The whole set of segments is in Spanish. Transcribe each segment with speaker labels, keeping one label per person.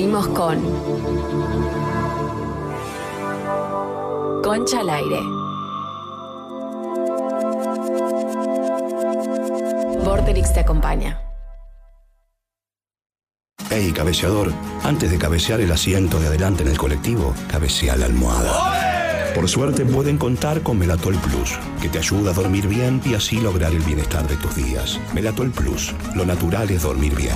Speaker 1: Seguimos con Concha al aire. Vorterix te acompaña.
Speaker 2: Hey, cabeceador, antes de cabecear el asiento de adelante en el colectivo, cabecea la almohada. Por suerte pueden contar con Melatol Plus, que te ayuda a dormir bien y así lograr el bienestar de tus días. Melatol Plus, lo natural es dormir bien.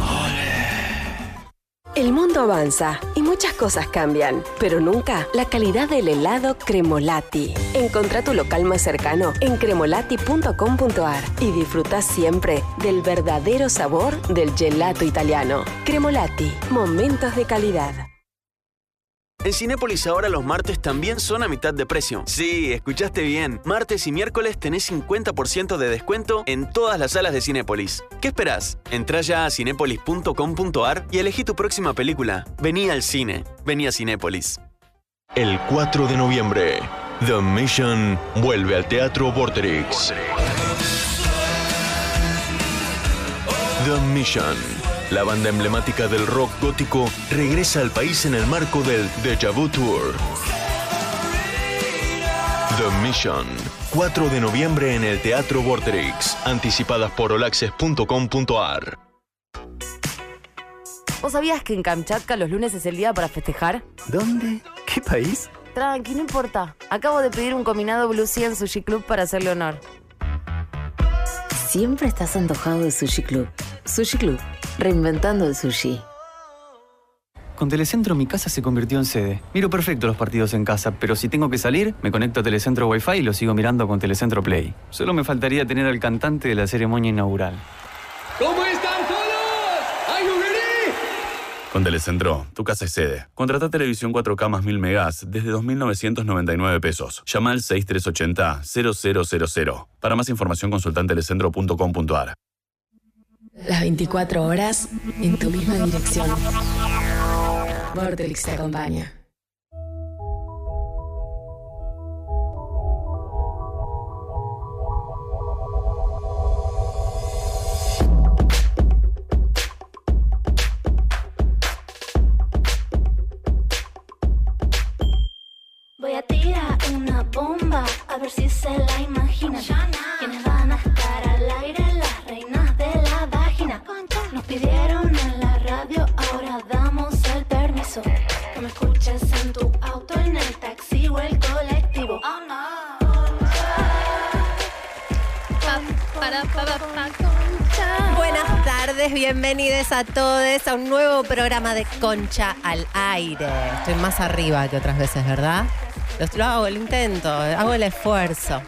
Speaker 3: El mundo avanza y muchas cosas cambian, pero nunca la calidad del helado Cremolati. Encontrá tu local más cercano en cremolati.com.ar y disfruta siempre del verdadero sabor del gelato italiano. Cremolati, momentos de calidad.
Speaker 4: En Cinépolis ahora los martes también son a mitad de precio. Sí, escuchaste bien. Martes y miércoles tenés 50% de descuento en todas las salas de Cinépolis. ¿Qué esperás? Entrá ya a cinépolis.com.ar y elegí tu próxima película. Vení al cine. Vení a Cinépolis.
Speaker 5: El 4 de noviembre, The Mission vuelve al Teatro Vorterix. The Mission. La banda emblemática del rock gótico regresa al país en el marco del Deja Vu Tour. The Mission. 4 de noviembre en el Teatro Vorterix. Anticipadas por olaxes.com.ar.
Speaker 6: ¿Vos sabías que en Kamchatka los lunes es el día para festejar?
Speaker 7: ¿Dónde? ¿Qué país?
Speaker 6: Tranqui, no importa. Acabo de pedir un combinado Blue Sea en Sushi Club para hacerle honor.
Speaker 8: Siempre estás antojado de Sushi Club. Sushi Club, reinventando el sushi.
Speaker 9: Con Telecentro mi casa se convirtió en sede. Miro perfecto los partidos en casa, pero si tengo que salir, me conecto a Telecentro Wi-Fi y lo sigo mirando con Telecentro Play. Solo me faltaría tener al cantante de la ceremonia inaugural.
Speaker 10: ¿Cómo están todos? ¿Are you ready?
Speaker 11: Con Telecentro, tu casa es sede. Contrata televisión 4K más 1000 megas desde 2.999 pesos. Llama al 6380-0000. Para más información consulta en telecentro.com.ar.
Speaker 1: Las 24 horas en tu misma dirección. Vortex te acompaña.
Speaker 12: Voy a tirar una bomba, a ver si se la imaginan. Quienes van a estar al aire, las reinas de la vagina. Nos pidieron en la radio, ahora damos el permiso. Que me escuches en tu auto, en el taxi o el colectivo. Oh no.
Speaker 13: Buenas tardes, bienvenidos a todos a un nuevo programa de Concha al Aire. Estoy más arriba que otras veces, ¿verdad? Lo, lo hago, el intento, hago el esfuerzo.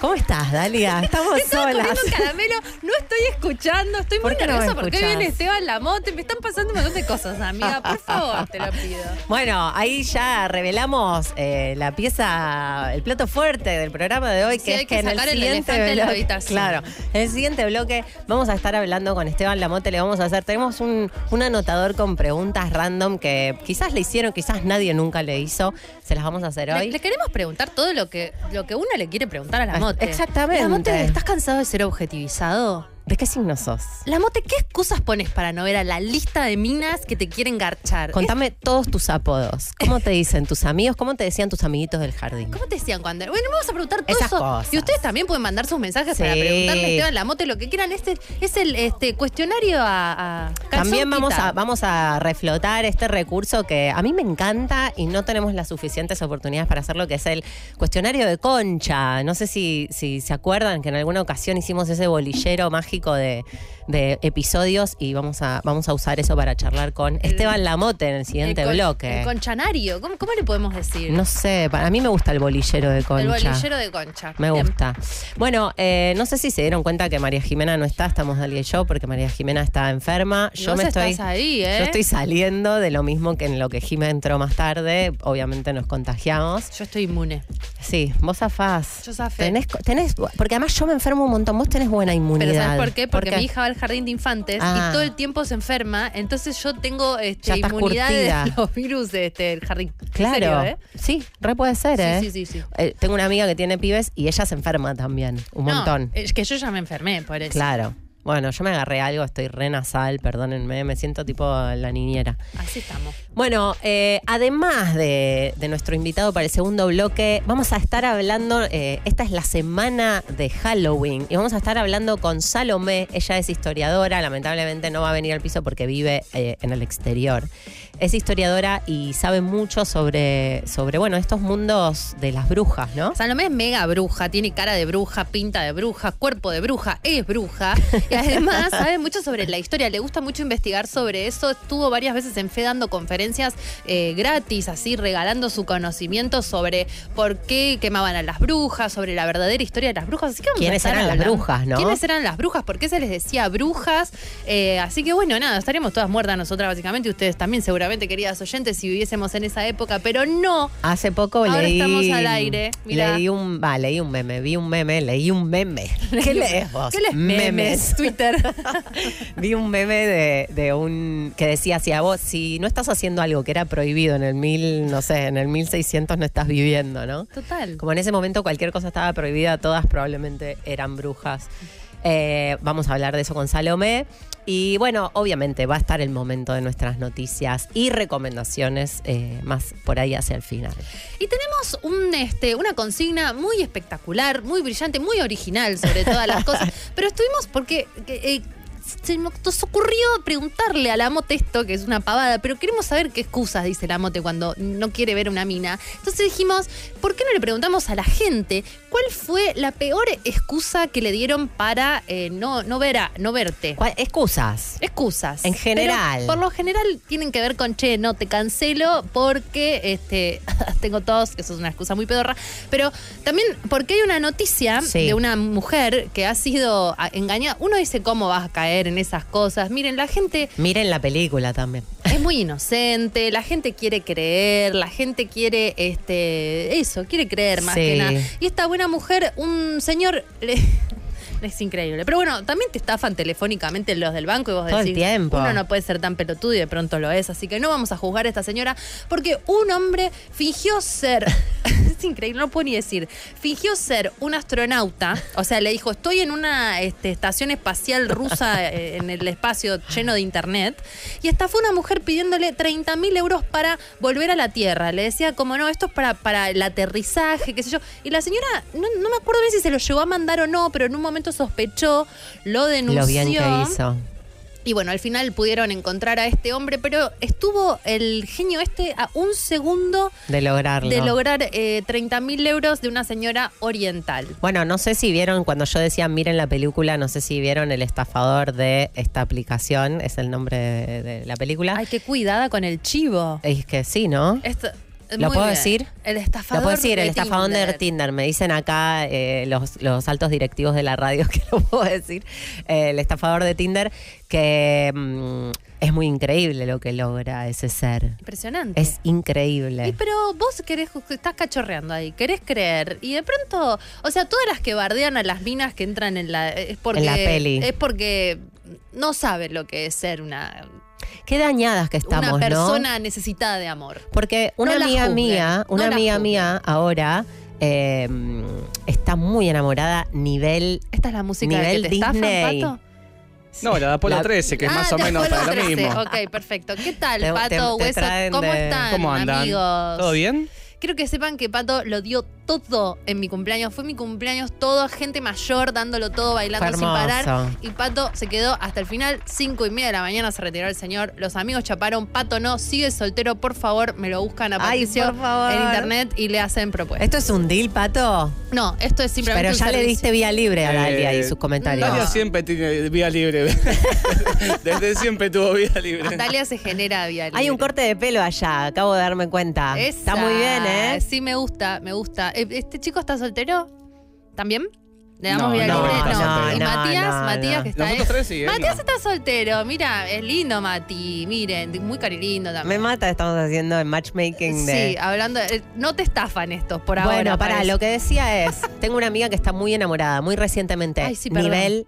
Speaker 13: ¿Cómo estás, Dalia? Estamos
Speaker 14: Estaba
Speaker 13: solas.
Speaker 14: comiendo un caramelo, no estoy escuchando, estoy muy
Speaker 13: ¿Por qué no me
Speaker 14: nerviosa porque hoy
Speaker 13: escuchás?
Speaker 14: viene Esteban Lamote, me están pasando un montón de cosas, amiga, por favor, te lo pido.
Speaker 13: Bueno, ahí ya revelamos eh, la pieza, el plato fuerte del programa de hoy, que
Speaker 14: Sí, hay
Speaker 13: es que,
Speaker 14: que
Speaker 13: en el
Speaker 14: sacar el
Speaker 13: siguiente
Speaker 14: elefante de la
Speaker 13: bloque-
Speaker 14: habitación.
Speaker 13: claro, en el siguiente bloque vamos a estar hablando con Esteban Lamote, le vamos a hacer, tenemos un, un anotador con preguntas random que quizás le hicieron, quizás nadie nunca le hizo, se las vamos a hacer
Speaker 14: Le,
Speaker 13: hoy.
Speaker 14: le queremos preguntar todo lo que, lo que uno le quiere preguntar a la mote.
Speaker 13: Exactamente.
Speaker 14: La mote, ¿estás cansado de ser objetivizado?
Speaker 13: ¿De qué signo sos?
Speaker 14: La mote, ¿qué excusas pones para no ver a la lista de minas que te quieren garchar?
Speaker 13: Contame todos tus apodos. ¿Cómo te dicen tus amigos? ¿Cómo te decían tus amiguitos del jardín?
Speaker 14: ¿Cómo te decían cuando? Bueno, vamos a preguntar todo
Speaker 13: Esas
Speaker 14: eso.
Speaker 13: cosas.
Speaker 14: Y ustedes también pueden mandar sus mensajes para
Speaker 13: Sí.
Speaker 14: preguntarle a Esteban Lamote lo que quieran. Este es el este, cuestionario a, a calzón
Speaker 13: También vamos
Speaker 14: quitado.
Speaker 13: a, vamos a reflotar este recurso que a mí me encanta y no tenemos las suficientes oportunidades para hacerlo, que es el cuestionario de concha. No sé si, si se acuerdan que en alguna ocasión hicimos ese bolillero mágico de, de episodios y vamos a, vamos a usar eso para charlar con Esteban Lamote en el siguiente
Speaker 14: El con-
Speaker 13: bloque.
Speaker 14: El conchanario, ¿cómo, cómo le podemos decir?
Speaker 13: no sé, para mí me gusta el bolillero de concha.
Speaker 14: El bolillero de concha.
Speaker 13: Me
Speaker 14: Bien.
Speaker 13: gusta. Bueno, eh, no sé si se dieron cuenta que María Jimena no está, estamos Dalia y yo, porque María Jimena está enferma. Yo
Speaker 14: Vos
Speaker 13: me
Speaker 14: estás
Speaker 13: estoy.
Speaker 14: ahí, ¿eh?
Speaker 13: Yo estoy saliendo de lo mismo que en lo que Jimena entró más tarde. Obviamente nos contagiamos.
Speaker 14: Yo estoy inmune.
Speaker 13: Sí, vos zafás.
Speaker 14: Yo zafé.
Speaker 13: Tenés, tenés- porque además yo me enfermo un montón. Vos tenés buena inmunidad.
Speaker 14: Pero ¿sabes por qué? Porque mi hija va al jardín de infantes
Speaker 13: Ah.
Speaker 14: y todo el tiempo se enferma, entonces yo tengo
Speaker 13: Ya
Speaker 14: este,
Speaker 13: estás
Speaker 14: inmunidad
Speaker 13: curtida.
Speaker 14: de los virus de este, del jardín. En
Speaker 13: Claro.
Speaker 14: serio, ¿eh?
Speaker 13: Sí, re puede ser,
Speaker 14: Sí,
Speaker 13: ¿eh?
Speaker 14: sí, sí, sí.
Speaker 13: Eh, tengo una amiga que tiene pibes y ella se enferma también, un
Speaker 14: No,
Speaker 13: montón.
Speaker 14: es que yo ya me enfermé por eso.
Speaker 13: Claro. Bueno, yo me agarré algo, estoy re nasal, perdónenme, me siento tipo la niñera.
Speaker 14: Así estamos.
Speaker 13: Bueno, eh, además de, de nuestro invitado para el segundo bloque, vamos a estar hablando, eh, esta es la semana de Halloween, y vamos a estar hablando con Salomé, ella es historiadora, lamentablemente no va a venir al piso porque vive eh, en el exterior. Es historiadora y sabe mucho sobre, sobre, bueno, estos mundos de las brujas, ¿no?
Speaker 14: Salomé es mega bruja, tiene cara de bruja, pinta de bruja, cuerpo de bruja, es bruja. Y además sabe mucho sobre la historia, le gusta mucho investigar sobre eso. Estuvo varias veces en FE dando conferencias eh, gratis, así regalando su conocimiento sobre por qué quemaban a las brujas, sobre la verdadera historia de las brujas. Así que vamos a
Speaker 13: ¿Quiénes
Speaker 14: estar
Speaker 13: eran las
Speaker 14: hablando-
Speaker 13: brujas, no?
Speaker 14: ¿Quiénes eran las brujas? ¿Por qué se les decía brujas? Eh, así que bueno, nada, estaríamos todas muertas nosotras básicamente y ustedes también seguramente, queridas oyentes, si viviésemos en esa época, pero no.
Speaker 13: Hace poco
Speaker 14: Ahora
Speaker 13: leí.
Speaker 14: estamos al aire, mirá.
Speaker 13: Leí un, va, leí un meme, vi un meme, leí un meme. ¿Qué lees vos?
Speaker 14: ¿Qué les memes? Twitter.
Speaker 13: vi un meme de, de un que decía si a vos si no estás haciendo algo que era prohibido en el mil no sé en el 1600 no estás viviendo no
Speaker 14: Total.
Speaker 13: como en ese momento cualquier cosa estaba prohibida todas probablemente eran brujas Eh, vamos a hablar de eso con Salomé y bueno obviamente va a estar el momento de nuestras noticias y recomendaciones eh, más por ahí hacia el final
Speaker 14: Y tenemos un, este, una consigna muy espectacular, muy brillante, muy original sobre todas las cosas. Pero estuvimos porque que, eh, se nos ocurrió preguntarle a la mote esto, que es una pavada, pero queremos saber qué excusas dice la mote cuando no quiere ver una mina. Entonces dijimos, ¿por qué no le preguntamos a la gente cuál fue la peor excusa que le dieron para eh, no, no, ver a, no verte?
Speaker 13: excusas
Speaker 14: Eh. Excusas.
Speaker 13: En general.
Speaker 14: Pero por lo general tienen que ver con, che, no te cancelo porque este, tengo tos, que eso es una excusa muy pedorra. Pero también porque hay una noticia
Speaker 13: Sí.
Speaker 14: de una mujer que ha sido ah, engañada. Uno dice, ¿cómo vas a caer en esas cosas? Miren, la gente
Speaker 13: miren la película también
Speaker 14: es muy inocente, la gente quiere creer, la gente quiere este eso, quiere creer más
Speaker 13: Sí.
Speaker 14: que nada. Y esta buena mujer, un señor le- es increíble. Pero bueno, también te estafan telefónicamente los del banco y vos
Speaker 13: Todo el
Speaker 14: decís,
Speaker 13: tiempo.
Speaker 14: uno no puede ser tan pelotudo y de pronto lo es, así que no vamos a juzgar a esta señora porque un hombre fingió ser es increíble, no puedo ni decir. Fingió ser un astronauta, o sea, le dijo, estoy en una este, estación espacial rusa eh, en el espacio lleno de internet, y estafó una mujer pidiéndole 30 mil euros para volver a la Tierra. Le decía, como no, esto es para, para el aterrizaje, qué sé yo. Y la señora, no, no me acuerdo bien si se lo llegó a mandar o no, pero en un momento sospechó, lo denunció.
Speaker 13: lo bien que hizo
Speaker 14: Y bueno, al final pudieron encontrar a este hombre, pero estuvo el genio este a un segundo
Speaker 13: de lograrlo
Speaker 14: de lograr eh, 30 mil euros de una señora oriental.
Speaker 13: Bueno, no sé si vieron cuando yo decía miren la película, no sé si vieron el estafador de esta aplicación, es el nombre de, de la película.
Speaker 14: Ay, qué cuidada con el chivo.
Speaker 13: Es que sí, ¿no?
Speaker 14: Esto,
Speaker 13: Eh, ¿Lo
Speaker 14: muy
Speaker 13: puedo
Speaker 14: bien.
Speaker 13: decir?
Speaker 14: El
Speaker 13: Lo
Speaker 14: estafador.
Speaker 13: puedo decir, el
Speaker 14: de
Speaker 13: estafador de
Speaker 14: Tinder.
Speaker 13: Tinder. Me dicen acá eh, los, los altos directivos de la radio que lo puedo decir. Eh, el estafador de Tinder, que mm, es muy increíble lo que logra ese ser.
Speaker 14: Impresionante.
Speaker 13: Es increíble.
Speaker 14: Y pero vos querés, estás cachorreando ahí, querés creer. Y de pronto, o sea, todas las que bardean a las minas que entran en la. Es porque,
Speaker 13: En la peli.
Speaker 14: Es porque no saben lo que es ser una,
Speaker 13: Qué dañadas que
Speaker 14: una
Speaker 13: estamos, ¿no?
Speaker 14: persona necesitada de amor.
Speaker 13: Porque una
Speaker 14: No la
Speaker 13: amiga
Speaker 14: juzguen,
Speaker 13: mía,
Speaker 14: no
Speaker 13: una
Speaker 14: la
Speaker 13: amiga
Speaker 14: juzguen.
Speaker 13: mía ahora eh, está muy enamorada nivel
Speaker 14: Esta es la música de
Speaker 13: Nivel
Speaker 14: que te estafan,
Speaker 13: Disney.
Speaker 14: Pato.
Speaker 15: No, la de Apolo
Speaker 13: La-
Speaker 15: 13, que es
Speaker 14: Ah,
Speaker 15: más o
Speaker 14: de
Speaker 15: menos
Speaker 14: Apolo
Speaker 15: para lo
Speaker 14: 13.
Speaker 15: mismo.
Speaker 14: Ok, perfecto. ¿Qué tal,
Speaker 13: Te- te-
Speaker 14: Pato
Speaker 13: te
Speaker 14: Hueso?
Speaker 13: traen
Speaker 14: ¿Cómo
Speaker 13: de-
Speaker 14: están,
Speaker 15: ¿Cómo andan?
Speaker 14: amigos?
Speaker 15: ¿Todo bien?
Speaker 14: Quiero que sepan que Pato lo dio todo en mi cumpleaños. Fue mi cumpleaños, todo gente mayor dándolo todo, bailando
Speaker 13: Fue
Speaker 14: sin parar.
Speaker 13: hermoso.
Speaker 14: Y Pato se quedó hasta el final, cinco y media de la mañana se retiró el señor. Los amigos chaparon, Pato no, sigue soltero, por favor, me lo buscan a
Speaker 13: Ay,
Speaker 14: Patricio
Speaker 13: por favor.
Speaker 14: en internet y le hacen propuestas.
Speaker 13: ¿Esto es un deal, Pato?
Speaker 14: No, esto es simplemente
Speaker 13: Pero
Speaker 14: un
Speaker 13: ya le
Speaker 14: servicio.
Speaker 13: diste vía libre a Dalia
Speaker 15: Eh,
Speaker 13: y sus comentarios.
Speaker 15: Dalia siempre tiene vía libre. Desde siempre tuvo vía libre.
Speaker 14: Dalia se genera vía libre.
Speaker 13: Hay un corte de pelo allá, acabo de darme cuenta. Está muy bien, ¿eh?
Speaker 14: Sí, me gusta, me gusta. Eh, ¿Este chico está soltero? ¿También? ¿Le damos
Speaker 13: No,
Speaker 14: vida
Speaker 13: no,
Speaker 14: libre?
Speaker 13: está
Speaker 14: No.
Speaker 13: soltero.
Speaker 14: ¿Y
Speaker 13: No,
Speaker 14: Matías?
Speaker 13: no,
Speaker 14: Matías
Speaker 13: no.
Speaker 14: que está
Speaker 15: Nosotros
Speaker 14: ahí.
Speaker 15: tres sí, ¿eh?
Speaker 14: Matías
Speaker 15: No.
Speaker 14: está soltero, mira, es lindo Mati, miren, muy carilindo
Speaker 13: Me
Speaker 14: también.
Speaker 13: mata, estamos haciendo el matchmaking de.
Speaker 14: Sí, hablando, eh, no te estafan estos por ahora.
Speaker 13: bueno, para,
Speaker 14: parece.
Speaker 13: lo que decía es, tengo una amiga que está muy enamorada, muy recientemente.
Speaker 14: Ay, sí, perdón.
Speaker 13: nivel,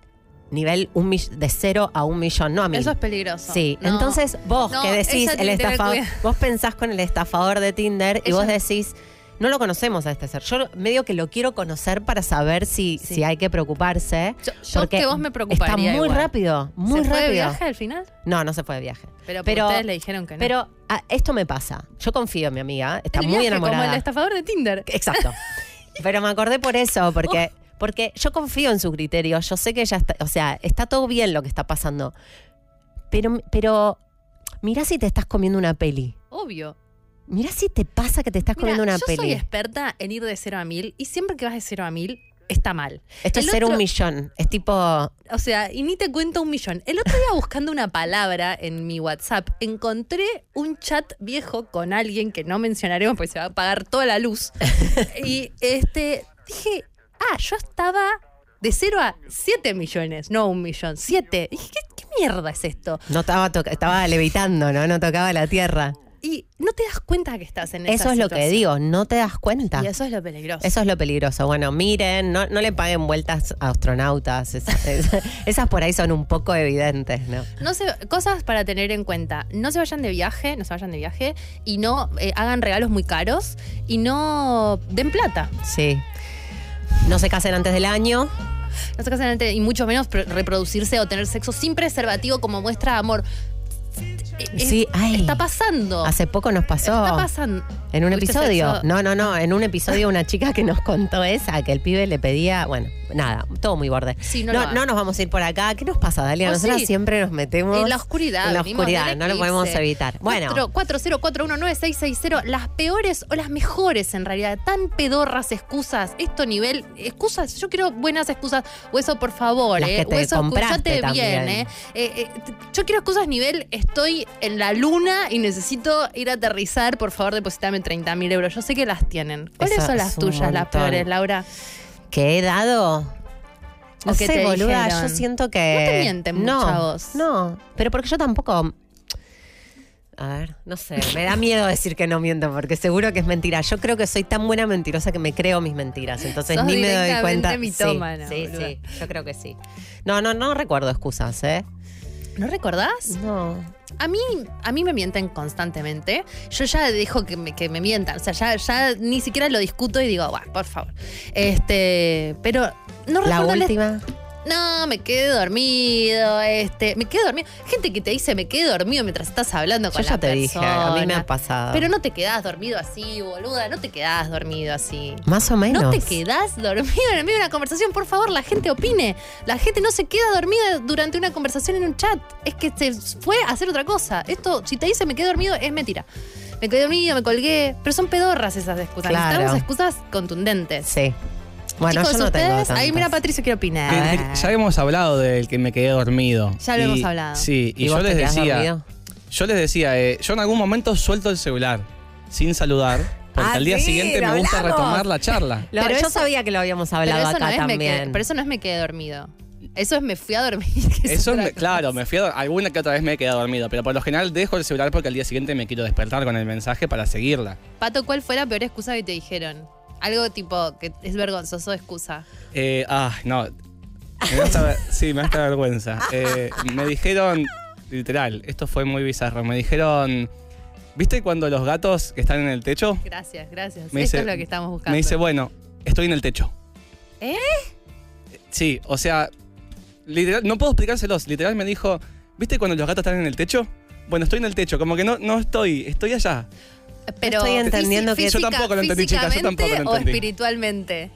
Speaker 13: nivel un mill- de cero a un millón, no a mil.
Speaker 14: Eso es peligroso.
Speaker 13: Sí,
Speaker 14: No.
Speaker 13: entonces vos
Speaker 14: No,
Speaker 13: que decís
Speaker 14: esa
Speaker 13: el
Speaker 14: tiene que tener
Speaker 13: estafador,
Speaker 14: cuidado.
Speaker 13: vos pensás con el estafador de Tinder y
Speaker 14: Ella-
Speaker 13: vos decís, no lo conocemos a este ser. Yo medio que lo quiero conocer para saber si, si hay que preocuparse. Yo,
Speaker 14: Yo que vos me preocuparía
Speaker 13: Está muy
Speaker 14: igual.
Speaker 13: rápido, muy
Speaker 14: ¿Se
Speaker 13: rápido.
Speaker 14: fue de viaje al final?
Speaker 13: No, no se fue de viaje.
Speaker 14: Pero, ustedes le dijeron que no.
Speaker 13: Pero ah, esto me pasa. Yo confío en mi amiga, está
Speaker 14: El
Speaker 13: muy
Speaker 14: viaje,
Speaker 13: enamorada.
Speaker 14: Como el estafador de Tinder.
Speaker 13: Exacto. Pero me acordé por eso, porque, porque yo confío en su criterio, yo sé que ella está, o sea, está todo bien lo que está pasando. Pero, pero mirá si te estás comiendo una peli.
Speaker 14: Obvio.
Speaker 13: Mirá si te pasa que te estás
Speaker 14: Mira,
Speaker 13: comiendo una
Speaker 14: yo
Speaker 13: peli.
Speaker 14: soy experta en ir de cero a mil y siempre que vas de cero a mil está mal.
Speaker 13: Esto
Speaker 14: El
Speaker 13: es ser un
Speaker 14: otro-
Speaker 13: millón. Es tipo.
Speaker 14: O sea, y ni te cuento un millón. El otro día buscando una palabra en mi WhatsApp, encontré un chat viejo con alguien que no mencionaremos porque se va a apagar toda la luz. y este dije, ah, yo estaba de cero a siete millones, no un millón, siete. Y dije, ¿qué, qué mierda es esto?
Speaker 13: No estaba, toca- estaba levitando, ¿no? No tocaba la tierra.
Speaker 14: Y no te das cuenta que estás en esa
Speaker 13: Eso es lo que
Speaker 14: situación.
Speaker 13: digo, no te das cuenta.
Speaker 14: Y eso es lo peligroso.
Speaker 13: Eso es lo peligroso. Bueno, miren, no, no le paguen vueltas a astronautas. Esas, esas- esas por ahí son un poco evidentes, ¿no?
Speaker 14: No se, cosas para tener en cuenta. No se vayan de viaje, no se vayan de viaje y no eh, hagan regalos muy caros y no den plata.
Speaker 13: Sí. No se casen antes del año.
Speaker 14: No se casen antes, y mucho menos pro- reproducirse o tener sexo sin preservativo como muestra de amor. Eh, Es-
Speaker 13: Sí, ay.
Speaker 14: Está pasando.
Speaker 13: Hace poco nos pasó.
Speaker 14: Oh. Está pasando.
Speaker 13: En un
Speaker 14: ¿Tuviste
Speaker 13: episodio.
Speaker 14: sexo?
Speaker 13: No, no, no. En un episodio una chica que nos contó esa, que el pibe le pedía, bueno, nada, todo muy borde.
Speaker 14: Sí, no lo
Speaker 13: no,
Speaker 14: hagan.
Speaker 13: nos vamos a ir por acá. ¿Qué nos pasa, Dalia?
Speaker 14: Oh,
Speaker 13: Nosotros
Speaker 14: sí.
Speaker 13: siempre nos metemos.
Speaker 14: En la oscuridad.
Speaker 13: En la
Speaker 14: venimos eh.
Speaker 13: oscuridad,
Speaker 14: del
Speaker 13: no lo
Speaker 14: eclipse.
Speaker 13: podemos evitar. Bueno.
Speaker 14: 40419660, las peores o las mejores en realidad, tan pedorras excusas, esto nivel, excusas, yo quiero buenas excusas, hueso por favor,
Speaker 13: Las
Speaker 14: eh,
Speaker 13: que te
Speaker 14: hueso,
Speaker 13: compraste
Speaker 14: escuchate
Speaker 13: también.
Speaker 14: bien, eh. Eh, eh, t- yo quiero excusas nivel, estoy en la luna y necesito ir a aterrizar, por favor depositame 30 mil euros, yo sé que las tienen. ¿Cuáles
Speaker 13: Eso
Speaker 14: son
Speaker 13: es
Speaker 14: las
Speaker 13: un
Speaker 14: tuyas, las
Speaker 13: montón.
Speaker 14: peores, Laura?
Speaker 13: que he dado. No
Speaker 14: ¿O qué
Speaker 13: sé,
Speaker 14: te
Speaker 13: boluda,
Speaker 14: dijeron?
Speaker 13: yo siento que.
Speaker 14: No te mienten
Speaker 13: no,
Speaker 14: mucho a vos.
Speaker 13: No, pero porque yo tampoco. A ver, no sé, me da miedo decir que no miento porque seguro que es mentira. Yo creo que soy tan buena mentirosa que me creo mis mentiras, entonces
Speaker 14: Sos
Speaker 13: ni me doy
Speaker 14: directamente
Speaker 13: cuenta.
Speaker 14: mitómana,
Speaker 13: sí, sí,
Speaker 14: boluda.
Speaker 13: sí, yo creo que sí. No, no, no recuerdo excusas, ¿eh?
Speaker 14: ¿No recordás?
Speaker 13: No.
Speaker 14: A mí, a mí me mienten constantemente. Yo ya dejo que me, que me mientan. O sea, ya, ya ni siquiera lo discuto y digo, "Buah, por favor. Este, pero no
Speaker 13: La
Speaker 14: recuerdo el-
Speaker 13: última.
Speaker 14: No, me quedé dormido, este, me quedé dormido. Gente que te dice me quedé dormido mientras estás hablando
Speaker 13: Yo
Speaker 14: con
Speaker 13: ya
Speaker 14: la
Speaker 13: te dije, a mí me ha
Speaker 14: persona.
Speaker 13: pasado.
Speaker 14: Pero no te quedás dormido así, boluda, no te quedás dormido así.
Speaker 13: Más o menos.
Speaker 14: No te quedás dormido en el medio de una conversación, por favor, la gente opine. La gente no se queda dormida durante una conversación en un chat. Es que se fue a hacer otra cosa. Esto, si te dice me quedé dormido, es mentira. Me quedé dormido, me colgué. Pero son pedorras esas excusas.
Speaker 13: Claro.
Speaker 14: Necesitamos excusas contundentes.
Speaker 13: Sí. Bueno,
Speaker 14: Chicos,
Speaker 13: yo no tengo
Speaker 14: ustedes, ahí
Speaker 13: tantas.
Speaker 14: mira Patricio quiere opinar.
Speaker 15: Que- que- ya hemos hablado del que me quedé dormido.
Speaker 14: Ya lo
Speaker 15: Y-
Speaker 14: hemos hablado.
Speaker 15: Sí, y,
Speaker 13: ¿Y
Speaker 15: yo,
Speaker 13: vos te
Speaker 15: les
Speaker 13: quedás
Speaker 15: decía,
Speaker 13: dormido?
Speaker 15: yo les decía, eh, yo en algún momento suelto el celular sin saludar, porque
Speaker 13: Ah,
Speaker 15: al día
Speaker 13: sí,
Speaker 15: siguiente me
Speaker 13: lo
Speaker 15: gusta
Speaker 13: hablamos.
Speaker 15: retomar la charla.
Speaker 13: Lo-
Speaker 14: Pero
Speaker 13: yo
Speaker 14: eso-
Speaker 13: sabía que lo habíamos
Speaker 14: Pero
Speaker 13: hablado
Speaker 14: eso, no
Speaker 13: acá
Speaker 14: es me
Speaker 13: también.
Speaker 14: quedé, pero eso no es me quedé dormido. Eso es me fui a dormir. que es
Speaker 15: Eso,
Speaker 14: otra
Speaker 15: me-
Speaker 14: cosa.
Speaker 15: claro, me fui a dor- alguna que otra vez me he quedado dormido, pero por lo general dejo el celular porque al día siguiente me quiero despertar con el mensaje para seguirla.
Speaker 14: Pato, ¿cuál fue la peor excusa que te dijeron? Algo tipo que es vergonzoso excusa.
Speaker 15: Eh, ah, no. Me da esta ver- sí, me da esta vergüenza. Eh, me dijeron, literal, esto fue muy bizarro. Me dijeron, ¿viste cuando los gatos que están en el techo?
Speaker 14: Gracias, gracias.
Speaker 15: Oh. Me
Speaker 14: Esto
Speaker 15: dice-
Speaker 14: es lo que estamos buscando.
Speaker 15: Me dice, bueno, estoy en el techo.
Speaker 14: ¿Eh?
Speaker 15: Sí, o sea, literal, no puedo explicárselos. Literal me dijo, ¿viste cuando los gatos están en el techo? Bueno, estoy en el techo, como que no, no estoy, estoy allá.
Speaker 14: Pero
Speaker 13: estoy entendiendo que-
Speaker 15: Yo tampoco lo entendí, chica, yo tampoco lo
Speaker 14: físicamente O
Speaker 15: entendí.
Speaker 14: espiritualmente.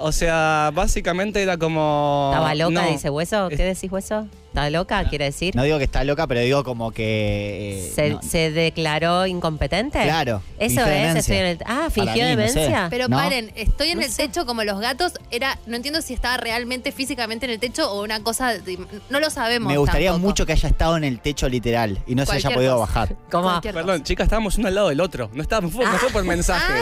Speaker 15: O sea, básicamente era como...
Speaker 13: ¿Estaba loca?
Speaker 15: no.
Speaker 13: Dice hueso. ¿Qué decís hueso? ¿Está loca? Quiere decir.
Speaker 16: No digo que está loca, pero digo como que. eh,
Speaker 13: ¿Se,
Speaker 16: no.
Speaker 13: se declaró incompetente?
Speaker 16: Claro,
Speaker 13: Eso
Speaker 16: fingió
Speaker 13: es,
Speaker 16: demencia.
Speaker 13: estoy en el- Ah,
Speaker 16: Para
Speaker 13: fingió
Speaker 16: mí, no sé.
Speaker 13: demencia.
Speaker 14: Pero
Speaker 16: ¿No?
Speaker 14: paren, estoy en el techo como los gatos. Era, no entiendo si estaba realmente físicamente en el techo o una cosa. de- no lo sabemos.
Speaker 16: Me gustaría
Speaker 14: tampoco.
Speaker 16: mucho que haya estado en el techo literal y no se haya
Speaker 14: Cualquier
Speaker 16: podido
Speaker 14: cosa.
Speaker 16: bajar.
Speaker 13: ¿Cómo?
Speaker 15: Perdón, chicas, estábamos uno al lado del otro. No estábamos, fue, no fue por mensaje.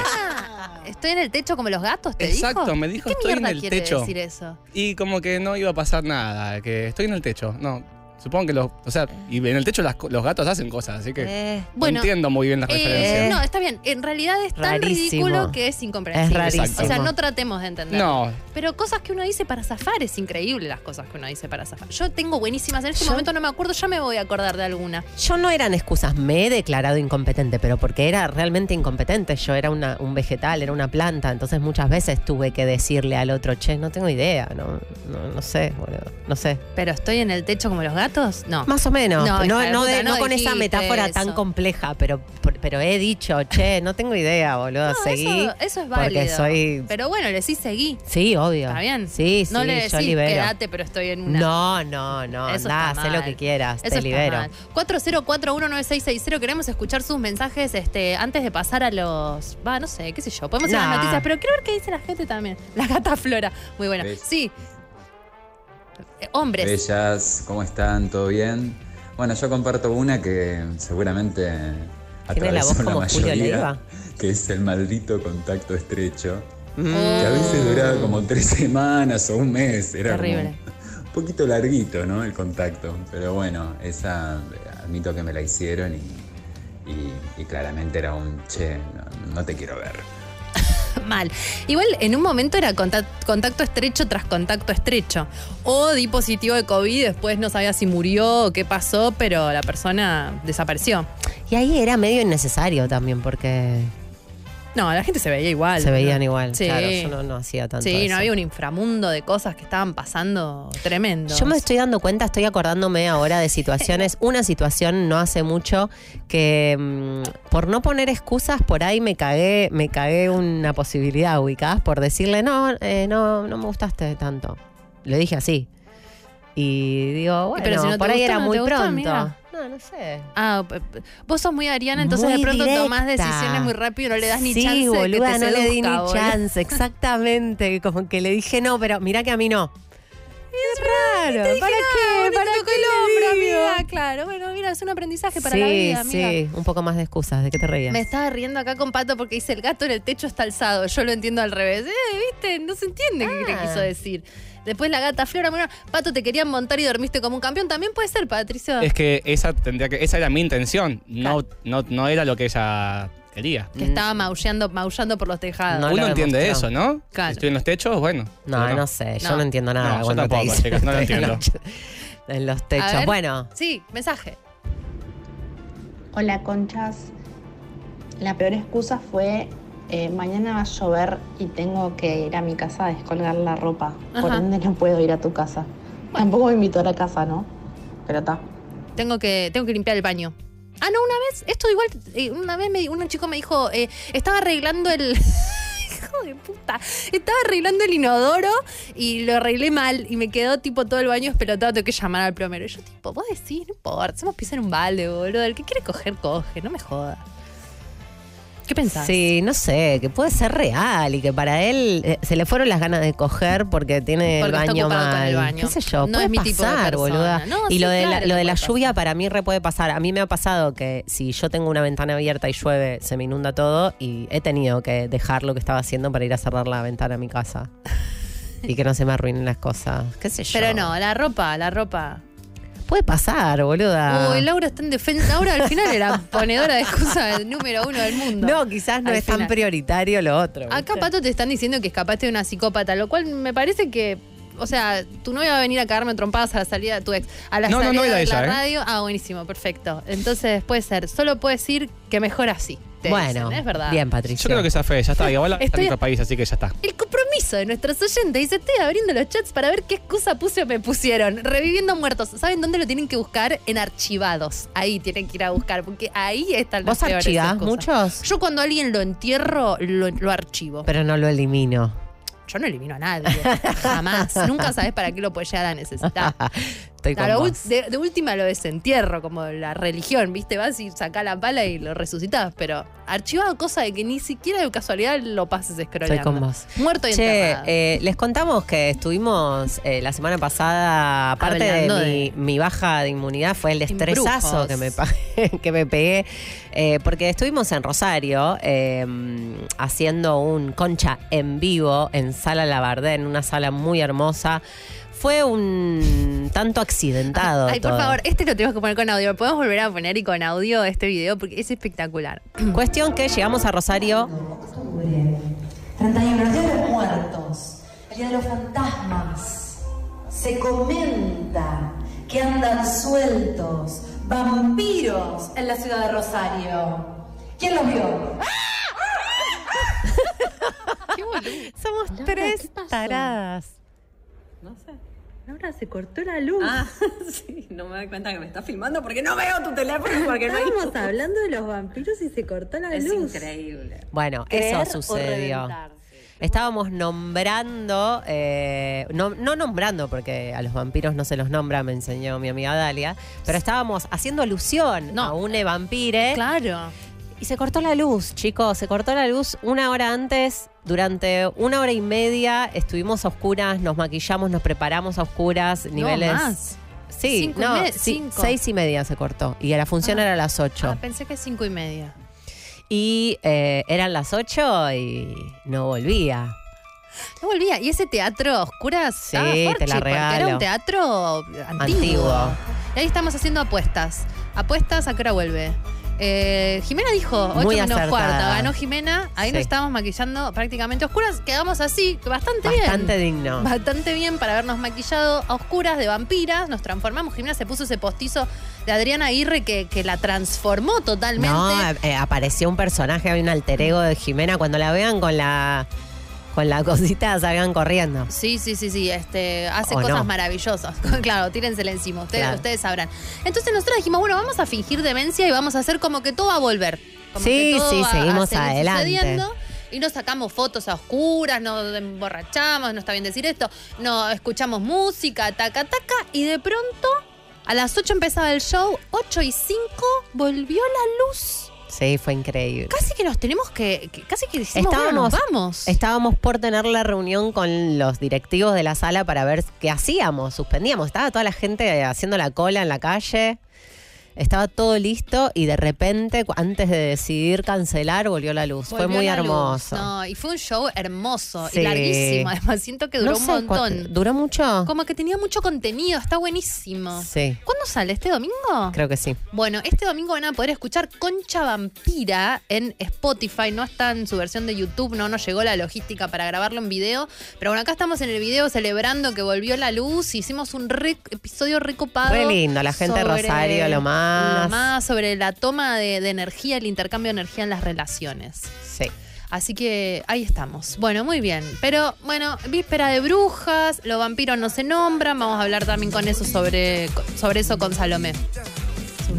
Speaker 14: Estoy en el techo como los gatos, te dijo.
Speaker 15: Exacto, me dijo,
Speaker 14: ¿Qué
Speaker 15: estoy en
Speaker 14: mierda
Speaker 15: el
Speaker 14: quiere
Speaker 15: techo.
Speaker 14: decir eso?
Speaker 15: Y como que no iba a pasar nada, que estoy en el techo. No, Supongo que los. O sea, y en el techo las co- los gatos hacen cosas, así que.
Speaker 14: Eh.
Speaker 15: no
Speaker 14: Bueno,
Speaker 15: entiendo muy bien las
Speaker 14: Eh,
Speaker 15: referencias.
Speaker 14: no, está bien. En realidad es tan
Speaker 15: Rarísimo.
Speaker 14: ridículo que es incomprensible.
Speaker 15: Es rarísimo.
Speaker 14: O sea, no tratemos de entender.
Speaker 15: No.
Speaker 14: Pero cosas que uno dice para zafar es increíble las cosas que uno dice para zafar. Yo tengo buenísimas. En este momento no me acuerdo, ya me voy a acordar de alguna.
Speaker 13: Yo no eran excusas, me he declarado incompetente, pero porque era realmente incompetente. Yo era una- un vegetal, era una planta, entonces muchas veces tuve que decirle al otro, che, no tengo idea, no, no, no sé, boludo, no sé.
Speaker 14: Pero estoy en el techo como los gatos, no.
Speaker 13: Más o menos, no,
Speaker 14: hija
Speaker 13: no,
Speaker 14: de
Speaker 13: de-
Speaker 14: puta,
Speaker 13: no con esa
Speaker 14: dijiste
Speaker 13: metáfora tan
Speaker 14: eso.
Speaker 13: compleja, pero, pero he dicho, che, no tengo idea, boludo, seguí.
Speaker 14: Eso, eso es válido.
Speaker 13: porque soy...
Speaker 14: Pero bueno, le sí seguí.
Speaker 13: Sí, obvio.
Speaker 14: Está bien.
Speaker 13: Sí, sí,
Speaker 14: no le
Speaker 13: yo
Speaker 14: decís,
Speaker 13: libero.
Speaker 14: quédate, pero estoy en una.
Speaker 13: No, no, no,
Speaker 14: Eso
Speaker 13: andá,
Speaker 14: está
Speaker 13: hacé lo
Speaker 14: mal.
Speaker 13: que quieras,
Speaker 14: Eso
Speaker 13: te libero.
Speaker 14: 40419660. Queremos escuchar sus mensajes este, antes de pasar a los. Va, no sé, qué sé yo. Podemos ir a las
Speaker 13: Nah.
Speaker 14: noticias, pero quiero ver qué dice la gente también. La gata Flora. Muy buena.
Speaker 17: ¿Ves?
Speaker 14: Sí. Eh, Hombres.
Speaker 17: Bellas, ¿cómo están? ¿Todo bien? Bueno, yo comparto una que seguramente
Speaker 13: Tiene la voz
Speaker 17: atravesó la,
Speaker 13: como Julio
Speaker 17: mayoría,
Speaker 13: Leiva.
Speaker 17: que es el maldito contacto estrecho,
Speaker 16: Mm.
Speaker 17: que a veces duraba como tres semanas o un mes, era como
Speaker 14: Terrible.
Speaker 17: un poquito larguito, ¿no? El contacto, pero bueno, esa admito que me la hicieron y, y- y claramente era un, che, no, no te quiero ver.
Speaker 14: Mal. Igual en un momento era conta- contacto estrecho tras contacto estrecho. O di positivo de COVID, después no sabía si murió o qué pasó, pero la persona desapareció.
Speaker 13: Y ahí era medio innecesario también, porque
Speaker 14: No, la gente se veía igual.
Speaker 13: se veían
Speaker 14: ¿no?
Speaker 13: igual.
Speaker 14: Sí.
Speaker 13: Claro, yo no, no hacía tanto.
Speaker 14: Sí, no
Speaker 13: eso.
Speaker 14: había un inframundo de cosas que estaban pasando tremendo.
Speaker 13: Yo me estoy dando cuenta, estoy acordándome ahora de situaciones, una situación no hace mucho que mm, por no poner excusas por ahí me cagué, me cagué una posibilidad ubicás por decirle no, eh, no, no me gustaste tanto. Lo dije así. Y digo, bueno,
Speaker 14: pero si no te
Speaker 13: por ahí
Speaker 14: gustó,
Speaker 13: era
Speaker 14: no te
Speaker 13: muy
Speaker 14: gustó,
Speaker 13: pronto.
Speaker 14: amiga.
Speaker 13: No, no sé.
Speaker 14: Ah, p- p- vos sos muy Ariana, entonces
Speaker 13: Muy
Speaker 14: de pronto
Speaker 13: directa.
Speaker 14: tomás decisiones muy rápido y no le das ni
Speaker 13: Sí,
Speaker 14: chance. de que
Speaker 13: boluda,
Speaker 14: te
Speaker 13: no le di
Speaker 14: seduzca,
Speaker 13: ni
Speaker 14: boluda.
Speaker 13: chance, exactamente. Como que le dije no, pero mirá que a mí no. Es raro.
Speaker 14: Te dije,
Speaker 13: ¿Para
Speaker 14: "Ah,
Speaker 13: qué?
Speaker 14: no te
Speaker 13: ¿Para
Speaker 14: tocó
Speaker 13: qué
Speaker 14: el
Speaker 13: le
Speaker 14: hombro,
Speaker 13: digo?".
Speaker 14: amiga? Claro, bueno, mira, es un aprendizaje para
Speaker 13: sí,
Speaker 14: la vida,
Speaker 13: sí,
Speaker 14: amiga.
Speaker 13: un poco más de excusas. ¿De qué te reías?
Speaker 14: Me estaba riendo acá con Pato porque dice el gato en el techo está alzado. Yo lo entiendo al revés. Eh, ¿Viste? No se entiende qué le
Speaker 13: Ah.
Speaker 14: quiso decir. Después la gata Flora, bueno, Pato, te querían montar y dormiste como un campeón. También puede ser, Patricio.
Speaker 15: Es que esa tendría que. Esa era mi intención. No, no, no era lo que ella quería.
Speaker 14: que estaba
Speaker 13: Mm.
Speaker 14: maullando, maullando por los tejados.
Speaker 15: Uno entiende
Speaker 13: demostró.
Speaker 15: eso, ¿no?
Speaker 14: Claro.
Speaker 15: Si estoy en los techos, bueno.
Speaker 13: No,
Speaker 15: pero
Speaker 13: no sé, yo no,
Speaker 14: No.
Speaker 13: entiendo nada.
Speaker 15: No, yo
Speaker 13: cuando te
Speaker 15: tampoco,
Speaker 13: dicen
Speaker 15: chicas, no lo
Speaker 13: estoy en
Speaker 15: entiendo.
Speaker 13: los- En los
Speaker 14: A
Speaker 13: techos.
Speaker 14: ver.
Speaker 13: Bueno,
Speaker 14: Sí, mensaje.
Speaker 18: Hola, conchas. La peor excusa fue eh, mañana va a llover y tengo que ir a mi casa a descolgar la ropa. Por
Speaker 14: Ajá.
Speaker 18: ende no puedo ir a tu casa. Tampoco me invitó a la casa, ¿no? Pero está.
Speaker 14: Tengo que, tengo que limpiar el baño. Ah, no, una vez, esto igual, eh, una vez me- un chico me dijo, eh, estaba arreglando el... Hijo de puta. Estaba arreglando el inodoro y lo arreglé mal y me quedó tipo todo el baño espelotado, tengo que llamar al plomero. Y yo tipo, vos decís, no importa, hacemos pis en un balde, boludo. El que quiere coger, coge, no me jodas. ¿Qué pensás?
Speaker 13: sí, no sé, que puede ser real y que para él eh, se le fueron las ganas de coger porque tiene
Speaker 14: Porque
Speaker 13: el
Speaker 14: está
Speaker 13: baño
Speaker 14: ocupado
Speaker 13: mal.
Speaker 14: con el baño.
Speaker 13: ¿Qué sé yo?
Speaker 14: No
Speaker 13: puede
Speaker 14: es mi tipo de
Speaker 13: pasar,
Speaker 14: persona.
Speaker 13: boluda.
Speaker 14: No,
Speaker 13: y
Speaker 14: sí,
Speaker 13: lo de
Speaker 14: claro
Speaker 13: la, lo
Speaker 14: que
Speaker 13: de la
Speaker 14: puede
Speaker 13: lluvia para mí re puede pasar. A mí me ha pasado que si yo tengo una ventana abierta y llueve, se me inunda todo y he tenido que dejar lo que estaba haciendo para ir a cerrar la ventana a mi casa. Y que no se me arruinen las cosas. ¿Qué sé yo?
Speaker 14: Pero no, la ropa, la ropa.
Speaker 13: Puede pasar, boluda.
Speaker 14: Uy, Laura está en defensa. Laura al final era ponedora de excusa número uno del mundo.
Speaker 13: No, quizás no
Speaker 14: Al
Speaker 13: es
Speaker 14: final.
Speaker 13: tan prioritario lo otro.
Speaker 14: Acá,
Speaker 13: ¿viste?
Speaker 14: Pato, te están diciendo que escapaste de una psicópata, lo cual me parece que. O sea, tu novia va a venir a cagarme a trompadas a la salida de tu ex. A la
Speaker 15: No, no,
Speaker 14: salida
Speaker 15: no era
Speaker 14: de la
Speaker 15: ella, ¿eh?
Speaker 14: radio. Ah, buenísimo, perfecto. Entonces puede ser. Solo puedo decir que mejor así. te
Speaker 13: Bueno,
Speaker 14: dicen, es verdad.
Speaker 13: Patricio.
Speaker 15: Yo creo que esa fe, ya está. Y ahora está
Speaker 14: Estoy-
Speaker 15: en otro país, así que ya está.
Speaker 14: El compromiso de nuestros oyentes. Dice, estoy abriendo los chats para ver qué excusa puse o me pusieron. Reviviendo muertos. ¿Saben dónde lo tienen que buscar? En archivados. Ahí tienen que ir a buscar, porque ahí están los
Speaker 13: ¿Vos archivás muchos?
Speaker 14: Yo cuando alguien lo entierro, lo, lo archivo.
Speaker 13: Pero no lo elimino.
Speaker 14: Yo no elimino a nadie. Jamás. Nunca sabes para qué lo puedes llegar a necesitar.
Speaker 13: Estoy con
Speaker 14: A lo
Speaker 13: vos.
Speaker 14: ul- de, de última lo desentierro, como la religión, ¿viste? Vas y sacás la pala y lo resucitás, pero archivado cosa de que ni siquiera de casualidad lo pases scrollando.
Speaker 13: Estoy con vos.
Speaker 14: Muerto y
Speaker 13: Che,
Speaker 14: enterrado.
Speaker 13: eh, les contamos que estuvimos eh, la semana pasada, aparte de,
Speaker 14: Hablando
Speaker 13: mi, mi baja de inmunidad, fue el
Speaker 14: Embrujos.
Speaker 13: estresazo que me, pa- que me pegué, eh, porque estuvimos en Rosario eh, haciendo un concha en vivo en Sala Labardén, una sala muy hermosa. fue un tanto accidentado.
Speaker 14: Ay, por
Speaker 13: todo.
Speaker 14: favor, este lo tenemos que poner con audio. Podemos volver a poner y con audio este video porque es espectacular.
Speaker 13: Cuestión que llegamos a Rosario.
Speaker 19: 30 años, pero el Día de los Muertos, el Día de los Fantasmas, se comenta que andan sueltos vampiros en la ciudad de Rosario. ¿Quién los vio?
Speaker 13: Somos tres taradas.
Speaker 20: No sé. Ahora se cortó la luz. Ah, sí, no me doy cuenta que me estás filmando porque no veo tu teléfono porque no hay
Speaker 19: Estábamos
Speaker 20: hablando de los vampiros y se cortó la
Speaker 19: luz.
Speaker 20: Es increíble.
Speaker 13: Bueno,
Speaker 20: Creer
Speaker 13: eso
Speaker 20: o
Speaker 13: sucedió.
Speaker 20: reventar,
Speaker 13: Estábamos nombrando, eh, no, no nombrando porque a los vampiros no se los nombra, me enseñó mi amiga Dalia, pero estábamos haciendo alusión a un vampire.
Speaker 14: Claro.
Speaker 13: Y se cortó la luz, chicos, se cortó la luz una hora antes, durante una hora y media estuvimos a oscuras, nos maquillamos, nos preparamos a oscuras, niveles...
Speaker 14: más.
Speaker 13: Sí,
Speaker 14: Cinco y
Speaker 13: no,
Speaker 14: me-
Speaker 13: sí,
Speaker 14: cinco.
Speaker 13: seis y media se cortó y la función
Speaker 14: Ah.
Speaker 13: era a las ocho.
Speaker 14: Ah, pensé que cinco y media.
Speaker 13: Y eh, eran las 8 y no volvía.
Speaker 14: No volvía. ¿Y ese teatro a oscuras?
Speaker 13: Sí,
Speaker 14: estaba
Speaker 13: te
Speaker 14: Forchi,
Speaker 13: la
Speaker 14: porque Era
Speaker 13: regalo.
Speaker 14: un teatro antiguo.
Speaker 13: Antiguo.
Speaker 14: Y ahí estamos haciendo apuestas. Apuestas a qué hora vuelve. Eh, Jimena dijo 8
Speaker 13: Muy
Speaker 14: menos
Speaker 13: acertada.
Speaker 14: cuarta. Ganó Jimena. Ahí
Speaker 13: Sí.
Speaker 14: nos estábamos maquillando prácticamente a oscuras. Quedamos así, bastante,
Speaker 13: Bastante
Speaker 14: bien.
Speaker 13: digno.
Speaker 14: Bastante bien para habernos maquillado a oscuras de vampiras. Nos transformamos. Jimena se puso ese postizo de Adriana Aguirre que, que la transformó totalmente.
Speaker 13: No, eh, apareció un personaje, había un alter ego de Jimena. Cuando la vean con la con la cosita salgan corriendo.
Speaker 14: Sí, sí, sí, sí. Este, hace
Speaker 13: O
Speaker 14: cosas
Speaker 13: Oh, no.
Speaker 14: maravillosas. claro, tírensela encima. Ustedes,
Speaker 13: Claro.
Speaker 14: ustedes sabrán. Entonces nosotros dijimos, bueno, vamos a fingir demencia y vamos a hacer como que todo va a volver. Como
Speaker 13: Sí,
Speaker 14: que todo
Speaker 13: sí,
Speaker 14: va a
Speaker 13: seguimos
Speaker 14: seguir
Speaker 13: adelante.
Speaker 14: sucediendo. Y nos sacamos fotos a oscuras, nos emborrachamos, no está bien decir esto, no escuchamos música, taca, taca, y de pronto a las 8 empezaba el show, 8 y 5 volvió la luz.
Speaker 13: Sí, fue increíble.
Speaker 14: Casi que nos tenemos que, que- casi que decimos, bueno, nos vamos.
Speaker 13: estábamos por tener la reunión con los directivos de la sala para ver qué hacíamos, suspendíamos. Estaba toda la gente haciendo la cola en la calle. Estaba todo listo y de repente, cu- antes de decidir cancelar, volvió la luz. fue
Speaker 14: Volvió
Speaker 13: muy
Speaker 14: la luz.
Speaker 13: hermoso.
Speaker 14: No, y fue un show hermoso
Speaker 13: Sí.
Speaker 14: y larguísimo. Además, siento que duró
Speaker 13: No
Speaker 14: un
Speaker 13: sé
Speaker 14: montón.
Speaker 13: cuánto- ¿Duró mucho?
Speaker 14: Como que tenía mucho contenido, está buenísimo.
Speaker 13: Sí,
Speaker 14: ¿Cuándo sale? ¿Este domingo?
Speaker 13: creo que sí.
Speaker 14: Bueno, este domingo van a poder escuchar Concha Vampira en Spotify. No está en su versión de YouTube, no nos llegó la logística para grabarlo en video. Pero bueno, acá estamos en el video celebrando que volvió la luz. Hicimos un re- episodio recopado.
Speaker 13: Re lindo, la gente de
Speaker 14: sobre-
Speaker 13: Rosario, lo más.
Speaker 14: Lo más sobre la toma de, de energía, el intercambio de energía en las relaciones.
Speaker 13: Sí.
Speaker 14: Así que ahí estamos. Bueno, muy bien. Pero bueno, víspera de brujas, los vampiros no se nombran. Vamos a hablar también con eso sobre, sobre eso con Salomé.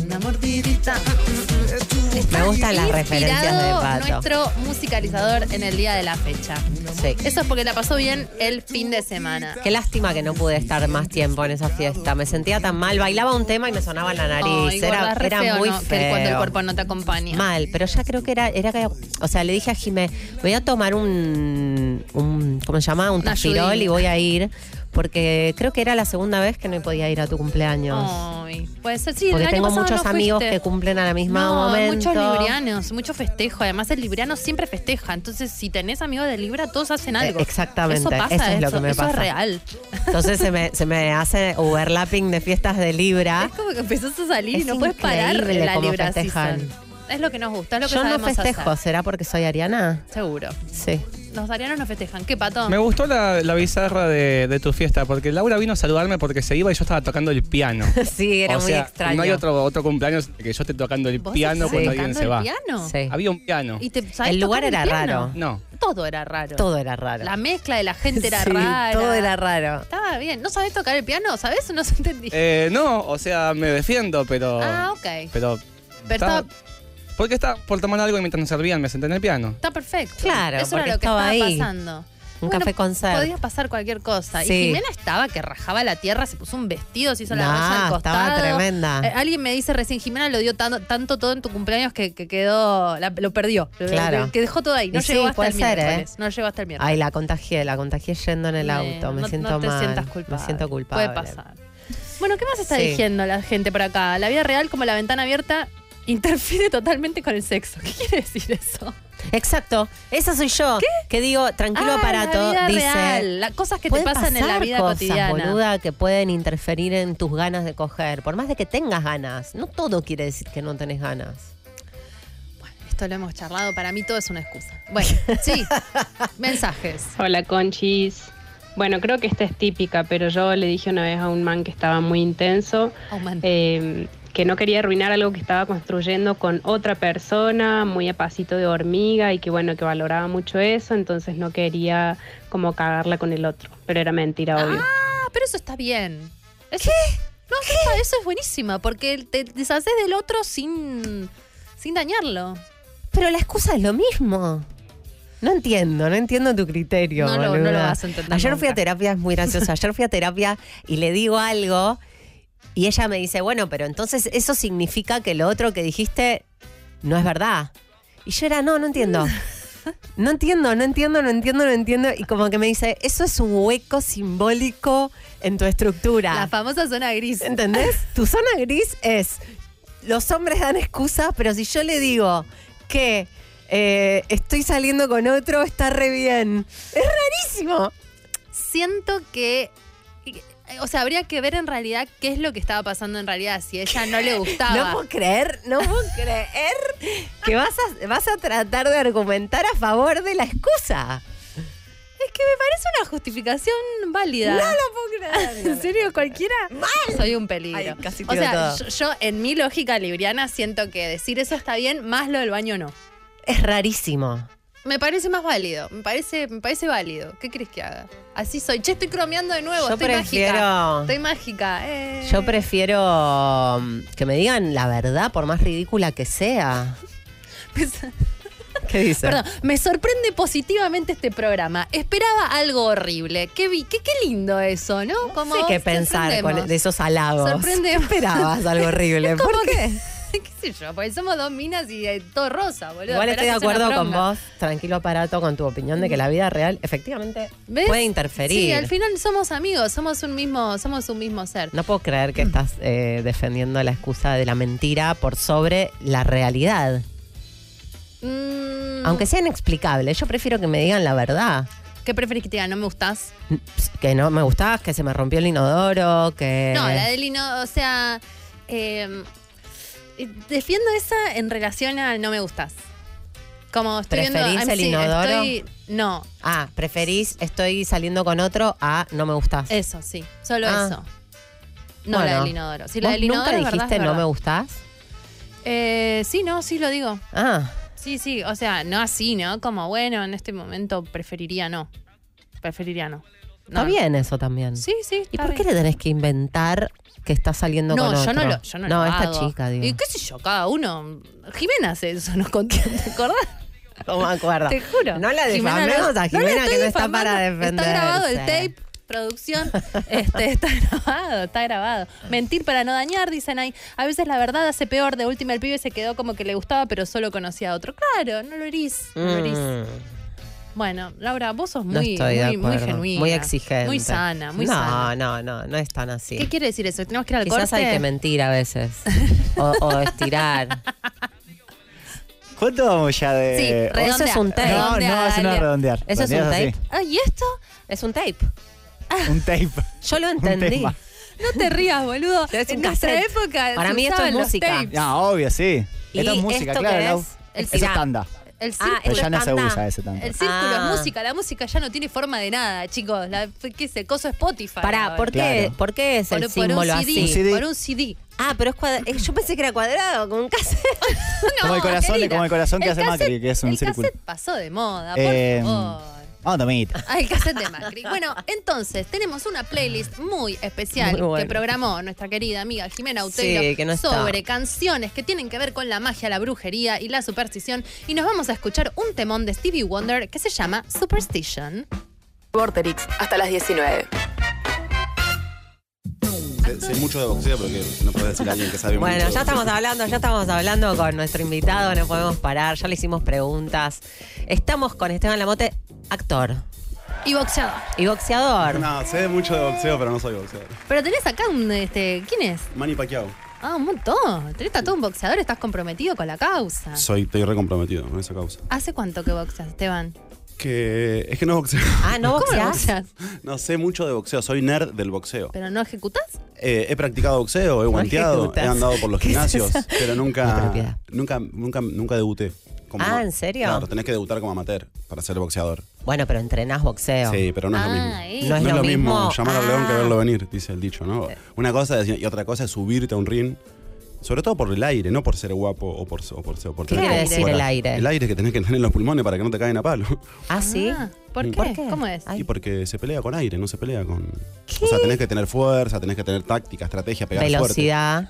Speaker 14: Una mordidita.
Speaker 13: Me gustan las
Speaker 14: Inspirado
Speaker 13: referencias de Pato.
Speaker 14: nuestro musicalizador en el día de la fecha.
Speaker 13: Sí.
Speaker 14: Eso es porque la pasó bien el fin de semana.
Speaker 13: Qué lástima que no pude estar más tiempo en esa fiesta. Me sentía tan mal. Bailaba un tema y me sonaba en la nariz.
Speaker 14: Ay, gorda,
Speaker 13: era
Speaker 14: re
Speaker 13: era
Speaker 14: feo,
Speaker 13: muy
Speaker 14: ¿no? Que
Speaker 13: feo.
Speaker 14: cuando el cuerpo no te acompaña.
Speaker 13: Mal, pero ya creo que era, era que- o sea, le dije a Jimé, voy a tomar un, un ¿cómo se llama? Un
Speaker 14: Una
Speaker 13: tafirol
Speaker 14: ayudita.
Speaker 13: y voy a ir, porque creo que era la segunda vez que no podía ir a tu cumpleaños.
Speaker 14: Ay, puede ser, Oh. sí, el
Speaker 13: porque
Speaker 14: año
Speaker 13: tengo
Speaker 14: pasado
Speaker 13: muchos
Speaker 14: no
Speaker 13: amigos
Speaker 14: fuiste.
Speaker 13: que cumplen a la misma
Speaker 14: No, hay
Speaker 13: momento.
Speaker 14: muchos librianos, mucho festejo. Además, el libriano siempre festeja. Entonces, si tenés amigos de Libra, todos hacen algo.
Speaker 13: Eh, exactamente,
Speaker 14: Eso pasa,
Speaker 13: eso es lo que me
Speaker 14: eso
Speaker 13: pasa.
Speaker 14: real.
Speaker 13: Entonces se me, se me hace overlapping de fiestas de Libra.
Speaker 14: Es como que empezás a salir y
Speaker 13: ¿Ah? Es
Speaker 14: no puedes parar
Speaker 13: increíble
Speaker 14: la
Speaker 13: cómo
Speaker 14: Libra
Speaker 13: festejan.
Speaker 14: season. Es lo que nos gusta, es lo que
Speaker 13: Yo no
Speaker 14: sabemos
Speaker 13: festejo,
Speaker 14: hacer.
Speaker 13: ¿será porque soy Ariana?
Speaker 14: Seguro.
Speaker 13: Sí.
Speaker 14: Los arianos no festejan. ¿Qué, Pato?
Speaker 15: Me gustó la, la bizarra de, de tu fiesta, porque Laura vino a saludarme porque se iba y yo estaba tocando el piano.
Speaker 13: Sí, era
Speaker 15: O
Speaker 13: muy
Speaker 15: sea,
Speaker 13: extraño.
Speaker 15: No hay otro, otro cumpleaños que yo esté tocando el
Speaker 14: ¿Vos
Speaker 15: piano
Speaker 14: estás
Speaker 15: cuando
Speaker 14: tocando
Speaker 15: alguien se
Speaker 14: el
Speaker 15: va.
Speaker 14: piano?
Speaker 13: Sí.
Speaker 15: Había un piano.
Speaker 14: ¿Y te- sabés
Speaker 13: El lugar
Speaker 14: tocar
Speaker 13: era
Speaker 14: piano?
Speaker 13: raro.
Speaker 15: No.
Speaker 14: Todo era raro.
Speaker 13: Todo era raro.
Speaker 14: La mezcla de la gente era
Speaker 13: Sí,
Speaker 14: rara.
Speaker 13: todo era raro.
Speaker 14: Estaba bien. ¿No sabés tocar el piano? ¿Sabés? No se entendí.
Speaker 15: Eh, no, o sea, me defiendo, pero.
Speaker 14: ah, ok. Pero
Speaker 15: Pero. estaba-
Speaker 14: estaba-
Speaker 15: porque estaba por tomar algo y mientras nos servían, me senté en el piano.
Speaker 14: Está perfecto.
Speaker 13: Claro,
Speaker 14: Eso
Speaker 13: porque
Speaker 14: era lo que
Speaker 13: estaba
Speaker 14: estaba,
Speaker 13: ahí.
Speaker 14: pasando.
Speaker 13: Un
Speaker 14: Bueno,
Speaker 13: café concert.
Speaker 14: Podía pasar cualquier cosa.
Speaker 13: Sí.
Speaker 14: Y Jimena estaba que rajaba la tierra, se puso un vestido, se hizo la
Speaker 13: Nah,
Speaker 14: raya al costado.
Speaker 13: estaba tremenda.
Speaker 14: Eh, alguien me dice recién, Jimena lo dio tanto, tanto todo en tu cumpleaños que, que quedó, la- lo perdió.
Speaker 13: Claro.
Speaker 14: Que dejó todo ahí. No
Speaker 13: Y sí,
Speaker 14: llegó hasta
Speaker 13: puede
Speaker 14: el
Speaker 13: ser,
Speaker 14: miércoles. No llegó hasta el miércoles.
Speaker 13: Ay, la contagié, la contagié yendo en el
Speaker 14: Eh,
Speaker 13: auto. Me
Speaker 14: no-
Speaker 13: siento
Speaker 14: no te
Speaker 13: mal.
Speaker 14: sientas
Speaker 13: Me
Speaker 14: culpable.
Speaker 13: siento culpable.
Speaker 14: Puede pasar. Bueno, ¿qué más está
Speaker 13: Sí.
Speaker 14: diciendo la gente por acá? La vida real como la ventana abierta interfiere totalmente con el sexo. ¿Qué quiere decir eso?
Speaker 13: Exacto, esa soy yo. Que digo, tranquilo
Speaker 14: Ah,
Speaker 13: aparato,
Speaker 14: la vida
Speaker 13: dice.
Speaker 14: real, la- cosas que te
Speaker 13: pueden
Speaker 14: pasan en la
Speaker 13: pasar
Speaker 14: vida
Speaker 13: cosas,
Speaker 14: cotidiana.
Speaker 13: boluda, que pueden interferir en tus ganas de coger. Por más de que tengas ganas. No todo quiere decir que no tenés ganas.
Speaker 14: Esto lo hemos charlado, para mí todo es una excusa. Bueno, sí, mensajes.
Speaker 21: Hola Conchis. Bueno, creo que esta es típica, pero yo le dije una vez a un man que estaba muy intenso, eh, que no quería arruinar algo que estaba construyendo con otra persona, muy a pasito de hormiga y que bueno, que valoraba mucho eso, entonces no quería como cagarla con el otro, pero era mentira, obvio.
Speaker 14: Ah, pero eso está bien. Eso- No, eso está- eso es buenísima, porque te deshaces del otro sin, sin dañarlo.
Speaker 13: Pero la excusa es lo mismo. No entiendo, no entiendo tu criterio.
Speaker 14: No lo- no lo
Speaker 13: boluda.
Speaker 14: vas a entender
Speaker 13: Ayer fui a
Speaker 14: nunca.
Speaker 13: terapia, es muy gracioso. Ayer fui a terapia y le digo algo y ella me dice, bueno, pero entonces eso significa que lo otro que dijiste no es verdad. Y yo era, no, no entiendo. No entiendo, no entiendo, no entiendo, no entiendo. Y como que me dice, eso es un hueco simbólico en tu estructura.
Speaker 14: La famosa zona gris.
Speaker 13: ¿Entendés? Tu zona gris es, los hombres dan excusas, pero si yo le digo que eh, estoy saliendo con otro, está re bien. Es rarísimo.
Speaker 14: Siento que. eh, O sea, habría que ver en realidad qué es lo que estaba pasando en realidad, si a ella no le gustaba.
Speaker 13: No puedo creer, no puedo creer que vas a, vas a tratar de argumentar a favor de la excusa.
Speaker 14: Es que me parece una justificación válida.
Speaker 13: No
Speaker 14: lo puedo creer. ¿En serio? ¿Cualquiera? Soy un peligro.
Speaker 13: Ay, casi
Speaker 14: o
Speaker 13: tiro
Speaker 14: sea,
Speaker 13: todo.
Speaker 14: yo, yo, en mi lógica libriana siento que decir eso está bien, más lo del baño no.
Speaker 13: Es rarísimo.
Speaker 14: Me parece más válido, me parece, me parece válido. ¿Qué crees que haga? Así soy. Che, estoy cromeando de nuevo,
Speaker 13: Yo
Speaker 14: estoy mágica.
Speaker 13: prefiero-
Speaker 14: Estoy mágica. eh.
Speaker 13: Yo prefiero mm, que me digan la verdad, por más ridícula que sea. ¿Qué dice?
Speaker 14: Perdón, me sorprende positivamente este programa. Esperaba algo horrible. Qué, vi, qué, qué lindo eso, ¿no?
Speaker 13: No sé qué pensar con- de esos halagos.
Speaker 14: Sorprende.
Speaker 13: ¿Qué esperabas algo horrible?
Speaker 14: Es como
Speaker 13: ¿Por qué?
Speaker 14: que- qué sé yo, porque somos dos minas y eh, todo rosa, boludo.
Speaker 13: Igual estoy
Speaker 14: Esperás
Speaker 13: de
Speaker 14: que sea una
Speaker 13: acuerdo con
Speaker 14: poronga.
Speaker 13: vos, tranquilo aparato, con tu opinión de que la vida real efectivamente
Speaker 14: ¿Ves?
Speaker 13: puede interferir.
Speaker 14: Sí, al final somos amigos, somos un mismo, somos un mismo ser.
Speaker 13: No puedo creer que estás eh, defendiendo la excusa de la mentira por sobre la realidad.
Speaker 14: Mm.
Speaker 13: Aunque sea inexplicable, yo prefiero que me digan la verdad.
Speaker 14: ¿Qué preferís que te diga? ¿No me gustás?
Speaker 13: Que no me gustás, que se me rompió el inodoro, que...
Speaker 14: No, la del no, o sea, eh, eh, defiendo esa en relación a no me gustás. Como estoy viendo...
Speaker 13: ¿Preferís
Speaker 14: I'm
Speaker 13: el
Speaker 14: seeing-
Speaker 13: inodoro?
Speaker 14: estoy- no,
Speaker 13: Ah, preferís estoy saliendo con otro a no me gustás.
Speaker 14: eso, sí, solo
Speaker 13: Ah.
Speaker 14: eso. No la
Speaker 13: Bueno.
Speaker 14: del inodoro. Sí, la
Speaker 13: ¿Vos
Speaker 14: del inodoro
Speaker 13: nunca
Speaker 14: es verdad,
Speaker 13: dijiste
Speaker 14: es
Speaker 13: no
Speaker 14: verdad.
Speaker 13: me gustás?
Speaker 14: Eh, sí, no, sí lo digo.
Speaker 13: Ah,
Speaker 14: Sí, sí, o sea, no así, ¿no? Como, bueno, en este momento preferiría no. Preferiría no.
Speaker 13: está bien eso también.
Speaker 14: Sí, sí.
Speaker 13: ¿Y
Speaker 14: está
Speaker 13: por qué
Speaker 14: bien.
Speaker 13: le tenés que inventar que estás saliendo
Speaker 14: No,
Speaker 13: con otro?
Speaker 14: yo no lo, yo no, lo
Speaker 13: esta
Speaker 14: hago.
Speaker 13: chica, digo.
Speaker 14: Y qué sé yo, cada uno. Jimena hace eso, ¿nos contó? ¿Te acordás?
Speaker 13: No me acuerdo.
Speaker 14: Te juro.
Speaker 13: No la
Speaker 14: Jimena
Speaker 13: difamemos
Speaker 14: no-
Speaker 13: a
Speaker 14: no la
Speaker 13: Jimena
Speaker 14: estoy
Speaker 13: que no está
Speaker 14: difamando,
Speaker 13: para
Speaker 14: Está
Speaker 13: defenderse.
Speaker 14: grabado el tape, producción. Este, está grabado, está grabado. Mentir para no dañar, dicen ahí. A veces la verdad hace peor. De última, el pibe se quedó como que le gustaba, pero solo conocía a otro. Claro, no lo herís. No lo herís. Bueno, Laura, vos sos
Speaker 13: Mm, No
Speaker 14: muy,
Speaker 13: estoy de
Speaker 14: muy,
Speaker 13: acuerdo.
Speaker 14: muy genuina.
Speaker 13: Muy exigente.
Speaker 14: Muy sana, muy
Speaker 13: no,
Speaker 14: sana.
Speaker 13: No, no, no, es tan así.
Speaker 14: ¿Qué quiere decir eso? ¿Tenemos que ir al
Speaker 13: Quizás
Speaker 14: corte?
Speaker 13: hay que mentir a veces. O, o estirar.
Speaker 16: ¿Cuánto vamos ya de...?
Speaker 13: Sí, redondea, Eso Eh, es un tape.
Speaker 16: No, no,
Speaker 13: redondea,
Speaker 16: eso no
Speaker 13: dale.
Speaker 16: es redondear.
Speaker 13: ¿Eso es un
Speaker 16: Redondear
Speaker 13: tape?
Speaker 14: Ah, ¿y esto?
Speaker 13: Es un tape.
Speaker 16: así. Un tape.
Speaker 13: Yo lo
Speaker 16: entendí.
Speaker 14: No te rías, boludo. Es en nuestra
Speaker 13: cassette.
Speaker 14: época.
Speaker 13: Para
Speaker 14: se
Speaker 13: mí esto es
Speaker 14: usaban los
Speaker 13: música. Ah.
Speaker 14: tapes.
Speaker 16: No, ah, obvio, sí.
Speaker 13: ¿Y
Speaker 16: Esto es música,
Speaker 13: esto
Speaker 16: claro.
Speaker 13: qué
Speaker 16: Lau.
Speaker 13: es? El
Speaker 16: Eso es
Speaker 13: cirá.
Speaker 16: tanda.
Speaker 14: El
Speaker 13: Ah,
Speaker 16: Pero
Speaker 13: eso
Speaker 16: ya
Speaker 13: es
Speaker 16: no se
Speaker 13: tanda.
Speaker 16: usa ese tanto.
Speaker 14: El círculo
Speaker 13: Ah.
Speaker 14: es música, la música ya no tiene forma de nada, chicos. La, ¿Qué sé? Coso Spotify.
Speaker 13: Pará,
Speaker 14: ahora.
Speaker 13: ¿por qué, ¿por qué es
Speaker 14: Por,
Speaker 13: el
Speaker 14: por
Speaker 13: símbolo
Speaker 14: un CD,
Speaker 13: así?
Speaker 14: por un CD.
Speaker 13: Ah, pero es cuadrado. Yo pensé que era cuadrado, como un cassette.
Speaker 16: Como el corazón,
Speaker 14: Karina,
Speaker 16: como el corazón que
Speaker 14: el
Speaker 16: hace
Speaker 14: cassette-
Speaker 16: Macri, que es un
Speaker 14: el
Speaker 16: círculo.
Speaker 14: cassette pasó de moda, por
Speaker 16: Eh,
Speaker 14: favor.
Speaker 16: Vamos, Tomita.
Speaker 14: Ah, el cassette de Macri. Bueno, entonces tenemos una playlist muy especial
Speaker 16: Muy bueno.
Speaker 14: que programó nuestra querida amiga Jimena Auteiro
Speaker 13: Sí, que no está.
Speaker 14: sobre canciones que tienen que ver con la magia, la brujería y la superstición. Y nos vamos a escuchar un temón de Stevie Wonder que se llama Superstition.
Speaker 3: Vorterix, hasta las 19.
Speaker 22: Sé, sé mucho de boxeo, pero que no puedo decir a alguien que sabe mucho.
Speaker 13: Bueno,
Speaker 22: de
Speaker 13: ya estamos
Speaker 22: boxeo.
Speaker 13: hablando, ya estamos hablando con nuestro invitado, no podemos parar, ya le hicimos preguntas. Estamos con Esteban Lamote, actor
Speaker 14: Y boxeador.
Speaker 13: y boxeador.
Speaker 22: No, sé mucho de boxeo, pero no soy boxeador.
Speaker 14: Pero tenés acá un, este, ¿quién es?
Speaker 22: Manny Pacquiao.
Speaker 14: Ah, un montón. Tenés tatuado un boxeador, estás comprometido con la causa.
Speaker 22: Soy, estoy re comprometido con esa causa.
Speaker 14: ¿Hace cuánto que boxeas, Esteban?
Speaker 22: Que es que no boxeo.
Speaker 14: Ah, ¿no
Speaker 22: boxeas? No sé mucho de boxeo, soy nerd del boxeo.
Speaker 14: ¿Pero no ejecutás?
Speaker 22: Eh, he practicado boxeo, he guanteado, he
Speaker 13: ejecutas.
Speaker 22: andado por los
Speaker 13: ¿Qué es
Speaker 22: gimnasios,
Speaker 13: eso?
Speaker 22: pero
Speaker 13: La
Speaker 22: nunca,
Speaker 13: propiedad.
Speaker 22: nunca, nunca, nunca debuté. como-
Speaker 13: Ah, ¿en serio?
Speaker 22: Claro, tenés que debutar como amateur para ser boxeador.
Speaker 13: Bueno, pero entrenás boxeo.
Speaker 22: Sí, pero no es lo mismo.
Speaker 13: No es lo mismo.
Speaker 22: llamar al león que
Speaker 13: Ah.
Speaker 22: verlo venir, dice el dicho, ¿no? Una cosa es- y otra cosa es subirte a un ring. Sobre todo por el aire, no por ser guapo o por, o por, o por
Speaker 13: ¿Qué
Speaker 22: tener-
Speaker 13: quiere decir
Speaker 22: por-
Speaker 13: el aire?
Speaker 22: El aire que tenés que tener en los pulmones para que no te caigan a palo.
Speaker 13: Ah, sí.
Speaker 14: ¿Por qué?
Speaker 13: ¿Por qué?
Speaker 14: ¿Cómo es?
Speaker 22: Y porque se pelea con aire, no se pelea con. O sea, tenés que tener fuerza, tenés que tener táctica, estrategia, pegar
Speaker 13: Velocidad.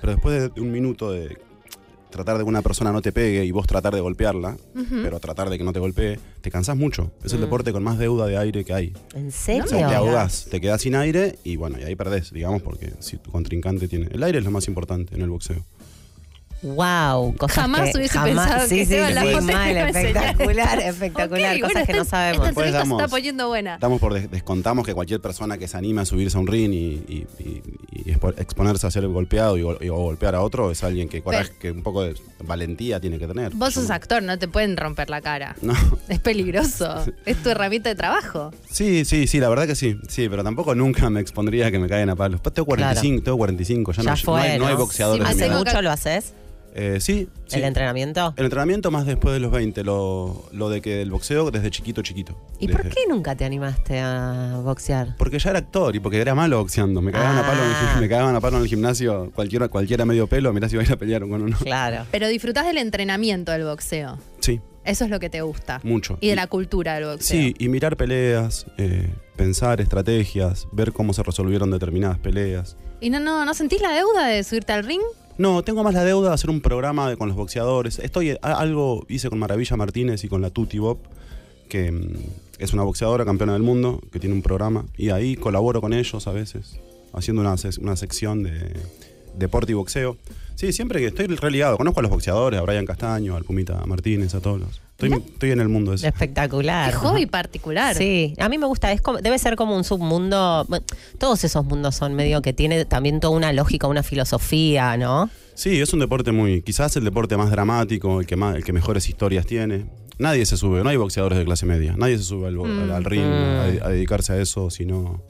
Speaker 22: fuerte. Pero después de un minuto de tratar de que una persona no te pegue y vos tratar de golpearla,
Speaker 13: Ujú. Mm.
Speaker 22: pero tratar de que no te golpee, te cansás mucho. Es el deporte con más deuda de aire que hay.
Speaker 13: ¿En
Speaker 22: O
Speaker 13: serio?
Speaker 22: sea, te ahogás, te quedás sin aire y bueno, y ahí perdés, digamos, porque si tu contrincante tiene. El aire es lo más importante en el boxeo.
Speaker 13: Wow, cosas
Speaker 14: Jamás
Speaker 13: que
Speaker 14: hubiese pensado
Speaker 13: sí,
Speaker 14: que
Speaker 13: sí,
Speaker 14: Esteban
Speaker 13: muy
Speaker 14: Lacos te
Speaker 13: mal,
Speaker 14: iba a enseñar.
Speaker 13: espectacular,
Speaker 14: Ok,
Speaker 13: espectacular,
Speaker 14: bueno,
Speaker 13: cosas que no
Speaker 14: esta-
Speaker 13: sabemos.
Speaker 14: Esta
Speaker 22: Después
Speaker 14: entrevista se está
Speaker 22: damos-
Speaker 14: poniendo buena.
Speaker 22: Estamos por des- descontamos que cualquier persona que se anima a subirse a un ring y, y- y- y expo- exponerse a ser golpeado y, gol- y- o golpear a otro es alguien que, coraje, que un poco de valentía tiene que tener.
Speaker 14: Vos sos actor, no te pueden romper la cara.
Speaker 22: No.
Speaker 14: Es peligroso. es tu herramienta de trabajo.
Speaker 22: Sí, sí, sí, la verdad que sí. Sí, pero tampoco nunca me expondría a que me caigan a palos. Pa, Tengo 45, tengo 45, ya,
Speaker 13: Ya
Speaker 22: no,
Speaker 13: fue,
Speaker 22: no hay, no hay
Speaker 13: ¿no?
Speaker 22: boxeadores de mi
Speaker 13: ¿Hace
Speaker 22: edad.
Speaker 13: mucho lo haces?
Speaker 22: Eh, sí, sí.
Speaker 13: ¿El entrenamiento?
Speaker 22: El entrenamiento más después de los 20, lo, lo de que el boxeo desde chiquito, chiquito.
Speaker 13: ¿Y
Speaker 22: Desde-
Speaker 13: por qué nunca te animaste a boxear?
Speaker 22: Porque ya era actor y porque era malo boxeando. Me cagaban, a, palo en el, gim- me cagaban a palo en el gimnasio, cualquiera, cualquiera medio pelo, mirá si vais a pelear con uno.
Speaker 13: Claro.
Speaker 14: Pero disfrutás del entrenamiento del boxeo.
Speaker 22: Sí,
Speaker 14: Eso es lo que te gusta.
Speaker 22: mucho.
Speaker 14: Y de la cultura del boxeo.
Speaker 22: Sí, y mirar peleas, eh, pensar estrategias, ver cómo se resolvieron determinadas peleas.
Speaker 14: ¿Y no, no, no sentís la deuda de subirte al ring?
Speaker 22: No, tengo más la deuda de hacer un programa de- con los boxeadores. Estoy a- algo hice con Maravilla Martínez y con la Tuti Bob, que mm, es una boxeadora campeona del mundo, que tiene un programa y ahí colaboro con ellos a veces, haciendo una, ses- una sección de deporte y boxeo. Sí, siempre que estoy religado, conozco a los boxeadores, a Brian Castaño, al Pumita Martínez, a todos los. Estoy, estoy en el mundo ese.
Speaker 13: Espectacular.
Speaker 14: Qué hobby particular.
Speaker 13: Sí, a mí me gusta, es como- debe ser como un submundo, bueno, todos esos mundos son medio que tiene también toda una lógica, una filosofía, ¿no?
Speaker 22: Sí, es un deporte muy, quizás el deporte más dramático, el que más, el que mejores historias tiene. Nadie se sube, no hay boxeadores de clase media, nadie se sube al, bo-
Speaker 13: Mm.
Speaker 22: al- al ring
Speaker 13: Mm.
Speaker 22: a, a dedicarse a eso si no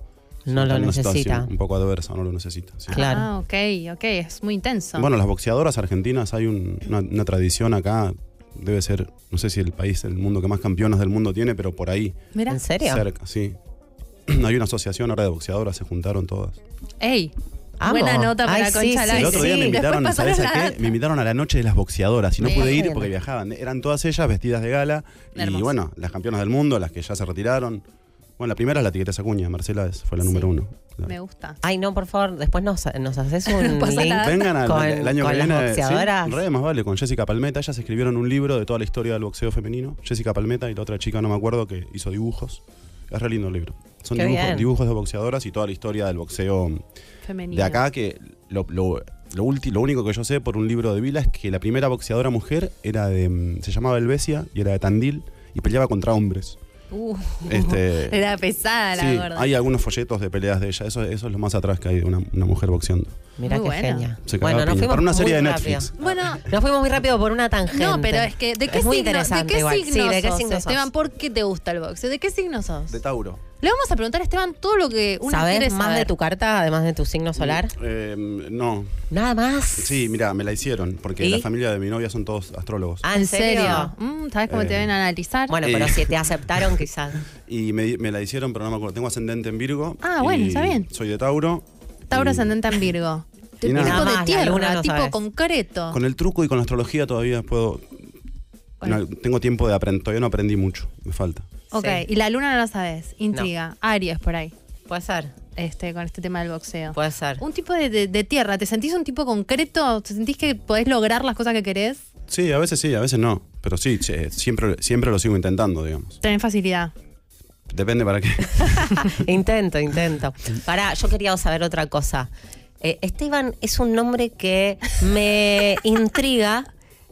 Speaker 22: si
Speaker 13: No
Speaker 22: está
Speaker 13: lo
Speaker 22: en una situación
Speaker 13: necesita.
Speaker 22: Un poco adversa, no lo necesita. sí.
Speaker 14: Ah, ok, ok, es muy intenso.
Speaker 22: Bueno, las boxeadoras argentinas hay un- una, una tradición acá, debe ser, no sé si el país del mundo que más campeonas del mundo tiene, pero por ahí.
Speaker 14: Mirá.
Speaker 13: ¿En serio?
Speaker 22: Cerca, sí. Hay una asociación ahora de boxeadoras, se juntaron todas.
Speaker 14: Ey,
Speaker 13: Amo.
Speaker 14: buena nota para
Speaker 13: Ay, sí,
Speaker 14: Concha
Speaker 13: sí,
Speaker 14: Lai.
Speaker 22: El otro día
Speaker 13: sí.
Speaker 22: me invitaron,
Speaker 14: Después
Speaker 22: ¿sabés
Speaker 14: pasaron
Speaker 22: a
Speaker 14: la-
Speaker 22: qué? Me invitaron a la noche de las boxeadoras y no
Speaker 14: Bien.
Speaker 22: pude ir porque viajaban. Eran todas ellas vestidas de gala. Y
Speaker 14: Hermoso.
Speaker 22: bueno, las campeonas del mundo, las que ya se retiraron. Bueno, la primera es la Tigresa Cuña, Marcela es- fue la número uno.
Speaker 14: Me gusta.
Speaker 22: Ah,
Speaker 13: Ay, no, por favor, después nos, nos haces un
Speaker 14: Pasa
Speaker 13: link
Speaker 14: la-
Speaker 22: Vengan al,
Speaker 13: con,
Speaker 22: el año
Speaker 13: con
Speaker 22: que
Speaker 13: las
Speaker 22: viene. sí,
Speaker 13: boxeadoras.
Speaker 22: re, más vale, con Jessica Palmeta. Ellas escribieron un libro de toda la historia del boxeo femenino. Jessica Palmeta y la otra chica, no me acuerdo, que hizo dibujos. Es re lindo el libro. Son
Speaker 14: Qué
Speaker 22: dibujos,
Speaker 14: bien.
Speaker 22: dibujos de boxeadoras y toda la historia del boxeo
Speaker 14: Femenino.
Speaker 22: De acá que lo, lo, lo ulti- lo único que yo sé por un libro de Vila es que la primera boxeadora mujer era de, mm, se llamaba Elvesia y era de Tandil y peleaba contra hombres.
Speaker 14: Uh,
Speaker 22: Este,
Speaker 14: era pesada Ah, la
Speaker 22: sí,
Speaker 14: gorda.
Speaker 22: hay algunos folletos de peleas de ella, eso, eso es lo más atrás que hay de una, una mujer boxeando.
Speaker 13: Mirá
Speaker 14: Muy
Speaker 13: qué
Speaker 14: bueno.
Speaker 13: genia.
Speaker 22: Se cagaba
Speaker 13: bueno, nos
Speaker 22: piña.
Speaker 13: fuimos
Speaker 22: Para una
Speaker 13: muy
Speaker 22: serie de
Speaker 13: rápido.
Speaker 22: Netflix.
Speaker 14: Bueno,
Speaker 13: Nos fuimos muy rápido por una tangente.
Speaker 14: no, pero es que, ¿de qué,
Speaker 13: Es muy
Speaker 14: signo, ¿de
Speaker 13: interesante
Speaker 14: qué
Speaker 13: igual.
Speaker 14: signo
Speaker 13: Sí, ¿de qué
Speaker 14: sos,
Speaker 13: signo sos?
Speaker 14: Esteban? ¿Por qué te gusta el boxeo? ¿De qué signo sos?
Speaker 22: De Tauro.
Speaker 14: Le vamos a preguntar a Esteban todo lo que uno
Speaker 13: ¿Sabes
Speaker 14: quiere
Speaker 13: más de
Speaker 14: saber.
Speaker 13: tu carta, además de tu signo solar?
Speaker 22: Eh, no.
Speaker 13: Nada más.
Speaker 22: Sí, mira, me la hicieron porque
Speaker 13: ¿Y?
Speaker 22: la familia de mi novia son todos astrólogos.
Speaker 13: Ah, ¿en serio?
Speaker 14: Mm, ¿Sabes cómo
Speaker 22: Eh,
Speaker 14: te deben analizar?
Speaker 13: Bueno,
Speaker 22: Eh.
Speaker 13: pero si te aceptaron, quizás.
Speaker 22: Y me, me la hicieron, pero no me acuerdo. Tengo ascendente en Virgo.
Speaker 14: Ah, bueno,
Speaker 22: y
Speaker 14: está bien.
Speaker 22: Soy de Tauro.
Speaker 14: Tauro ascendente en Virgo.
Speaker 22: Y
Speaker 14: Tipo
Speaker 22: nada. Nada
Speaker 14: de
Speaker 22: más, la luna
Speaker 14: tierra,
Speaker 22: no
Speaker 14: tipo
Speaker 22: sabes.
Speaker 14: concreto.
Speaker 22: Con el truco y con la astrología todavía puedo. no, tengo tiempo de aprender. Todavía no aprendí mucho. Me falta.
Speaker 14: Ok, y la luna no la sabes. Intriga. Aries por ahí.
Speaker 13: Puede ser.
Speaker 14: Este, con este tema del boxeo.
Speaker 13: Puede ser.
Speaker 14: Un tipo de, de- de tierra. ¿Te sentís un tipo concreto? ¿Te sentís que podés lograr las cosas que querés?
Speaker 22: Sí, a veces sí, a veces no. Pero sí, che, siempre, siempre lo sigo intentando, digamos.
Speaker 14: Tenés facilidad.
Speaker 22: Depende para qué.
Speaker 13: intento, intento. Pará, yo quería saber otra cosa. Eh, Esteban es un nombre que me intriga.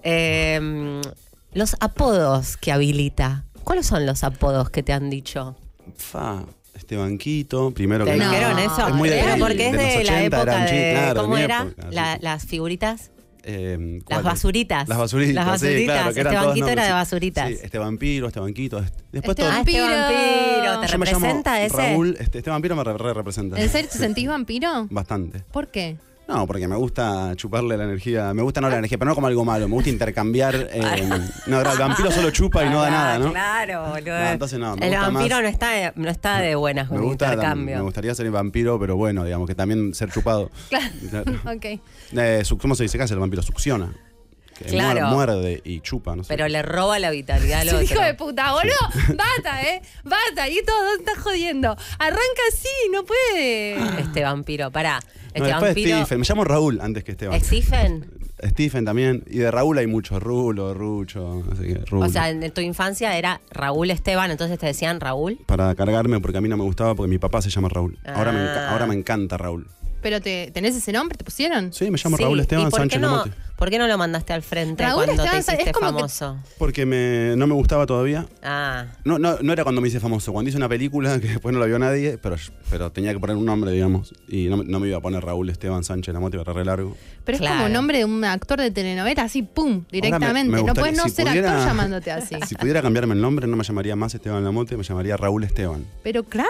Speaker 13: eh, los apodos que habilita. ¿Cuáles son los apodos que te han dicho?
Speaker 22: Fa. este banquito. Primero
Speaker 13: ¿Te
Speaker 22: que nada.
Speaker 13: dijeron eso?
Speaker 22: Ah, Es muy de,
Speaker 13: Claro, porque es
Speaker 22: los
Speaker 13: de, la
Speaker 22: 80,
Speaker 13: época
Speaker 22: eran
Speaker 13: de.
Speaker 22: chi- claro,
Speaker 13: ¿Cómo
Speaker 22: mi
Speaker 13: era?
Speaker 22: época.
Speaker 13: La- las figuritas.
Speaker 22: Eh,
Speaker 13: Las
Speaker 22: ¿cuál?
Speaker 13: basuritas.
Speaker 22: Las basuritas.
Speaker 13: Las
Speaker 22: sí,
Speaker 13: basuritas.
Speaker 22: claro, que eran
Speaker 13: este
Speaker 22: todos
Speaker 13: banquito
Speaker 22: nombres,
Speaker 13: era de
Speaker 22: sí.
Speaker 13: basuritas.
Speaker 22: Sí, este vampiro, este banquito. este- después
Speaker 14: Este
Speaker 22: todo.
Speaker 14: vampiro.
Speaker 13: vampiro, ¿te
Speaker 22: Yo me llamo
Speaker 13: representa ese?
Speaker 22: Raúl, este, este vampiro me re- re- representa.
Speaker 14: ¿En serio te sentís vampiro?
Speaker 22: Bastante.
Speaker 14: ¿Por qué?
Speaker 22: No, porque me gusta chuparle la energía. Me gusta no la energía, pero no como algo malo. Me gusta intercambiar. eh, no, el vampiro solo chupa y no da nada, ¿no?
Speaker 13: Claro, boludo.
Speaker 22: No, entonces no, me
Speaker 13: El
Speaker 22: gusta
Speaker 13: vampiro
Speaker 22: más-
Speaker 13: no está de, no está de buenas
Speaker 22: Me
Speaker 13: con
Speaker 22: gusta, me
Speaker 13: intercambio.
Speaker 22: gustaría ser el vampiro, pero bueno, digamos que también ser chupado. Claro.
Speaker 14: ok.
Speaker 22: Eh, su- ¿Cómo se dice que hace el vampiro? Succiona. Que muer-
Speaker 13: Claro.
Speaker 22: Muerde y chupa, no sé.
Speaker 13: Pero le roba la vitalidad al
Speaker 14: Sí, hijo
Speaker 13: otro.
Speaker 14: de puta, boludo. Bata, eh. Bata, y todo estás jodiendo. Arranca así, no puede.
Speaker 13: Este vampiro, pará. Este
Speaker 22: No, después
Speaker 13: vampiro.
Speaker 22: Stephen. Me llamo Raúl antes que Esteban.
Speaker 13: ¿Stephen?
Speaker 22: Stephen también. Y de Raúl hay muchos. Rulo, Rucho. Así que Rulo.
Speaker 13: O sea, en tu infancia era Raúl Esteban, entonces te decían Raúl.
Speaker 22: para cargarme, porque a mí no me gustaba, porque mi papá se llama Raúl. Ahora, me, enca-
Speaker 13: Ah.
Speaker 22: ahora me encanta Raúl.
Speaker 14: ¿Pero te, tenés ese nombre? ¿Te pusieron?
Speaker 22: Sí, me llamo Raúl Esteban
Speaker 13: ¿Y por
Speaker 22: Sánchez
Speaker 13: qué, no,
Speaker 22: Lamote.
Speaker 13: por qué no lo mandaste al frente
Speaker 14: Raúl
Speaker 13: cuando
Speaker 14: Esteban
Speaker 13: te
Speaker 14: Sánchez-
Speaker 13: hiciste
Speaker 14: es como que-
Speaker 13: famoso?
Speaker 22: Porque me- no me gustaba todavía.
Speaker 13: Ah.
Speaker 22: No, no, no era cuando me hice famoso, cuando hice una película que después no la vio nadie, pero, yo- pero tenía que poner un nombre, digamos. Y no, me- no me iba a poner Raúl Esteban Sánchez Lamote, era re largo.
Speaker 14: Pero es como nombre de un actor de telenovela, así, pum, directamente.
Speaker 22: me
Speaker 14: no
Speaker 22: gustaría-
Speaker 14: puedes no
Speaker 22: si
Speaker 14: ser
Speaker 22: pudiera-
Speaker 14: actor llamándote así.
Speaker 22: Si pudiera cambiarme el nombre, no me llamaría más Esteban Lamote, me llamaría Raúl Esteban.
Speaker 14: Pero claro.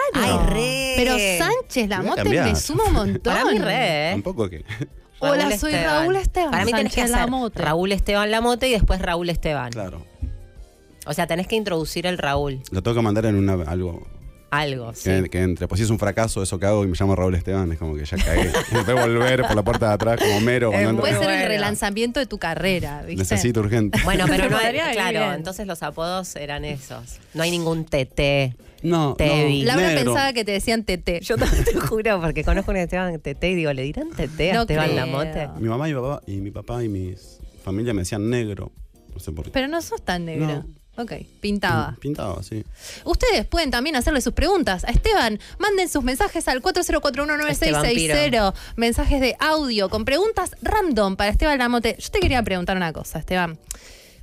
Speaker 14: Pero Sánchez
Speaker 22: Voy a
Speaker 14: Lamote
Speaker 22: cambiar.
Speaker 14: me suma un montón.
Speaker 13: Para mí re, ¿eh?
Speaker 22: Tampoco que.
Speaker 14: Hola, soy Raúl Esteban
Speaker 13: Para mí tenés que
Speaker 14: Sánchez
Speaker 13: hacer
Speaker 14: Lamote.
Speaker 13: Raúl Esteban Lamote y después Raúl Esteban.
Speaker 22: Claro.
Speaker 13: O sea, tenés que introducir el Raúl.
Speaker 22: Lo tengo que mandar en una, algo
Speaker 13: Algo, sí.
Speaker 22: que, que entre. Pues si es un fracaso, eso que hago y me llamo Raúl Esteban, es como que ya cagué. Voy a volver por la puerta de atrás como mero.
Speaker 14: Puede ser
Speaker 22: cuando entra-
Speaker 14: el relanzamiento de tu carrera, ¿viste?
Speaker 22: Necesito urgente.
Speaker 13: Bueno, pero
Speaker 14: Te
Speaker 13: no
Speaker 14: podría
Speaker 13: hay,
Speaker 14: venir
Speaker 13: claro,
Speaker 14: bien.
Speaker 13: entonces los apodos eran esos. No hay ningún TT.
Speaker 22: No,
Speaker 13: Tevi.
Speaker 14: Laura pensaba que te decían TT.
Speaker 13: Yo también te juro, porque conozco a un Esteban TT y digo, ¿le dirán TT a
Speaker 14: No
Speaker 13: Esteban
Speaker 14: creo.
Speaker 13: Lamote?
Speaker 22: Mi mamá y mi papá y mi papá y mis familia me decían negro. No sé por qué.
Speaker 14: Pero no sos tan negro. Ok, pintaba.
Speaker 22: Pintaba, sí.
Speaker 14: Ustedes pueden también hacerle sus preguntas a Esteban. Manden sus mensajes al
Speaker 13: Este
Speaker 14: 40419660.
Speaker 13: vampiro.
Speaker 14: mensajes de audio con preguntas random para Esteban Lamote. Yo te quería preguntar una cosa, Esteban.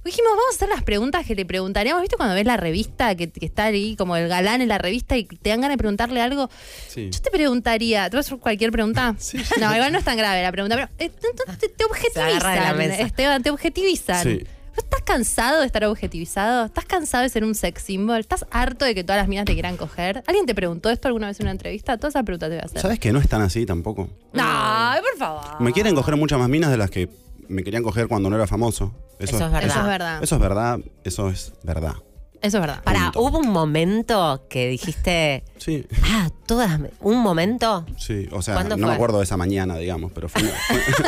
Speaker 14: Dijimos, vamos a hacer las preguntas que le preguntaríamos. ¿Viste cuando ves la revista que, que está ahí como el galán en la revista y te dan ganas de preguntarle algo?
Speaker 22: Sí.
Speaker 14: Yo te preguntaría, ¿te vas a hacer cualquier pregunta? No, igual no es tan grave la pregunta, pero eh, te- te- te, te
Speaker 13: agarra de la
Speaker 14: objetivizan,
Speaker 13: mesa.
Speaker 14: Esteban, te objetivizan.
Speaker 22: Sí.
Speaker 14: ¿No ¿Estás cansado de estar objetivizado? ¿Estás cansado de ser un sex symbol? ¿Estás harto de que todas las minas te quieran coger? ¿Alguien te preguntó esto alguna vez en una entrevista? Todas esas preguntas te voy a hacer.
Speaker 22: ¿Sabes que no es tan así tampoco?
Speaker 14: No, por favor.
Speaker 13: Ah.
Speaker 22: Me quieren coger muchas más minas de las que me querían coger cuando no era famoso. Eso,
Speaker 13: Eso es verdad.
Speaker 14: Eso es verdad.
Speaker 22: Eso es verdad. Eso es verdad.
Speaker 14: Eso es verdad.
Speaker 13: Pará, hubo un momento que dijiste.
Speaker 22: Sí.
Speaker 13: Ah, todas. me- ¿Un momento?
Speaker 22: Sí, o sea,
Speaker 13: ¿Cuándo
Speaker 22: no
Speaker 13: fue?
Speaker 22: me acuerdo de esa mañana, digamos, pero fue,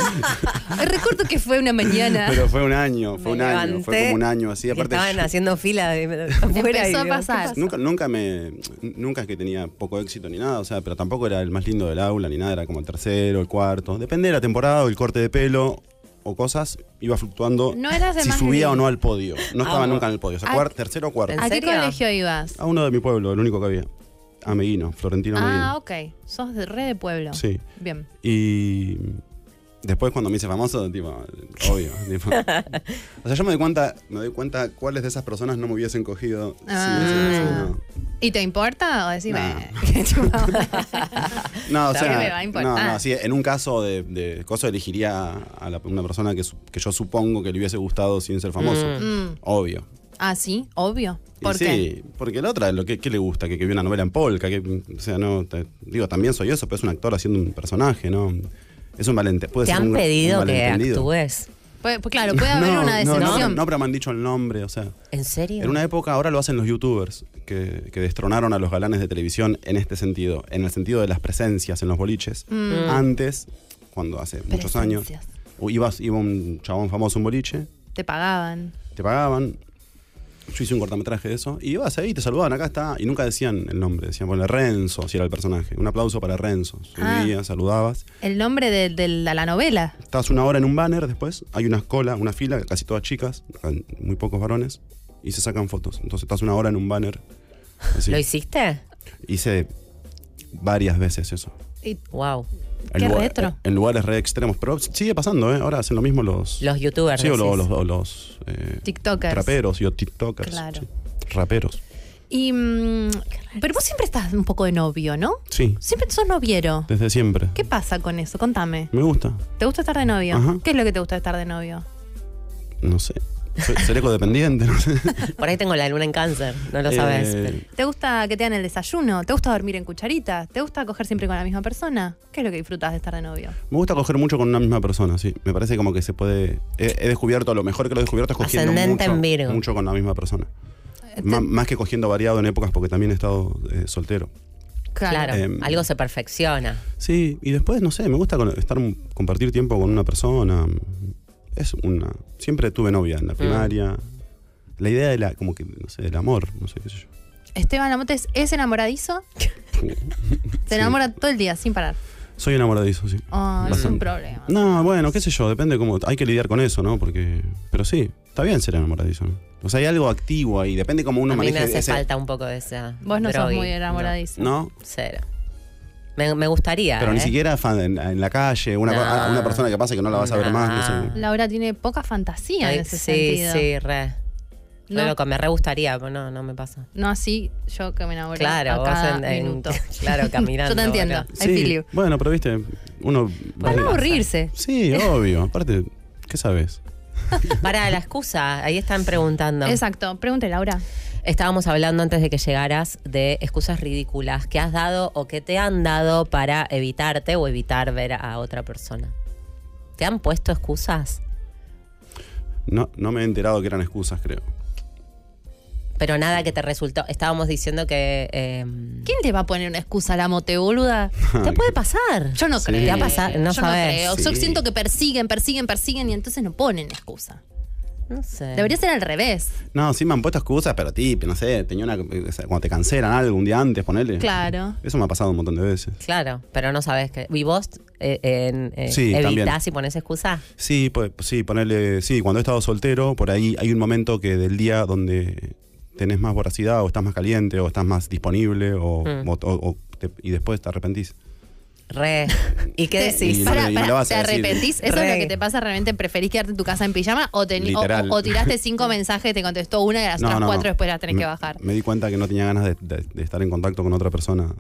Speaker 14: Recuerdo que fue una mañana.
Speaker 22: pero fue un año, fue un
Speaker 13: Me
Speaker 22: año, fue
Speaker 13: levanté
Speaker 22: como un año así.
Speaker 13: que
Speaker 22: Aparte,
Speaker 13: estaban
Speaker 22: yo-
Speaker 13: haciendo fila de, afuera
Speaker 14: Empezó
Speaker 13: y
Speaker 14: a
Speaker 13: digo,
Speaker 14: pasar.
Speaker 22: nunca, nunca me, nunca es que tenía poco éxito ni nada, o sea, pero tampoco era el más lindo del aula ni nada, era como el tercero, el cuarto. Depende de la temporada o el corte de pelo o cosas, iba fluctuando
Speaker 14: No eras el
Speaker 22: si
Speaker 14: más
Speaker 22: subía
Speaker 14: lindo.
Speaker 22: o no al podio. No estaba
Speaker 14: Ah,
Speaker 22: nunca en el podio, o sea,
Speaker 14: ¿A-
Speaker 22: cuar- tercero o cuarto.
Speaker 14: ¿A qué colegio ibas?
Speaker 22: A uno de mi pueblo, el único que había. A Meguino, Florentino Meguino.
Speaker 14: Ah, ok. Sos de re de pueblo.
Speaker 22: Sí.
Speaker 14: Bien.
Speaker 22: Y después cuando me hice famoso, tipo, obvio. tipo. O sea, yo me doy cuenta, me doy cuenta cuáles de esas personas no me hubiesen cogido. si
Speaker 14: Ah.
Speaker 22: hubiesen sido-
Speaker 14: ¿Y te importa? O decís,
Speaker 22: No.
Speaker 14: "Bah,
Speaker 22: No, o
Speaker 14: Sabe que me va
Speaker 22: sea,
Speaker 14: a
Speaker 22: no,
Speaker 14: importar.
Speaker 22: no, sí, en un caso de, de cosa elegiría a la- una persona que, su- que yo supongo que le hubiese gustado sin ser famoso.
Speaker 14: Mm. Mm.
Speaker 22: Obvio.
Speaker 14: Ah, sí, obvio.
Speaker 22: Y
Speaker 14: ¿Por
Speaker 22: sí,
Speaker 14: qué?
Speaker 22: porque la otra, lo que, ¿qué le gusta? Que, que vio una novela en polka, que, o sea, no, te- digo, también soy eso, pero es un actor haciendo un personaje, ¿no? Es un valente. Puede
Speaker 13: ¿Te
Speaker 22: ser
Speaker 13: han
Speaker 22: un- un
Speaker 13: pedido que
Speaker 22: malentendido.
Speaker 13: actúes?
Speaker 14: Puede- pues claro, puede haber
Speaker 22: No,
Speaker 14: una
Speaker 22: no, no,
Speaker 14: decepción.
Speaker 22: No, pero me han dicho el nombre, o sea.
Speaker 13: ¿En serio?
Speaker 22: En una época, ahora lo hacen los youtubers, que, que destronaron a los galanes de televisión en este sentido, en el sentido de las presencias en los boliches.
Speaker 14: Mm.
Speaker 22: Antes, cuando hace muchos años, u- ibas, iba un chabón famoso a un boliche,
Speaker 14: Te pagaban.
Speaker 22: te pagaban. Yo hice un cortometraje de eso, y ibas ahí, te saludaban, acá está, y nunca decían el nombre, decían, bueno, Renzo, si era el personaje. Un aplauso para Renzo.
Speaker 14: Ah.
Speaker 22: Subías, saludabas.
Speaker 14: El nombre de, de la la novela.
Speaker 22: Estás una hora en un banner, después hay una cola, una fila, casi todas chicas, muy pocos varones, y se sacan fotos. Entonces estás una hora en un banner. así.
Speaker 13: ¿Lo hiciste?
Speaker 22: Hice varias veces eso.
Speaker 13: wow.
Speaker 22: En lugar- En lugares re extremos, pero sigue pasando, ¿eh? Ahora hacen lo mismo los...
Speaker 13: Los youtubers,
Speaker 22: Sí, o lo-
Speaker 13: decís.
Speaker 22: los, o los, eh,
Speaker 14: TikTokers.
Speaker 22: raperos y o tiktokers.
Speaker 14: Claro.
Speaker 22: sí, Raperos.
Speaker 14: Y. mm, pero vos siempre estás un poco de novio, ¿no?
Speaker 22: Sí,
Speaker 14: Siempre sos noviero.
Speaker 22: desde siempre.
Speaker 14: ¿Qué pasa con eso? Contame.
Speaker 22: Me gusta.
Speaker 14: ¿Te gusta estar de novio?
Speaker 22: Ajá.
Speaker 14: ¿Qué es lo que te gusta de estar de novio?
Speaker 22: No sé. Soy- Seré codependiente, no sé.
Speaker 13: Por ahí tengo la luna en cáncer, no lo
Speaker 22: Eh,
Speaker 13: sabes.
Speaker 14: ¿Te gusta que te hagan el desayuno? ¿Te gusta dormir en cucharitas? ¿Te gusta coger siempre con la misma persona? ¿Qué es lo que disfrutas de estar de novio?
Speaker 22: Me gusta coger mucho con una misma persona, sí. Me parece como que se puede. He, he descubierto, lo mejor que lo he descubierto es cogiendo
Speaker 13: Ascendente
Speaker 22: mucho,
Speaker 13: en Virgo.
Speaker 22: mucho con la misma persona.
Speaker 14: Este
Speaker 22: Má- más que cogiendo variado en épocas, porque también he estado eh, soltero.
Speaker 13: Claro,
Speaker 22: Em,
Speaker 13: algo se perfecciona.
Speaker 22: Sí, y después, no sé, me gusta con- estar compartir tiempo con una persona. Es una. Siempre tuve novia
Speaker 13: Ah.
Speaker 22: en la primaria. La idea de la, como que, no sé, del amor, no sé qué sé yo.
Speaker 14: Esteban Lamotes es enamoradizo. Se enamora todo el día sin parar.
Speaker 22: Soy enamoradizo, sí.
Speaker 14: Ah, es un
Speaker 22: Bastante.
Speaker 14: problema.
Speaker 22: No, bueno, qué sé yo, depende cómo. Hay que lidiar con eso, ¿no? Porque. Pero sí, está bien ser enamoradizo. ¿no? O sea, hay algo activo ahí, depende cómo uno
Speaker 13: a mí
Speaker 22: maneje
Speaker 13: me hace
Speaker 22: ese-
Speaker 13: falta un poco de esa.
Speaker 14: Vos no sos
Speaker 13: drogui,
Speaker 14: muy enamoradizo.
Speaker 22: ¿No?
Speaker 13: Cero. Me, me gustaría.
Speaker 22: Pero ni
Speaker 13: ¿eh?
Speaker 22: siquiera fan- en, en la calle, una, co-
Speaker 13: No.
Speaker 22: una persona que pasa que no la vas a ver más, no sé.
Speaker 14: Laura tiene poca fantasía
Speaker 13: Ay,
Speaker 14: en ese
Speaker 13: sí,
Speaker 14: sentido.
Speaker 13: sí, re.
Speaker 14: No.
Speaker 13: No. me re gustaría, pero no, no me pasa.
Speaker 14: No así yo que me enamoré
Speaker 13: Claro,
Speaker 14: a
Speaker 13: vos
Speaker 14: cada
Speaker 13: en- en-
Speaker 14: minuto.
Speaker 13: claro, caminando,
Speaker 14: yo te entiendo.
Speaker 13: bueno.
Speaker 14: I feel you.
Speaker 22: Bueno, pero viste, uno.
Speaker 14: Para no
Speaker 22: va-
Speaker 14: aburrirse.
Speaker 22: Sí, obvio. Aparte, ¿qué sabes?
Speaker 13: Para la excusa, ahí están preguntando.
Speaker 14: Exacto, pregunte Laura.
Speaker 13: Estábamos hablando antes de que llegaras de excusas ridículas que has dado o que te han dado para evitarte o evitar ver a otra persona. ¿Te han puesto excusas?
Speaker 22: No, no me he enterado que eran excusas, creo.
Speaker 13: Pero nada que te resultó. Estábamos diciendo que. eh,
Speaker 14: ¿Quién te va a poner una excusa a la mote, boluda?
Speaker 13: ¿Te puede pasar?
Speaker 14: Yo no
Speaker 13: Sí.
Speaker 14: creo.
Speaker 13: ¿Te ha pasado? No
Speaker 14: Yo
Speaker 13: sabes.
Speaker 14: creo. Yo
Speaker 13: Sí.
Speaker 14: siento que persiguen, persiguen, persiguen y entonces no ponen excusa.
Speaker 13: No sé.
Speaker 14: Debería ser al revés.
Speaker 22: No, sí me han puesto excusas, pero ti, no sé, tenía una. o sea, Cuando te cancelan algo un día antes, ponele.
Speaker 13: Claro.
Speaker 22: Eso me ha pasado un montón de veces.
Speaker 13: Claro, pero no sabes que. ¿Y vos eh, en, eh,
Speaker 22: Sí, también.
Speaker 13: evitás y pones excusa?
Speaker 22: Sí, pues, sí, ponerle, sí, cuando he estado soltero, por ahí hay un momento que del día donde tenés más voracidad o estás más caliente o estás más disponible o,
Speaker 13: Mm.
Speaker 22: o- o- o te- y después te arrepentís.
Speaker 13: Re. ¿Y qué
Speaker 14: Te-
Speaker 13: decís?
Speaker 22: Y Pará, lo- y pará, lo vas
Speaker 14: ¿Te
Speaker 22: a decir.
Speaker 14: arrepentís? ¿Eso es lo
Speaker 13: Re.
Speaker 14: que te pasa realmente? ¿Preferís quedarte en tu casa en pijama o, teni- o-
Speaker 22: Literal.
Speaker 14: o- o tiraste cinco mensajes, te contestó una y a las otras cuatro después las tenés
Speaker 22: Me-
Speaker 14: que bajar?
Speaker 22: Me di cuenta que no tenía ganas de, de- de estar en contacto con otra persona.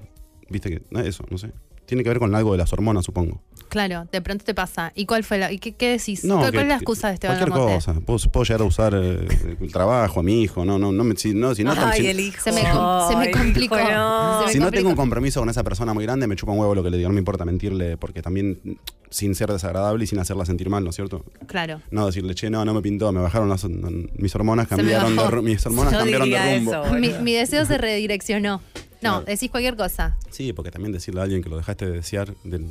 Speaker 22: Viste que, no, eso, no sé. Tiene que ver con algo de las hormonas, supongo.
Speaker 14: Claro, de pronto te pasa. ¿Y cuál fue la, y qué, qué decís?
Speaker 22: No,
Speaker 14: ¿Cuál,
Speaker 22: que-
Speaker 14: cuál es la
Speaker 22: que-
Speaker 14: excusa de este Esteban
Speaker 22: Cualquier
Speaker 14: Lamote?
Speaker 22: cosa. Puedo, puedo llegar a usar eh, el trabajo, a mi hijo. No, no, no. me- Si no, si no, si no-
Speaker 14: Se me, com- se me
Speaker 13: Ay, hijo,
Speaker 14: complicó.
Speaker 13: no.
Speaker 14: Se me
Speaker 22: si no
Speaker 14: complicó.
Speaker 22: tengo un compromiso con esa persona muy grande, me chupa un huevo lo que le digo. No me importa mentirle, porque también mm, sin ser desagradable y sin hacerla sentir mal, ¿no es cierto?
Speaker 14: Claro.
Speaker 22: No decirle, che, no, no me pintó, me bajaron las, mm, mis hormonas,
Speaker 14: me
Speaker 22: cambiaron de,
Speaker 14: bajó.
Speaker 22: ru- mis hormonas
Speaker 13: Yo
Speaker 22: cambiaron
Speaker 13: diría
Speaker 22: de rumbo.
Speaker 13: eso,
Speaker 14: Mi, mi deseo se redireccionó. No, decís cualquier cosa.
Speaker 22: Sí, porque también decirle a alguien que lo dejaste de desear, del,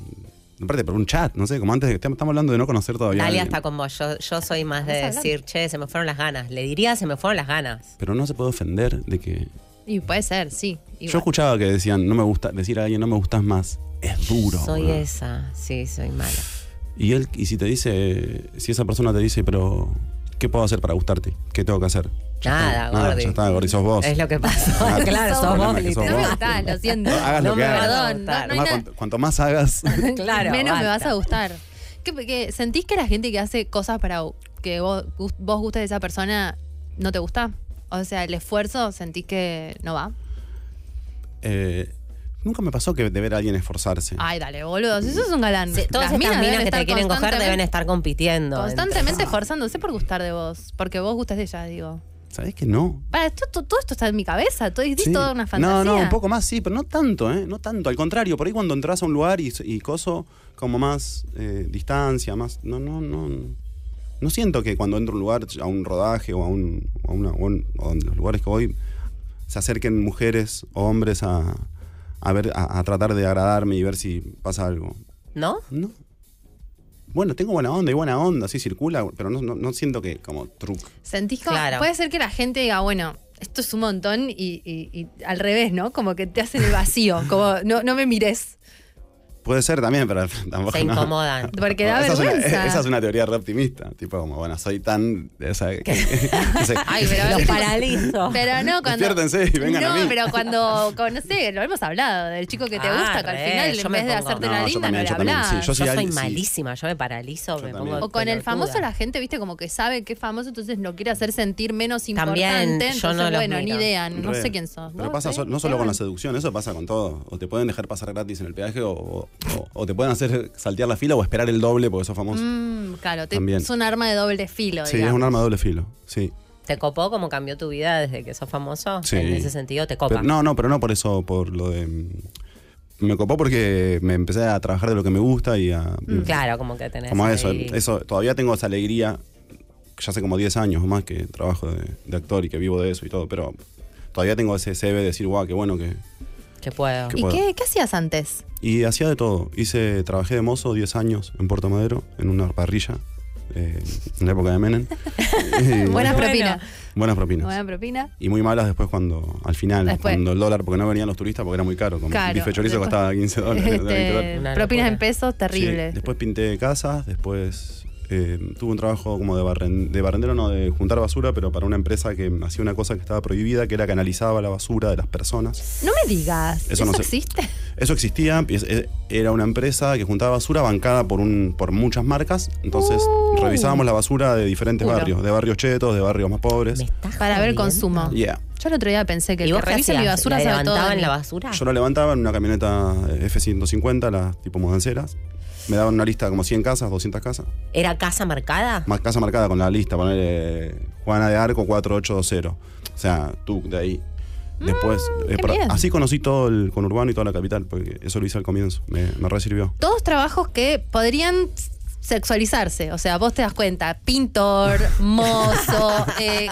Speaker 22: aparte por un chat, no sé, como antes, estamos estamos hablando de no conocer todavía. a
Speaker 13: Dalia
Speaker 22: alguien.
Speaker 13: está con vos. Yo, yo soy más de
Speaker 14: Vamos a hablar.
Speaker 13: decir, che, se me fueron las ganas. Le diría, se me fueron las ganas.
Speaker 22: Pero no se puede ofender de que...
Speaker 14: Y puede ser, sí.
Speaker 22: Yo escuchaba que decían, no me gusta, decir a alguien no me gustas más, es duro.
Speaker 13: soy
Speaker 22: boludo.
Speaker 13: esa. Sí, soy mala.
Speaker 22: Y él, y si te dice, si esa persona te dice, pero ¿qué puedo hacer para gustarte? ¿Qué tengo que hacer?
Speaker 13: Nada,
Speaker 22: Nada,
Speaker 13: gordi.
Speaker 22: ya está, gordi, sos vos.
Speaker 13: Es lo que pasó.
Speaker 22: Ah,
Speaker 13: claro,
Speaker 22: sos
Speaker 13: sos
Speaker 22: vos,
Speaker 13: vos,
Speaker 22: que sos
Speaker 13: literal.
Speaker 14: No me
Speaker 22: vos.
Speaker 14: gustás, lo siento.
Speaker 22: No, hagas lo
Speaker 13: No
Speaker 22: que
Speaker 13: me
Speaker 22: hagas.
Speaker 13: vas a
Speaker 14: Perdón, no- no hay
Speaker 22: Tomá,
Speaker 14: nada-
Speaker 22: cuanto, cuanto más hagas,
Speaker 13: Claro,
Speaker 14: menos me vas
Speaker 13: basta.
Speaker 14: a gustar. ¿Qué, qué- sentís que la gente que hace cosas para que vos, gus- vos gustes de esa persona no te gusta? O sea, el esfuerzo sentís que no va.
Speaker 22: eh, nunca me pasó que de ver a alguien esforzarse.
Speaker 14: Ay, dale, boludo, si sos un galán.
Speaker 13: Sí, todas
Speaker 14: Las
Speaker 13: estas minas,
Speaker 14: deben
Speaker 13: que
Speaker 14: estar
Speaker 13: te quieren coger
Speaker 14: constantemente-
Speaker 13: deben estar compitiendo.
Speaker 14: Constantemente esforzándose por gustar de vos, porque vos gustas de ella, digo.
Speaker 22: ¿Sabés que no?
Speaker 14: Para, esto, to- todo esto está en mi cabeza, todo es
Speaker 22: Sí.
Speaker 14: toda una fantasía.
Speaker 22: No, no, un poco más sí, pero no tanto, ¿eh? No tanto. Al contrario, por ahí cuando entras a un lugar y, y coso, como más eh, distancia, más. No, no, no. No siento que cuando entro a un lugar, a un rodaje o a un. o a una- o un- o en los lugares que voy, se acerquen mujeres o hombres a, a ver, a, a tratar de agradarme y ver si pasa algo.
Speaker 13: ¿No?
Speaker 22: No. Bueno, tengo buena onda y buena onda, sí circula, pero no, no- no siento que como truco.
Speaker 14: Sentís como-
Speaker 22: Claro.
Speaker 14: Puede ser que la gente diga, bueno, esto es un montón y, y- y al revés, ¿no? Como que te hacen el vacío, como no, no me mires.
Speaker 22: Puede ser también, pero tampoco.
Speaker 13: Se
Speaker 22: no.
Speaker 13: incomodan.
Speaker 14: Porque da
Speaker 22: esa es una- eh,
Speaker 14: vergüenza.
Speaker 22: esa es una teoría re optimista. Tipo, como, bueno, soy tan. esa- no sé.
Speaker 14: Ay, pero
Speaker 13: Los paralizo.
Speaker 14: Pero no, cuando.
Speaker 22: Despiértense y vengan
Speaker 14: no,
Speaker 22: a mí.
Speaker 14: pero cuando, con- no sé, lo hemos hablado, del chico que te
Speaker 13: Ah,
Speaker 14: gusta, que al
Speaker 13: re,
Speaker 14: final
Speaker 13: yo
Speaker 14: en
Speaker 13: me
Speaker 14: vez de
Speaker 13: pongo-
Speaker 14: hacerte
Speaker 22: No,
Speaker 14: la
Speaker 22: yo
Speaker 14: linda,
Speaker 22: también,
Speaker 14: no
Speaker 22: yo
Speaker 14: le
Speaker 22: también,
Speaker 14: hablás.
Speaker 22: sí, yo sí,
Speaker 13: Yo soy
Speaker 22: alguien- sí.
Speaker 13: malísima, yo me paralizo, me pongo
Speaker 14: O con el
Speaker 13: pelotuda.
Speaker 14: famoso, la gente, viste, como que sabe que es famoso, entonces lo quiere hacer sentir menos importante.
Speaker 13: También, yo
Speaker 14: entonces,
Speaker 13: no los
Speaker 14: bueno, ni
Speaker 13: miro.
Speaker 14: idea, no
Speaker 22: Re.
Speaker 14: sé quién sos.
Speaker 22: Pero
Speaker 14: Vos,
Speaker 22: pasa
Speaker 14: ¿sí?
Speaker 22: so- no solo
Speaker 14: Esteban.
Speaker 22: con la seducción, eso pasa con todo. O te pueden dejar pasar gratis en el peaje, o, o- o te pueden hacer saltear la fila o esperar el doble porque sos famoso.
Speaker 14: Mm, claro, te-
Speaker 22: También.
Speaker 14: es un arma de doble filo,
Speaker 22: sí, es
Speaker 14: digamos.
Speaker 22: un arma de doble filo. Sí.
Speaker 13: ¿Te copó cómo cambió tu vida desde que sos famoso?
Speaker 22: Sí.
Speaker 13: En ese sentido, te copa.
Speaker 22: Pero- no, no, pero no por eso, por lo de. mm, Me copó porque me empecé a trabajar de lo que me gusta y a.
Speaker 13: Mm, Claro, como que tenés.
Speaker 22: Como eso,
Speaker 13: ahí-
Speaker 22: eso, todavía tengo esa alegría, ya hace como 10 años o más que trabajo de, de actor y que vivo de eso y todo, pero todavía tengo ese CB de decir, guau, qué bueno que...
Speaker 13: Que puedo.
Speaker 12: que
Speaker 14: ¿Y
Speaker 22: puedo.
Speaker 14: qué, qué hacías antes?
Speaker 22: Y hacía de todo, hice, trabajé de mozo 10 años en Puerto Madero, en una parrilla, eh, en la época de Menem. Y-
Speaker 14: Buenas propinas.
Speaker 22: Buenas propinas.
Speaker 14: Buena propina.
Speaker 22: Y muy malas después cuando, al final,
Speaker 14: Después.
Speaker 22: cuando el dólar, porque no venían los turistas porque era muy caro, como
Speaker 14: Claro,
Speaker 22: bife chorizo
Speaker 14: después-
Speaker 22: costaba 15 dólares. 20
Speaker 14: Este,
Speaker 22: dólares.
Speaker 14: propinas en pesos, terrible.
Speaker 22: Sí, Después pinté casas, después eh, tuve un trabajo como de, barren- de barrendero, no, de juntar basura, pero para una empresa que hacía una cosa que estaba prohibida, que era canalizaba la basura de las personas.
Speaker 14: No me digas,
Speaker 22: Eso
Speaker 14: ¿eso,
Speaker 22: no sé.
Speaker 14: existe?
Speaker 22: Eso existía, y es- e- era una empresa que juntaba basura bancada por, un, por muchas marcas, entonces revisábamos la basura de diferentes
Speaker 14: Puro.
Speaker 22: barrios, de barrios chetos, de barrios más pobres.
Speaker 14: Para ver consumo.
Speaker 22: Yeah.
Speaker 14: Yo el otro día pensé que el
Speaker 13: ¿Y
Speaker 14: que
Speaker 13: vos qué
Speaker 14: revisa mi
Speaker 13: hacías?
Speaker 14: basura
Speaker 13: ¿La
Speaker 14: sabe todo.
Speaker 13: levantaban
Speaker 14: de mí.
Speaker 13: la basura?
Speaker 22: Yo lo levantaba en una camioneta eh, F-150, las tipo mudanceras. Me daban una lista de como 100 casas, 200 casas.
Speaker 13: ¿Era casa marcada?
Speaker 22: Más casa marcada con la lista, poner Juana de Arco 4820. O sea, tú de ahí. Después,
Speaker 13: Mm,
Speaker 22: eh, pero
Speaker 14: bien.
Speaker 22: así conocí todo el conurbano y toda la capital, porque eso lo hice al comienzo, me, me re sirvió.
Speaker 14: Todos trabajos que podrían sexualizarse, o sea, vos te das cuenta, pintor, mozo, eh,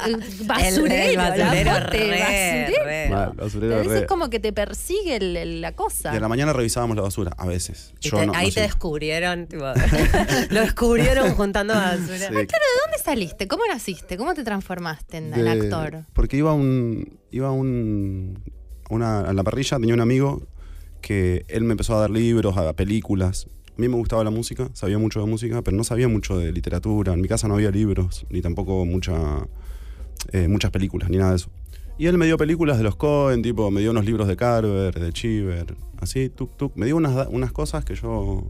Speaker 14: basurero,
Speaker 13: El- el basurero,
Speaker 14: la bote,
Speaker 13: re,
Speaker 14: basurero.
Speaker 13: re.
Speaker 22: Mal, basurero
Speaker 14: Pero eso
Speaker 22: re.
Speaker 14: es como que te persigue el- el- la cosa.
Speaker 22: Y a la mañana revisábamos la basura, a veces.
Speaker 13: Y
Speaker 22: Yo
Speaker 13: te-
Speaker 22: no-
Speaker 13: ahí
Speaker 22: no
Speaker 13: te
Speaker 22: sé.
Speaker 13: descubrieron, tipo, lo descubrieron juntando basura.
Speaker 22: Sí.
Speaker 14: Ay, claro, ¿de dónde saliste? ¿Cómo naciste? ¿Cómo te transformaste en, en
Speaker 22: de-
Speaker 14: actor?
Speaker 22: Porque iba a un. Iba a un. a Una, a la parrilla, tenía un amigo que él me empezó a dar libros, a películas. A mí me gustaba la música, sabía mucho de música, pero no sabía mucho de literatura. En mi casa no había libros, ni tampoco mucha, eh, muchas películas, ni nada de eso. Y él me dio películas de los Cohen, tipo, me dio unos libros de Carver, de Chiver, así, tuk tuk. Me dio unas, unas cosas que yo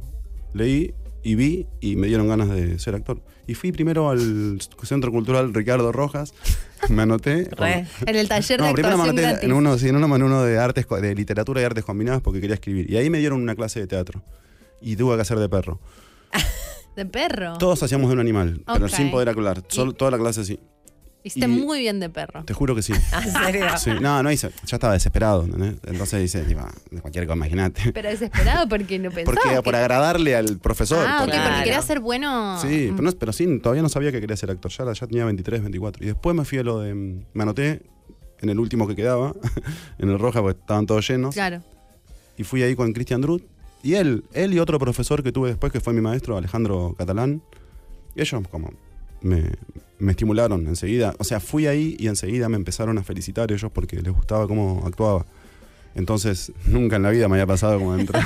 Speaker 22: leí y vi y me dieron ganas de ser actor. Y fui primero al Centro Cultural Ricardo Rojas, me anoté.
Speaker 14: Re. En el taller de
Speaker 22: No, primero me
Speaker 14: actuación
Speaker 22: anoté
Speaker 14: gratis.
Speaker 22: en uno, sí, en uno, en uno de artes, co- de literatura y artes combinadas porque quería escribir. Y ahí me dieron una clase de teatro. Y tuve que hacer de perro.
Speaker 14: De perro.
Speaker 22: Todos hacíamos de un animal, pero
Speaker 14: Ah. Ok.
Speaker 22: sin poder hablar. Solo- toda la clase sí.
Speaker 14: Hiciste
Speaker 22: y-
Speaker 14: muy bien de perro.
Speaker 22: Te juro que sí.
Speaker 14: ¿En serio?
Speaker 22: Sí, No, no hice. Ya estaba desesperado. ¿entendés? Entonces dice, tipo, de cualquier cosa, imagínate.
Speaker 14: Pero desesperado porque no pensaba.
Speaker 22: Porque
Speaker 14: que-
Speaker 22: por agradarle al profesor.
Speaker 14: Ah, ok,
Speaker 22: porque-
Speaker 14: porque quería Mm. ser bueno.
Speaker 22: Sí, pero, no, pero sí, todavía no sabía que quería ser actor. Ya, era- ya tenía 23, 24. Y después me fui a lo de. mm, Me anoté en el último que quedaba, en el Roja, porque estaban todos llenos.
Speaker 14: Claro.
Speaker 22: Y fui ahí con Cristian Drut. Y él, él y otro profesor que tuve después, que fue mi maestro, Alejandro Catalán. Y ellos, como. Me, me estimularon enseguida. O sea, fui ahí y enseguida me empezaron a felicitar ellos porque les gustaba cómo actuaba. Entonces, nunca en la vida me había pasado como entrar.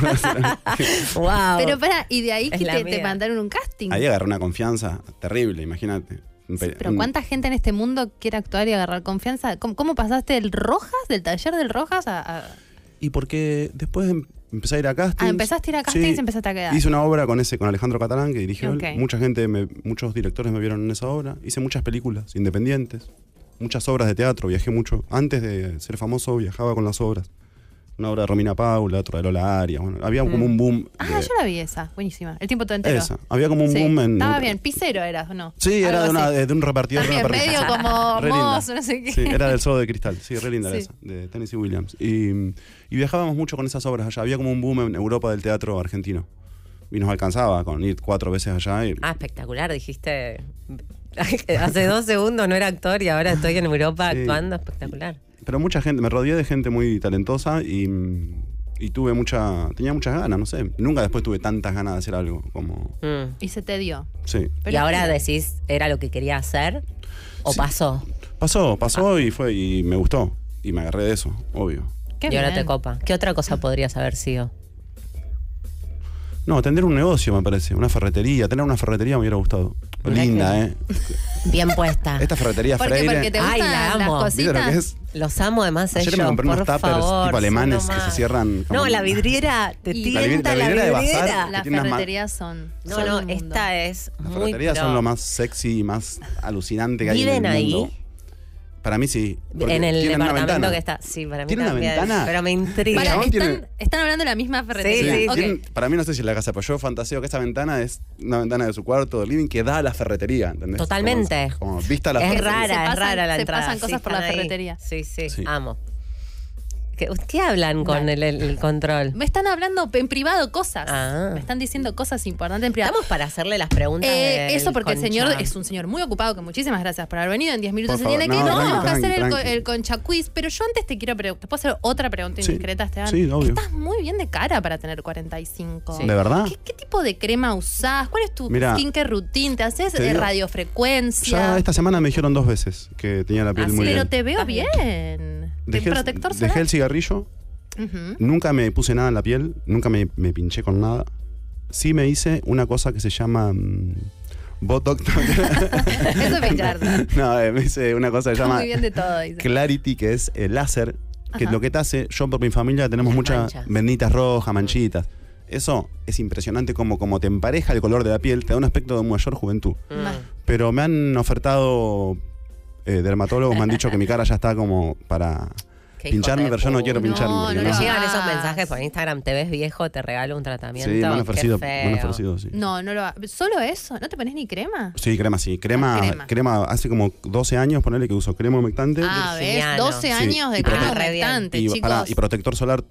Speaker 13: Wow.
Speaker 14: Pero para, y de ahí
Speaker 13: Ah, Es
Speaker 14: que
Speaker 13: la
Speaker 14: te, te
Speaker 13: mía.
Speaker 14: mandaron un casting.
Speaker 22: Ahí agarré una confianza terrible, imagínate.
Speaker 14: Pero
Speaker 22: mm.
Speaker 14: cuánta gente en este mundo quiere actuar y agarrar confianza. ¿Cómo, cómo pasaste del Rojas, del taller del Rojas, a, a-
Speaker 22: Y porque después em- empecé a ir a castings.
Speaker 14: Ah, empezaste a ir a castings
Speaker 22: Sí.
Speaker 14: y empezaste a quedar?
Speaker 22: Hice una obra con ese, con Alejandro Catalán, que dirigió él.
Speaker 14: Ok.
Speaker 22: Mucha gente, me- muchos directores me vieron en esa obra. Hice muchas películas independientes, muchas obras de teatro, viajé mucho. Antes de ser famoso, viajaba con las obras. Una obra de Romina Paula, otra de Lola Arias. Bueno, había como un boom.
Speaker 14: Ah,
Speaker 22: de-
Speaker 14: yo la vi esa, buenísima. El tiempo todo entero.
Speaker 22: Esa. Había como un
Speaker 14: Sí.
Speaker 22: boom en.
Speaker 14: Estaba bien, pisero eras, ¿o no?
Speaker 22: Sí,
Speaker 14: Algo
Speaker 22: era de, una- eh,
Speaker 14: así.
Speaker 22: de un repartidor de una
Speaker 14: También,
Speaker 22: parrilla.
Speaker 14: medio como
Speaker 22: Re linda.
Speaker 14: mozo, no sé qué.
Speaker 22: Sí, era del Zoo de Cristal, sí, re linda era
Speaker 14: Sí.
Speaker 22: esa, de Tennessee Williams. Y, y viajábamos mucho con esas obras allá. Había como un boom en Europa del teatro argentino. Y nos alcanzaba con ir cuatro veces allá. Y,
Speaker 13: Ah, espectacular, dijiste. Hace dos segundos no era actor y ahora estoy en Europa
Speaker 22: Sí.
Speaker 13: actuando, espectacular.
Speaker 22: pero mucha gente, me rodeé de gente muy talentosa y, y tuve mucha, tenía muchas ganas, no sé. Nunca después tuve tantas ganas de hacer algo como...
Speaker 14: Y se te dio.
Speaker 22: Sí.
Speaker 13: Mm. y ahora decís, ¿era lo que quería hacer? ¿O pasó?
Speaker 22: Pasó, pasó y fue y me gustó. Y me agarré de eso, obvio.
Speaker 13: y ahora te copa. ¿Qué otra cosa podrías haber sido?
Speaker 22: No, atender un negocio me parece, una ferretería. Tener una ferretería me hubiera gustado. Linda, ¿eh?
Speaker 13: Bien puesta.
Speaker 22: Esta ferretería Freire.
Speaker 13: Ay, la
Speaker 14: las
Speaker 13: amo.
Speaker 14: cositas?
Speaker 22: ¿Viste lo que es?
Speaker 13: Los amo además
Speaker 22: Ayer
Speaker 13: ellos,
Speaker 22: me compré unos
Speaker 13: por
Speaker 22: tuppers
Speaker 13: favor,
Speaker 22: tipo
Speaker 13: son
Speaker 22: alemanes
Speaker 13: lo
Speaker 22: que se
Speaker 13: más.
Speaker 22: cierran. como-
Speaker 13: No, la vidriera te
Speaker 14: Y-
Speaker 13: tienta la vidriera.
Speaker 22: vidriera de bazar que
Speaker 14: Las
Speaker 22: tiene unas ma-
Speaker 14: ferreterías son.
Speaker 13: No,
Speaker 14: son
Speaker 13: no,
Speaker 14: un mundo.
Speaker 13: esta es
Speaker 22: Las
Speaker 13: muy
Speaker 22: ferreterías
Speaker 13: pro.
Speaker 22: son lo más sexy y más alucinante que hay en
Speaker 13: ¿Viven
Speaker 22: el
Speaker 13: ahí?
Speaker 22: mundo. Para mí sí. porque
Speaker 13: en el
Speaker 22: tienen una
Speaker 13: departamento
Speaker 22: ventana.
Speaker 13: que está. Sí, para mí
Speaker 22: ¿Tiene una
Speaker 13: también,
Speaker 22: ventana?
Speaker 13: Pero me intriga.
Speaker 14: Para,
Speaker 22: chabón
Speaker 14: ¿están,
Speaker 22: tiene-
Speaker 14: están hablando de la misma
Speaker 22: Sí,
Speaker 14: ferretería. Ok.
Speaker 22: tienen- para mí no sé si es la casa, pero yo fantaseo que esta ventana es una ventana de su cuarto de living que da a la ferretería, ¿entendés?
Speaker 13: Totalmente.
Speaker 22: Como, como vista a la
Speaker 13: es
Speaker 22: ferretería.
Speaker 13: rara,
Speaker 14: pasan-
Speaker 13: es rara la
Speaker 14: se
Speaker 13: entrada.
Speaker 14: pasan
Speaker 13: sí,
Speaker 14: cosas por
Speaker 13: están
Speaker 14: la
Speaker 13: ahí.
Speaker 14: ferretería.
Speaker 13: Sí, sí, amo. ¿Qué, qué hablan con el, el control?
Speaker 14: Me están hablando en privado cosas.
Speaker 13: Ah.
Speaker 14: Me están diciendo cosas importantes en privado.
Speaker 13: Estamos para hacerle las preguntas.
Speaker 14: Eh,
Speaker 13: del
Speaker 14: eso porque el
Speaker 13: concha.
Speaker 14: señor es un señor muy ocupado, que muchísimas gracias por haber venido. En 10 minutos
Speaker 13: Por
Speaker 14: se tiene que
Speaker 13: favor,
Speaker 14: ir.
Speaker 13: no, tranqui,
Speaker 14: Tenemos que hacer el
Speaker 13: tranqui,
Speaker 14: co- el, concha quiz. Pero yo antes te quiero preguntar. ¿Te puedo hacer otra pregunta
Speaker 22: Sí.
Speaker 14: indiscreta, Esteban?
Speaker 22: Sí, obvio.
Speaker 14: Estás muy bien de cara para tener 45.
Speaker 22: ¿De verdad?
Speaker 14: ¿Qué, qué tipo de crema usás? ¿Cuál es tu
Speaker 22: Mirá,
Speaker 14: skincare routine? ¿Te haces
Speaker 22: te
Speaker 14: eh,
Speaker 22: digo- Ya
Speaker 14: radiofrecuencia?
Speaker 22: esta semana me dijeron dos veces que tenía la piel
Speaker 14: Así-
Speaker 22: muy
Speaker 14: pero
Speaker 22: bien.
Speaker 14: te veo bien. ¿Te
Speaker 22: Dejé el-
Speaker 14: protector solar?
Speaker 22: Dejé el cigarrillo,
Speaker 14: Ujú.
Speaker 22: Nunca me puse nada en la piel, nunca me, me pinché con nada. Sí me hice una cosa que se llama mm, Botox.
Speaker 14: Eso es Pichardo.
Speaker 22: no, eh, me hice una cosa que se
Speaker 14: Está
Speaker 22: llama
Speaker 14: muy bien de todo, dice.
Speaker 22: Clarity, que es el láser, que
Speaker 14: Ajá.
Speaker 22: lo que te hace, yo por mi familia tenemos muchas
Speaker 14: manchas.
Speaker 22: venditas rojas, manchitas. Eso es impresionante como, como te empareja el color de la piel, te da un aspecto de mayor juventud.
Speaker 14: Mm.
Speaker 22: Pero me han ofertado eh, dermatólogos, me han dicho que mi cara ya está como para
Speaker 13: Qué hijo
Speaker 22: pincharme,
Speaker 13: de
Speaker 22: pero yo no quiero pincharme.
Speaker 13: No,
Speaker 22: porque
Speaker 13: no le llegan
Speaker 14: Ah,
Speaker 13: esos mensajes por Instagram. Te ves viejo, te regalo un tratamiento.
Speaker 22: Sí, me han
Speaker 13: Qué
Speaker 22: ofrecido, me han
Speaker 13: feo.
Speaker 22: ofrecido, sí.
Speaker 14: No, no lo ha- ¿Solo eso? ¿No te pones ni crema?
Speaker 22: Sí, crema, sí.
Speaker 13: Ah,
Speaker 22: Crema,
Speaker 14: Crema.
Speaker 22: crema. hace como 12 años, ponele que uso crema humectante.
Speaker 14: Ah, ves,
Speaker 13: Virginiano.
Speaker 14: 12
Speaker 22: Sí,
Speaker 14: años de
Speaker 22: y
Speaker 14: crema
Speaker 22: protector-
Speaker 14: humectante,
Speaker 22: y,
Speaker 14: chicos.
Speaker 22: pará, y protector solar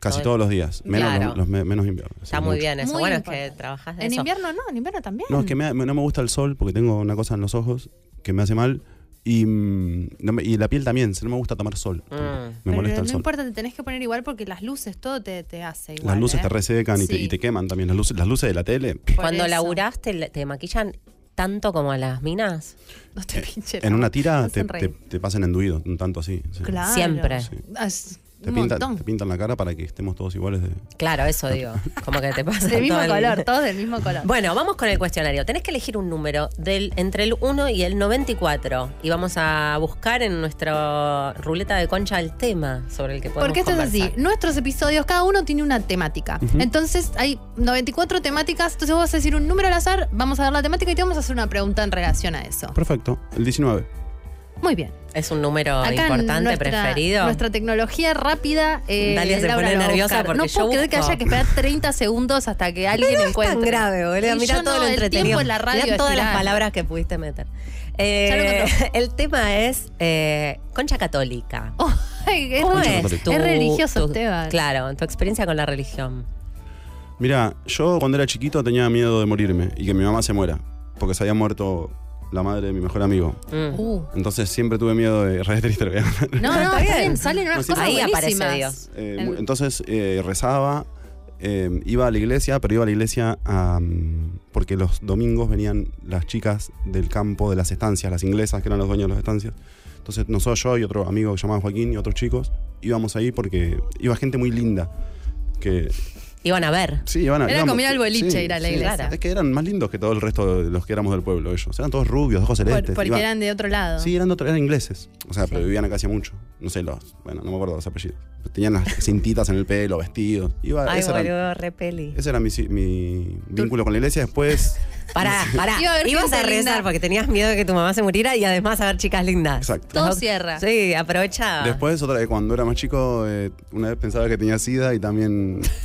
Speaker 22: casi
Speaker 13: Todo-
Speaker 22: todos los días. Menos,
Speaker 13: Claro.
Speaker 22: los, los me- menos invierno. sí,
Speaker 13: Está muy
Speaker 22: mucho.
Speaker 13: bien eso.
Speaker 14: Muy
Speaker 13: bueno, es que
Speaker 14: importante.
Speaker 13: trabajas de
Speaker 14: en
Speaker 13: eso.
Speaker 14: invierno no, en invierno también.
Speaker 22: No, es que me- me- no me gusta el sol porque tengo una cosa en los ojos que me hace mal. Y, mm, no me- y la piel también, no me gusta tomar sol.
Speaker 13: Mm.
Speaker 22: Me
Speaker 14: Pero
Speaker 22: molesta
Speaker 14: no
Speaker 22: el sol.
Speaker 14: importa, te tenés que poner igual porque las luces, todo te, te hace igual.
Speaker 22: Las luces
Speaker 14: ¿eh?
Speaker 22: te resecan y, te,
Speaker 14: Sí.
Speaker 22: y te queman también. Las luces, las luces de la tele.
Speaker 13: Cuando
Speaker 14: eso.
Speaker 13: laburaste, le- ¿te maquillan tanto como a las minas?
Speaker 14: No te pinche.
Speaker 22: Eh, En una tira
Speaker 13: hacen
Speaker 22: te,
Speaker 13: reír.
Speaker 22: te- te pasan enduido, un tanto así. sí.
Speaker 14: Claro.
Speaker 13: Siempre.
Speaker 14: Ah, es
Speaker 22: Te
Speaker 14: un
Speaker 22: pintan,
Speaker 14: montón.
Speaker 22: te pintan la cara para que estemos todos iguales de,
Speaker 13: Claro, eso digo. Como que te pasa.
Speaker 14: Del mismo
Speaker 13: todo el-
Speaker 14: color, todos del mismo color.
Speaker 13: Bueno, vamos con el cuestionario. Tenés que elegir un número del, entre el 1 y el 94. Y vamos a buscar en nuestra ruleta de concha el tema sobre el que podemos
Speaker 14: Porque esto es así, nuestros episodios, cada uno tiene una temática.
Speaker 13: Ujú.
Speaker 14: Entonces hay 94 temáticas, entonces vos vas a decir un número al azar, vamos a dar la temática y te vamos a hacer una pregunta en relación a eso.
Speaker 22: Perfecto, el 19.
Speaker 14: Muy bien.
Speaker 13: Es un número
Speaker 14: Acá
Speaker 13: Oh, importante,
Speaker 14: nuestra,
Speaker 13: preferido.
Speaker 14: Nuestra tecnología rápida. Eh,
Speaker 13: Dalia se
Speaker 14: Laura
Speaker 13: pone
Speaker 14: lo va a
Speaker 13: nerviosa
Speaker 14: buscar.
Speaker 13: porque
Speaker 14: No
Speaker 13: yo
Speaker 14: puedo creer que
Speaker 13: busco.
Speaker 14: haya que esperar 30 segundos hasta que alguien
Speaker 13: No es tan
Speaker 14: encuentre.
Speaker 13: grave, boludo.
Speaker 14: Y
Speaker 13: Mirá
Speaker 14: yo
Speaker 13: todo
Speaker 14: no,
Speaker 13: lo
Speaker 14: el
Speaker 13: entretenido.
Speaker 14: tiempo en la radio
Speaker 13: Mirá
Speaker 14: es
Speaker 13: todas las
Speaker 14: tirano.
Speaker 13: palabras que pudiste meter.
Speaker 14: Ya lo
Speaker 13: Eh,
Speaker 14: encontró.
Speaker 13: el tema es eh, concha católica.
Speaker 14: Ay, es,
Speaker 13: ¿Cómo
Speaker 14: es,
Speaker 13: es?
Speaker 14: es
Speaker 13: tu-
Speaker 14: religioso
Speaker 13: tu-
Speaker 14: Esteban.
Speaker 13: Claro, tu experiencia con la religión.
Speaker 22: Mira, yo cuando era chiquito tenía miedo de morirme y que mi mamá se muera, porque se había muerto la madre de mi mejor amigo.
Speaker 13: Mm.
Speaker 14: Uh,
Speaker 22: Entonces siempre tuve miedo de... Re triste lo que voy a contar.
Speaker 14: No, no, salen-
Speaker 13: bien.
Speaker 14: salen unas
Speaker 13: No, sí,
Speaker 14: cosas
Speaker 13: ahí aparece
Speaker 14: buenísimas.
Speaker 13: Dios.
Speaker 22: Eh, mu- Entonces eh, rezaba, eh, iba a la iglesia, pero iba a la iglesia a, mm, porque los domingos venían las chicas del campo de las estancias, las inglesas que eran los dueños de las estancias. Entonces nosotros, yo y otro amigo que se llamaba Joaquín y otros chicos, íbamos ahí porque iba gente muy linda. Que,
Speaker 13: Iban a ver.
Speaker 22: sí, iban a,
Speaker 13: Era
Speaker 22: íbamos-
Speaker 13: como ir al boliche, ir a la iglesia.
Speaker 22: Es que eran más lindos que todo el resto de los que éramos del pueblo ellos. Eran todos rubios, ojos
Speaker 14: Por-
Speaker 22: celestes.
Speaker 14: porque
Speaker 22: iban-
Speaker 14: eran de otro lado.
Speaker 22: Sí, eran, de otro- eran ingleses. O sea, pero vivían acá hacía mucho. No sé, los. Bueno, no me acuerdo los apellidos. Pero Tenían las cintitas en el pelo, vestidos. Iba,
Speaker 13: Ay,
Speaker 22: ese, era,
Speaker 13: boludo, repeli.
Speaker 22: ese era mi, si- mi vínculo con la iglesia. Después.
Speaker 13: Pará, pará.
Speaker 14: Iba a haber
Speaker 13: Ibas
Speaker 14: gente
Speaker 13: a rezar
Speaker 14: linda.
Speaker 13: porque tenías miedo de que tu mamá se muriera y además a ver chicas lindas.
Speaker 22: Exacto.
Speaker 14: Todo cierra.
Speaker 13: Sí, aprovecha.
Speaker 22: Después, otra vez, cuando era más chico, eh, una vez pensaba que tenía sida y también.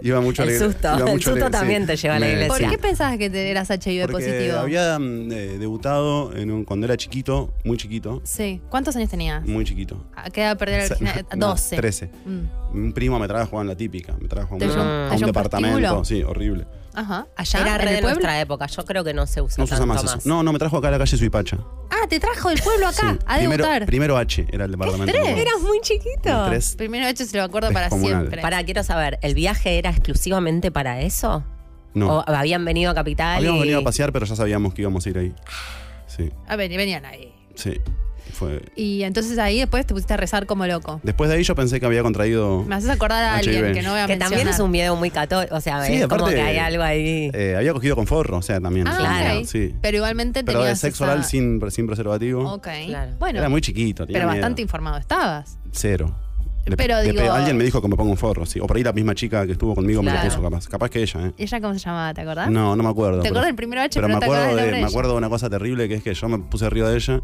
Speaker 22: iba mucho
Speaker 13: El
Speaker 22: a la iglesia.
Speaker 13: susto,
Speaker 22: iba
Speaker 13: el
Speaker 22: mucho a la
Speaker 13: susto
Speaker 22: iglesia, sí.
Speaker 13: también te lleva a la
Speaker 22: Me-
Speaker 13: iglesia.
Speaker 14: ¿Por qué pensabas que te eras HIV
Speaker 22: Porque
Speaker 14: positivo?
Speaker 22: había mm, eh, debutado en un- cuando era chiquito, muy chiquito,
Speaker 14: Sí. ¿Cuántos años tenías?
Speaker 22: muy chiquito.
Speaker 14: Queda perder el
Speaker 22: Se-
Speaker 14: original.
Speaker 22: no,
Speaker 14: 12.
Speaker 22: 13.
Speaker 14: Mm.
Speaker 22: Un primo me trajo a jugar en la típica, me trajo a un,
Speaker 14: ¿Te dio un-
Speaker 22: a
Speaker 14: te
Speaker 22: un
Speaker 14: dio un
Speaker 22: departamento,
Speaker 14: prostíbulo?
Speaker 22: sí, horrible.
Speaker 14: Ajá. Allá.
Speaker 13: Era
Speaker 14: en
Speaker 13: re
Speaker 14: el
Speaker 13: de
Speaker 14: pueblo.
Speaker 13: nuestra época. Yo creo que no se usa
Speaker 22: No se usa
Speaker 13: tanto
Speaker 22: más
Speaker 13: más.
Speaker 22: eso. No, no, me trajo acá a la calle Suipacha.
Speaker 14: Ah, te trajo del pueblo acá, a
Speaker 22: primero,
Speaker 14: debutar.
Speaker 22: primero H era el departamento.
Speaker 14: tres?
Speaker 22: ¿no?
Speaker 13: Eras muy chiquito.
Speaker 22: El tres.
Speaker 14: Primero hecho se lo acuerdo para
Speaker 22: Descomunal.
Speaker 14: siempre.
Speaker 13: Pará, quiero saber, ¿el viaje era exclusivamente para eso?
Speaker 22: No.
Speaker 13: ¿O habían venido a Capital?
Speaker 22: Habíamos
Speaker 13: y-
Speaker 22: venido a pasear, pero ya sabíamos que íbamos a ir ahí. Sí,
Speaker 14: A ver, venían ahí.
Speaker 22: sí. Fue-
Speaker 14: Y entonces ahí después te pusiste a rezar como loco.
Speaker 22: Después de ahí yo pensé que había contraído.
Speaker 14: Me haces acordar a
Speaker 22: HIV.
Speaker 14: alguien que no voy a
Speaker 13: Que también
Speaker 14: mencionar.
Speaker 13: es un video muy católico. O sea,
Speaker 22: Sí,
Speaker 13: es como
Speaker 22: aparte-
Speaker 13: que hay algo ahí.
Speaker 22: eh, había cogido con forro, o sea, también.
Speaker 14: Ah,
Speaker 22: o sea,
Speaker 14: ok.
Speaker 22: sí.
Speaker 14: Pero igualmente
Speaker 22: Pero de
Speaker 14: tenías
Speaker 22: sexo
Speaker 14: esa-
Speaker 22: oral sin, sin preservativo.
Speaker 14: Ok. Bueno,
Speaker 22: Era muy chiquito, tenía
Speaker 14: pero
Speaker 22: miedo.
Speaker 14: bastante informado estabas.
Speaker 22: Cero. Le-
Speaker 14: Pero
Speaker 22: le
Speaker 14: digo-
Speaker 22: pe- alguien me dijo que me ponga un forro, sí. O por ahí la misma chica que estuvo conmigo me
Speaker 14: Claro.
Speaker 22: lo puso, capaz. Capaz que ella, ¿eh?
Speaker 14: ¿Y ella cómo se llamaba? ¿Te acordás?
Speaker 22: No, no me acuerdo.
Speaker 14: ¿Te
Speaker 22: pero-
Speaker 14: acuerdas del primero H,
Speaker 22: Pero,
Speaker 14: pero no
Speaker 22: me,
Speaker 14: te acordás del
Speaker 22: acuerdo de,
Speaker 14: nombre
Speaker 22: me
Speaker 14: de
Speaker 22: acuerdo de una cosa terrible que es que yo me puse arriba de ella,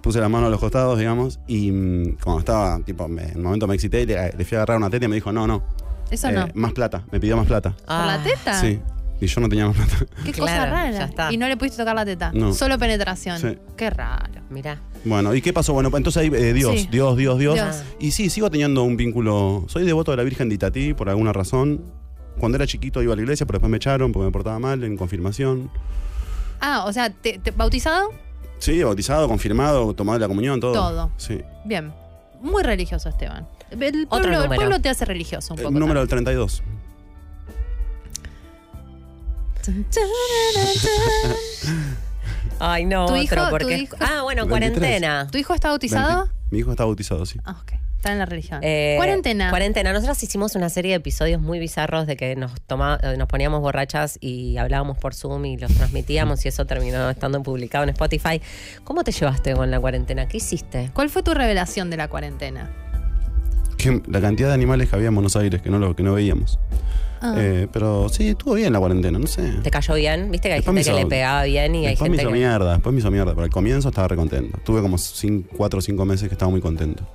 Speaker 22: puse la mano a los costados, digamos, y mm, cuando estaba, tipo, me- en un momento me excité y le, le fui a agarrar una teta y me dijo, no, no.
Speaker 14: Eso
Speaker 22: eh,
Speaker 14: no.
Speaker 22: Más plata, me pidió más plata.
Speaker 14: ¿Por la teta?
Speaker 22: Sí. Y yo no tenía más plata.
Speaker 14: Qué
Speaker 13: Ah, Claro,
Speaker 14: cosa rara.
Speaker 13: ya está.
Speaker 14: Y no le pudiste tocar la teta.
Speaker 22: No.
Speaker 14: Solo penetración.
Speaker 22: Sí.
Speaker 14: Qué raro. Mirá.
Speaker 22: Bueno, ¿y qué pasó? Bueno, entonces ahí, eh, Dios,
Speaker 14: Sí.
Speaker 22: Dios, Dios, Dios,
Speaker 14: Dios.
Speaker 22: Y sí, sigo teniendo un vínculo. Soy devoto de la Virgen de Itatí por alguna razón. Cuando era chiquito iba a la iglesia, pero después me echaron porque me portaba mal en confirmación.
Speaker 14: Ah, o sea, te, te- ¿bautizado?
Speaker 22: Sí, bautizado, confirmado, tomado la comunión, todo.
Speaker 14: Todo.
Speaker 22: Sí. Eh,
Speaker 14: Bien. Muy religioso, Esteban. El
Speaker 22: Otro
Speaker 14: pueblo, el
Speaker 22: número.
Speaker 14: pueblo te hace religioso un poco.
Speaker 22: El Eh, número del 32.
Speaker 13: Ay, no,
Speaker 14: ¿Tu
Speaker 13: otro,
Speaker 14: hijo- tu
Speaker 13: porque.
Speaker 14: hijo-
Speaker 13: Ah, bueno,
Speaker 22: 23.
Speaker 13: cuarentena.
Speaker 14: ¿Tu hijo está bautizado? Ah,
Speaker 22: Mi hijo está bautizado, sí.
Speaker 14: Está en la religión.
Speaker 13: Eh,
Speaker 14: Cuarentena.
Speaker 13: Cuarentena. Nosotros hicimos una serie de episodios muy bizarros de que nos toma, eh, nos poníamos borrachas y hablábamos por Zoom y los transmitíamos y eso terminó estando publicado en Spotify. ¿Cómo te llevaste con la cuarentena? ¿Qué hiciste?
Speaker 14: ¿Cuál fue tu revelación de la cuarentena?
Speaker 22: Que la cantidad de animales que había en Buenos Aires que no, lo, que no veíamos.
Speaker 14: Ah.
Speaker 22: Eh, pero sí, estuvo bien la cuarentena, no sé.
Speaker 13: ¿Te cayó bien? ¿Viste que hay
Speaker 22: Después me
Speaker 13: gente que
Speaker 22: hizo-
Speaker 13: le pegaba bien y hay
Speaker 22: Después me
Speaker 13: gente
Speaker 22: hizo
Speaker 13: que.
Speaker 22: mierda, después me hizo mierda, pero al comienzo estaba recontento. Tuve como 4 o 5 meses que estaba muy contento.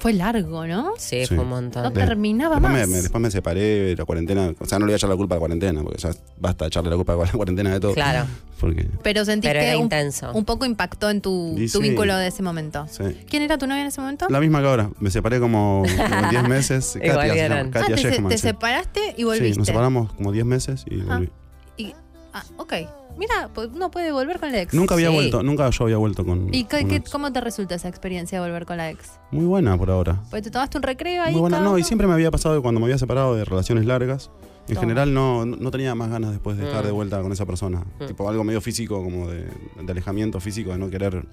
Speaker 14: Fue largo, ¿no?
Speaker 13: Mm, Sí,
Speaker 22: Sí.
Speaker 13: fue un montón.
Speaker 14: No terminaba
Speaker 22: después
Speaker 14: más.
Speaker 22: Me, me- después me separé, la cuarentena. O sea, no le voy a echar la culpa a la cuarentena, porque ya basta de echarle la culpa a la cuarentena de todo.
Speaker 13: Claro.
Speaker 22: Porque.
Speaker 14: Pero sentiste
Speaker 13: Pero era
Speaker 14: un,
Speaker 13: intenso.
Speaker 14: un poco impactó en tu,
Speaker 22: Y
Speaker 14: tu
Speaker 22: sí.
Speaker 14: vínculo de ese momento.
Speaker 22: sí.
Speaker 14: ¿Quién era tu novia en ese momento?
Speaker 22: La misma que ahora. Me separé como como 10 meses. Katia,
Speaker 13: Igual
Speaker 22: se llama,
Speaker 13: eran.
Speaker 14: Ah,
Speaker 22: Katia
Speaker 14: te, se-
Speaker 22: Sheckman,
Speaker 14: te
Speaker 22: sí.
Speaker 14: separaste y
Speaker 22: Sí,
Speaker 14: volviste.
Speaker 22: nos separamos como 10 meses y
Speaker 14: Ajá.
Speaker 22: volví.
Speaker 14: Y- ah, ok. Mira, pues uno puede volver con la ex.
Speaker 22: Nunca había
Speaker 14: Sí.
Speaker 22: vuelto, nunca yo había vuelto con.
Speaker 14: ¿Y qué-
Speaker 22: una
Speaker 14: qué-
Speaker 22: ex.
Speaker 14: cómo te resulta esa experiencia de volver con la ex?
Speaker 22: Muy buena por ahora.
Speaker 14: Pues te tomaste un recreo ahí.
Speaker 22: Muy buena.
Speaker 14: cada
Speaker 22: No, y
Speaker 14: uno?
Speaker 22: siempre me había pasado que cuando me había separado de relaciones largas, en
Speaker 14: Toma.
Speaker 22: general no, no tenía más ganas después de estar
Speaker 14: Mm.
Speaker 22: de vuelta con esa persona.
Speaker 14: Mm.
Speaker 22: Tipo algo medio físico, como de, de alejamiento físico, de no querer
Speaker 14: Mm.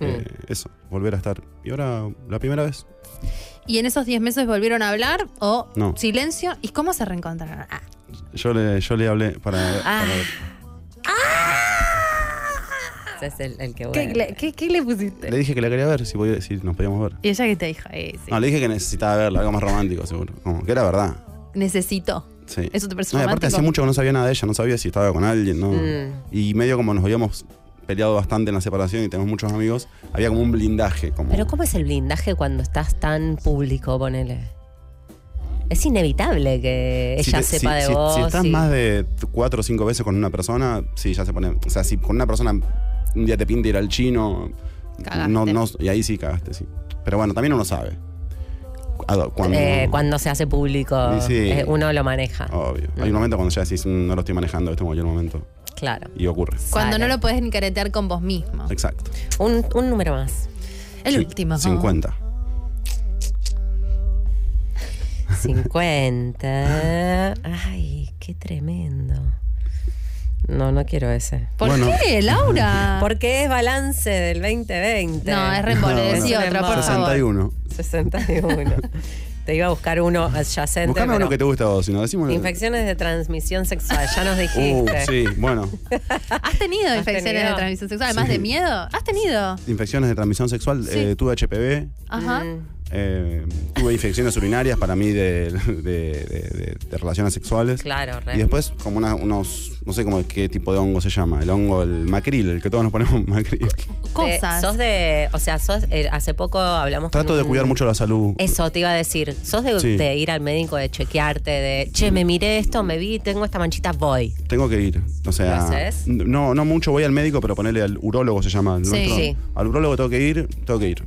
Speaker 22: eh, eso, volver a estar. Y ahora, la primera vez,
Speaker 14: ¿Y en esos 10 meses volvieron a hablar o
Speaker 22: No.
Speaker 14: silencio? ¿Y cómo se reencontraron? Ah,
Speaker 22: yo le, yo le hablé para.
Speaker 14: Ah.
Speaker 13: Ese es el, el que
Speaker 14: ¿qué,
Speaker 13: bueno.
Speaker 14: le, qué- qué le pusiste?
Speaker 22: para- le dije que la quería ver, si, podía- si nos podíamos ver.
Speaker 14: ¿Y ella qué te dijo? Eh, sí.
Speaker 22: No, le dije que necesitaba verla, algo más romántico, seguro. Como que era verdad.
Speaker 14: Necesito.
Speaker 22: Sí.
Speaker 14: ¿Eso te parece
Speaker 22: No, y
Speaker 14: romántico?
Speaker 22: aparte hacía mucho que no sabía nada de ella, no sabía si estaba con alguien, ¿no?
Speaker 14: Mm.
Speaker 22: Y medio como nos habíamos peleado bastante en la separación y tenemos muchos amigos, había como un blindaje, como...
Speaker 13: Pero ¿cómo es el blindaje cuando estás tan público, ponele? Es inevitable que ella
Speaker 22: Si te-
Speaker 13: sepa
Speaker 22: si-
Speaker 13: de
Speaker 22: si-
Speaker 13: vos.
Speaker 22: Si estás
Speaker 13: y-
Speaker 22: más de t- cuatro o cinco veces con una persona, sí, ya se pone... O sea, si con una persona un día te pinta ir al chino,
Speaker 13: Cagaste.
Speaker 22: no, no, y ahí sí cagaste, sí. Pero bueno, también uno sabe. Ad- Cuando,
Speaker 13: Eh, cuando se hace público,
Speaker 22: Y sí. Oh.
Speaker 13: eh, uno lo maneja.
Speaker 22: obvio. Hay un momento cuando ya decís, "Mm, no lo estoy manejando, esto en cualquier momento.
Speaker 13: Claro.
Speaker 22: Y ocurre.
Speaker 14: Cuando no lo podés ni caretear con vos mismo.
Speaker 22: Exacto.
Speaker 13: Un, un número más.
Speaker 14: El
Speaker 22: Sí,
Speaker 14: último.
Speaker 22: 50.
Speaker 13: 50. Ay, qué tremendo. No, no quiero ese.
Speaker 14: ¿Por Bueno. qué, Laura?
Speaker 13: Porque es balance del 2020.
Speaker 14: No, es reembolso. Decí
Speaker 13: Es un
Speaker 14: otra, por
Speaker 13: embole.
Speaker 14: favor.
Speaker 22: 61.
Speaker 13: 61. Te iba a buscar uno adyacente.
Speaker 22: Buscame
Speaker 13: pero-
Speaker 22: uno que te gusta a vos, si no decimos.
Speaker 13: Infecciones de transmisión sexual, ya nos dijiste.
Speaker 22: Uh, sí, bueno.
Speaker 14: ¿Has tenido infecciones
Speaker 13: tenido?
Speaker 14: de transmisión sexual? Además de miedo. ¿Has tenido?
Speaker 22: Infecciones de transmisión sexual, eh, tuve HPV,
Speaker 14: Ajá.
Speaker 13: Mm,
Speaker 22: eh, tuve infecciones urinarias para mí de, de- de- de- de relaciones sexuales.
Speaker 13: Claro, re.
Speaker 22: Y después, como una- unos, no sé cómo, qué tipo de hongo se llama, el hongo, el macril, el que todos nos ponemos macril.
Speaker 13: cosas. Eh, sos de, o sea, sos, eh, hace poco hablamos con
Speaker 22: Trato de
Speaker 13: un-
Speaker 22: cuidar mucho la salud.
Speaker 13: Eso te iba a decir. Sos de,
Speaker 22: Sí.
Speaker 13: de ir al médico, de chequearte, de che, me miré esto, me vi, tengo esta manchita, voy.
Speaker 22: Tengo que ir. O sea,
Speaker 13: ¿Lo haces?
Speaker 22: n- no, no mucho voy al médico, pero ponerle al urólogo se llama. el
Speaker 13: Sí.
Speaker 22: nuestro.
Speaker 13: Sí.
Speaker 22: Al urólogo tengo que ir, tengo que ir.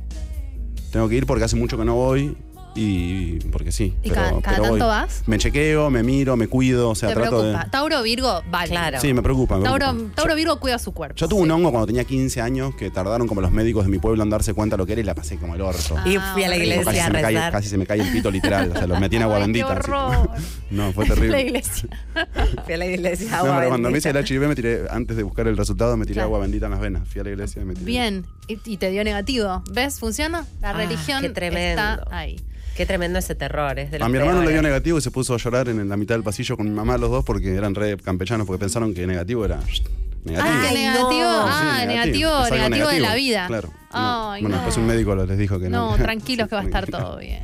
Speaker 22: Tengo que ir porque hace mucho que no voy y porque sí.
Speaker 14: ¿Y cada- cada tanto vas?
Speaker 22: Me chequeo, me miro, me cuido, o sea,
Speaker 14: Te
Speaker 22: trato
Speaker 14: preocupa.
Speaker 22: de...
Speaker 14: Tauro Virgo, vale.
Speaker 22: Sí, me preocupa. me preocupa.
Speaker 14: Tauro, Tauro Virgo cuida su cuerpo.
Speaker 22: Yo tuve un hongo cuando tenía 15 años que tardaron como los médicos de mi pueblo en darse cuenta lo que era y la pasé como el orto.
Speaker 14: Ah,
Speaker 13: Y fui a la
Speaker 22: Tipo,
Speaker 13: iglesia
Speaker 22: casi,
Speaker 13: a
Speaker 22: se me cae,
Speaker 13: rezar.
Speaker 22: casi se me cae el pito literal. O sea, los metí en agua bendita. así. No, fue terrible.
Speaker 14: iglesia.
Speaker 13: Fui a la iglesia.
Speaker 22: No,
Speaker 13: agua
Speaker 22: pero cuando me
Speaker 13: bendita.
Speaker 22: hice el HIV me tiré, antes de buscar el resultado, me tiré
Speaker 14: Claro.
Speaker 22: agua bendita en las venas. Fui a la iglesia y me tiré.
Speaker 14: Bien. Y, y te dio negativo. ¿Ves? Funciona. La
Speaker 13: Ah,
Speaker 14: religión
Speaker 13: qué tremendo.
Speaker 14: está ahí.
Speaker 13: Qué tremendo ese terror. Es de
Speaker 22: A
Speaker 13: los
Speaker 22: mi hermano le dio
Speaker 13: peores.
Speaker 22: negativo y se puso a llorar en la mitad del pasillo con mi mamá los dos porque eran re campechanos porque pensaron que negativo era negativo.
Speaker 14: Ah,
Speaker 13: Ay,
Speaker 14: negativo,
Speaker 13: no.
Speaker 14: ah,
Speaker 22: Sí,
Speaker 14: negativo,
Speaker 22: es algo
Speaker 14: negativo, de
Speaker 22: negativo,
Speaker 14: la vida.
Speaker 22: Claro.
Speaker 14: Ay,
Speaker 22: bueno,
Speaker 14: no.
Speaker 22: después un médico les dijo que no.
Speaker 14: No, tranquilos que va a estar todo bien.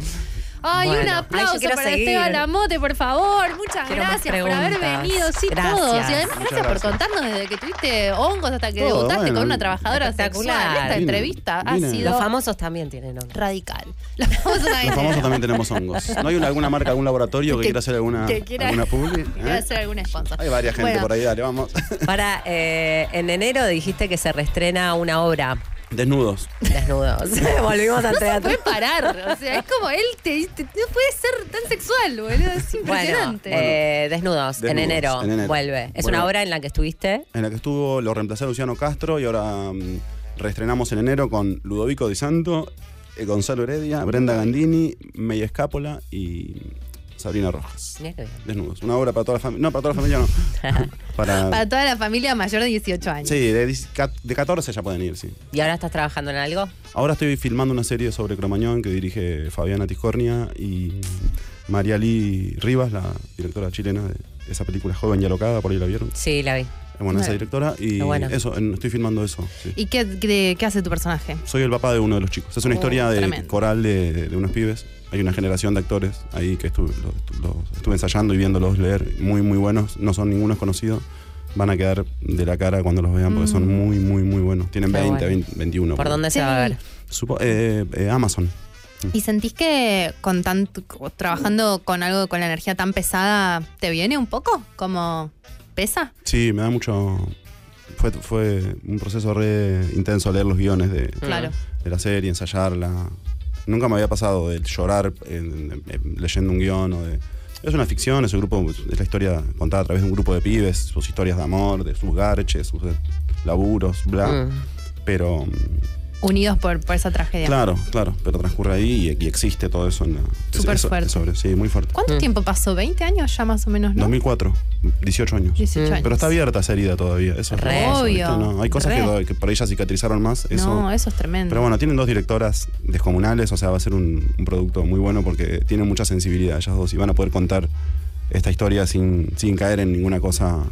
Speaker 14: Ay,
Speaker 22: Bueno.
Speaker 14: un
Speaker 22: Ay, yo
Speaker 14: aplauso
Speaker 13: quiero
Speaker 14: para
Speaker 13: seguir.
Speaker 14: Esteban Lamote, por favor. Muchas
Speaker 13: Quiero más
Speaker 14: gracias por haber
Speaker 13: preguntas.
Speaker 14: venido. Sí,
Speaker 13: Gracias.
Speaker 14: todos. Y además,
Speaker 13: Muchas
Speaker 14: gracias, por
Speaker 13: gracias.
Speaker 14: contarnos desde que tuviste hongos hasta que
Speaker 13: Todo,
Speaker 14: debutaste
Speaker 13: bueno,
Speaker 14: con una
Speaker 13: vine-
Speaker 14: trabajadora
Speaker 13: espectacular.
Speaker 14: sexual. Esta
Speaker 13: Vine-
Speaker 14: entrevista ha
Speaker 22: vine-
Speaker 14: sido
Speaker 13: Los famosos también tienen honor.
Speaker 14: radical. Los famosos también
Speaker 22: Los famosos también tenemos hongos. ¿No hay una- alguna marca, algún laboratorio que,
Speaker 14: Que-
Speaker 22: quiera hacer alguna,
Speaker 14: que quiera-
Speaker 22: alguna publi?
Speaker 14: Voy a
Speaker 22: ¿Eh?
Speaker 14: hacer algún sponsor.
Speaker 22: Hay varias gente
Speaker 13: Bueno.
Speaker 22: por ahí, dale, vamos.
Speaker 13: Para, eh, en enero dijiste que se reestrena una obra.
Speaker 22: Desnudos.
Speaker 13: Desnudos. Volvimos al
Speaker 14: No se
Speaker 13: teatro.
Speaker 14: puede parar. O sea, es como él te, te- no puede ser tan sexual, boludo. Es
Speaker 13: Bueno,
Speaker 14: impresionante.
Speaker 13: eh, desnudos, en
Speaker 22: Desnudos,
Speaker 13: enero,
Speaker 22: en enero.
Speaker 13: vuelve. Es
Speaker 22: Vuelve.
Speaker 13: una obra en la que estuviste.
Speaker 22: En la que estuvo, lo reemplazó Luciano Castro y ahora mm, reestrenamos en enero con Ludovico Di Santo, eh, Gonzalo Heredia, Brenda Gandini, Meya Escápola y Sabrina Rojas.
Speaker 13: Mirá qué bien.
Speaker 22: Desnudos. Una obra para toda la familia. No, para toda la familia no. Para,
Speaker 14: Para toda la familia mayor de 18 años.
Speaker 22: sí, de, 10 ca- de 14 ya pueden ir, sí.
Speaker 13: ¿Y ahora estás trabajando en algo?
Speaker 22: Ahora estoy filmando una serie sobre Cromañón que dirige Fabiana Tiscornia y María Lee Rivas, la directora chilena de esa película Joven y Alocada, por ahí la vieron.
Speaker 13: Sí, la vi.
Speaker 22: Bueno, esa directora y
Speaker 13: Lo bueno.
Speaker 22: eso, en- estoy filmando eso. sí.
Speaker 14: ¿Y qué, de- qué hace tu personaje?
Speaker 22: Soy el papá de uno de los chicos. Es una
Speaker 14: Oh,
Speaker 22: historia de
Speaker 14: tremendo.
Speaker 22: coral de, de unos pibes. Hay una generación de actores ahí que estuve, lo- estu- lo- estuve ensayando y viéndolos leer. Muy, muy buenos. No son ningunos conocidos. Van a quedar de la cara cuando los vean porque son muy, muy, muy buenos. Tienen
Speaker 13: Mm. Qué
Speaker 22: 20,
Speaker 13: bueno.
Speaker 22: 20, 21.
Speaker 13: ¿Por
Speaker 22: creo.
Speaker 13: dónde se va a ver?
Speaker 22: Supo- eh, eh, Amazon.
Speaker 14: ¿Y sentís que con tanto, trabajando con algo con la energía tan pesada, te viene un poco? ¿Como pesa?
Speaker 22: Sí, me da mucho... Fue, fue un proceso re intenso leer los guiones de,
Speaker 14: Claro.
Speaker 22: de la serie, ensayarla. Nunca me había pasado de llorar en- en- en- leyendo un guión o de... Es una ficción, es un grupo, es la historia contada a través de un grupo de pibes, sus historias de amor, de sus garches, sus eh, laburos,
Speaker 14: Mm.
Speaker 22: bla.
Speaker 13: Mm.
Speaker 22: Pero,
Speaker 14: Unidos por, por esa tragedia.
Speaker 22: claro, claro, pero transcurre ahí y, y existe todo eso en la... es-
Speaker 14: Súper
Speaker 22: eso-
Speaker 14: fuerte.
Speaker 22: sobre- sí, muy fuerte.
Speaker 14: ¿Cuánto tiempo pasó? ¿20 años ya más o menos, no?
Speaker 22: 2004, 18 años.
Speaker 13: Mm.
Speaker 14: 18 años.
Speaker 22: Pero está abierta esa herida todavía. Eso es
Speaker 14: Re.
Speaker 22: hermoso, ¿viste?
Speaker 14: Obvio,
Speaker 22: No, hay cosas
Speaker 14: re.
Speaker 22: que, do- que por ahí ya cicatrizaron más. Eso.
Speaker 14: No, eso es tremendo.
Speaker 22: Pero bueno, tienen dos directoras descomunales, o sea, va a ser un, un producto muy bueno porque tienen mucha sensibilidad ellas dos y van a poder contar esta historia sin, sin caer en ninguna cosa,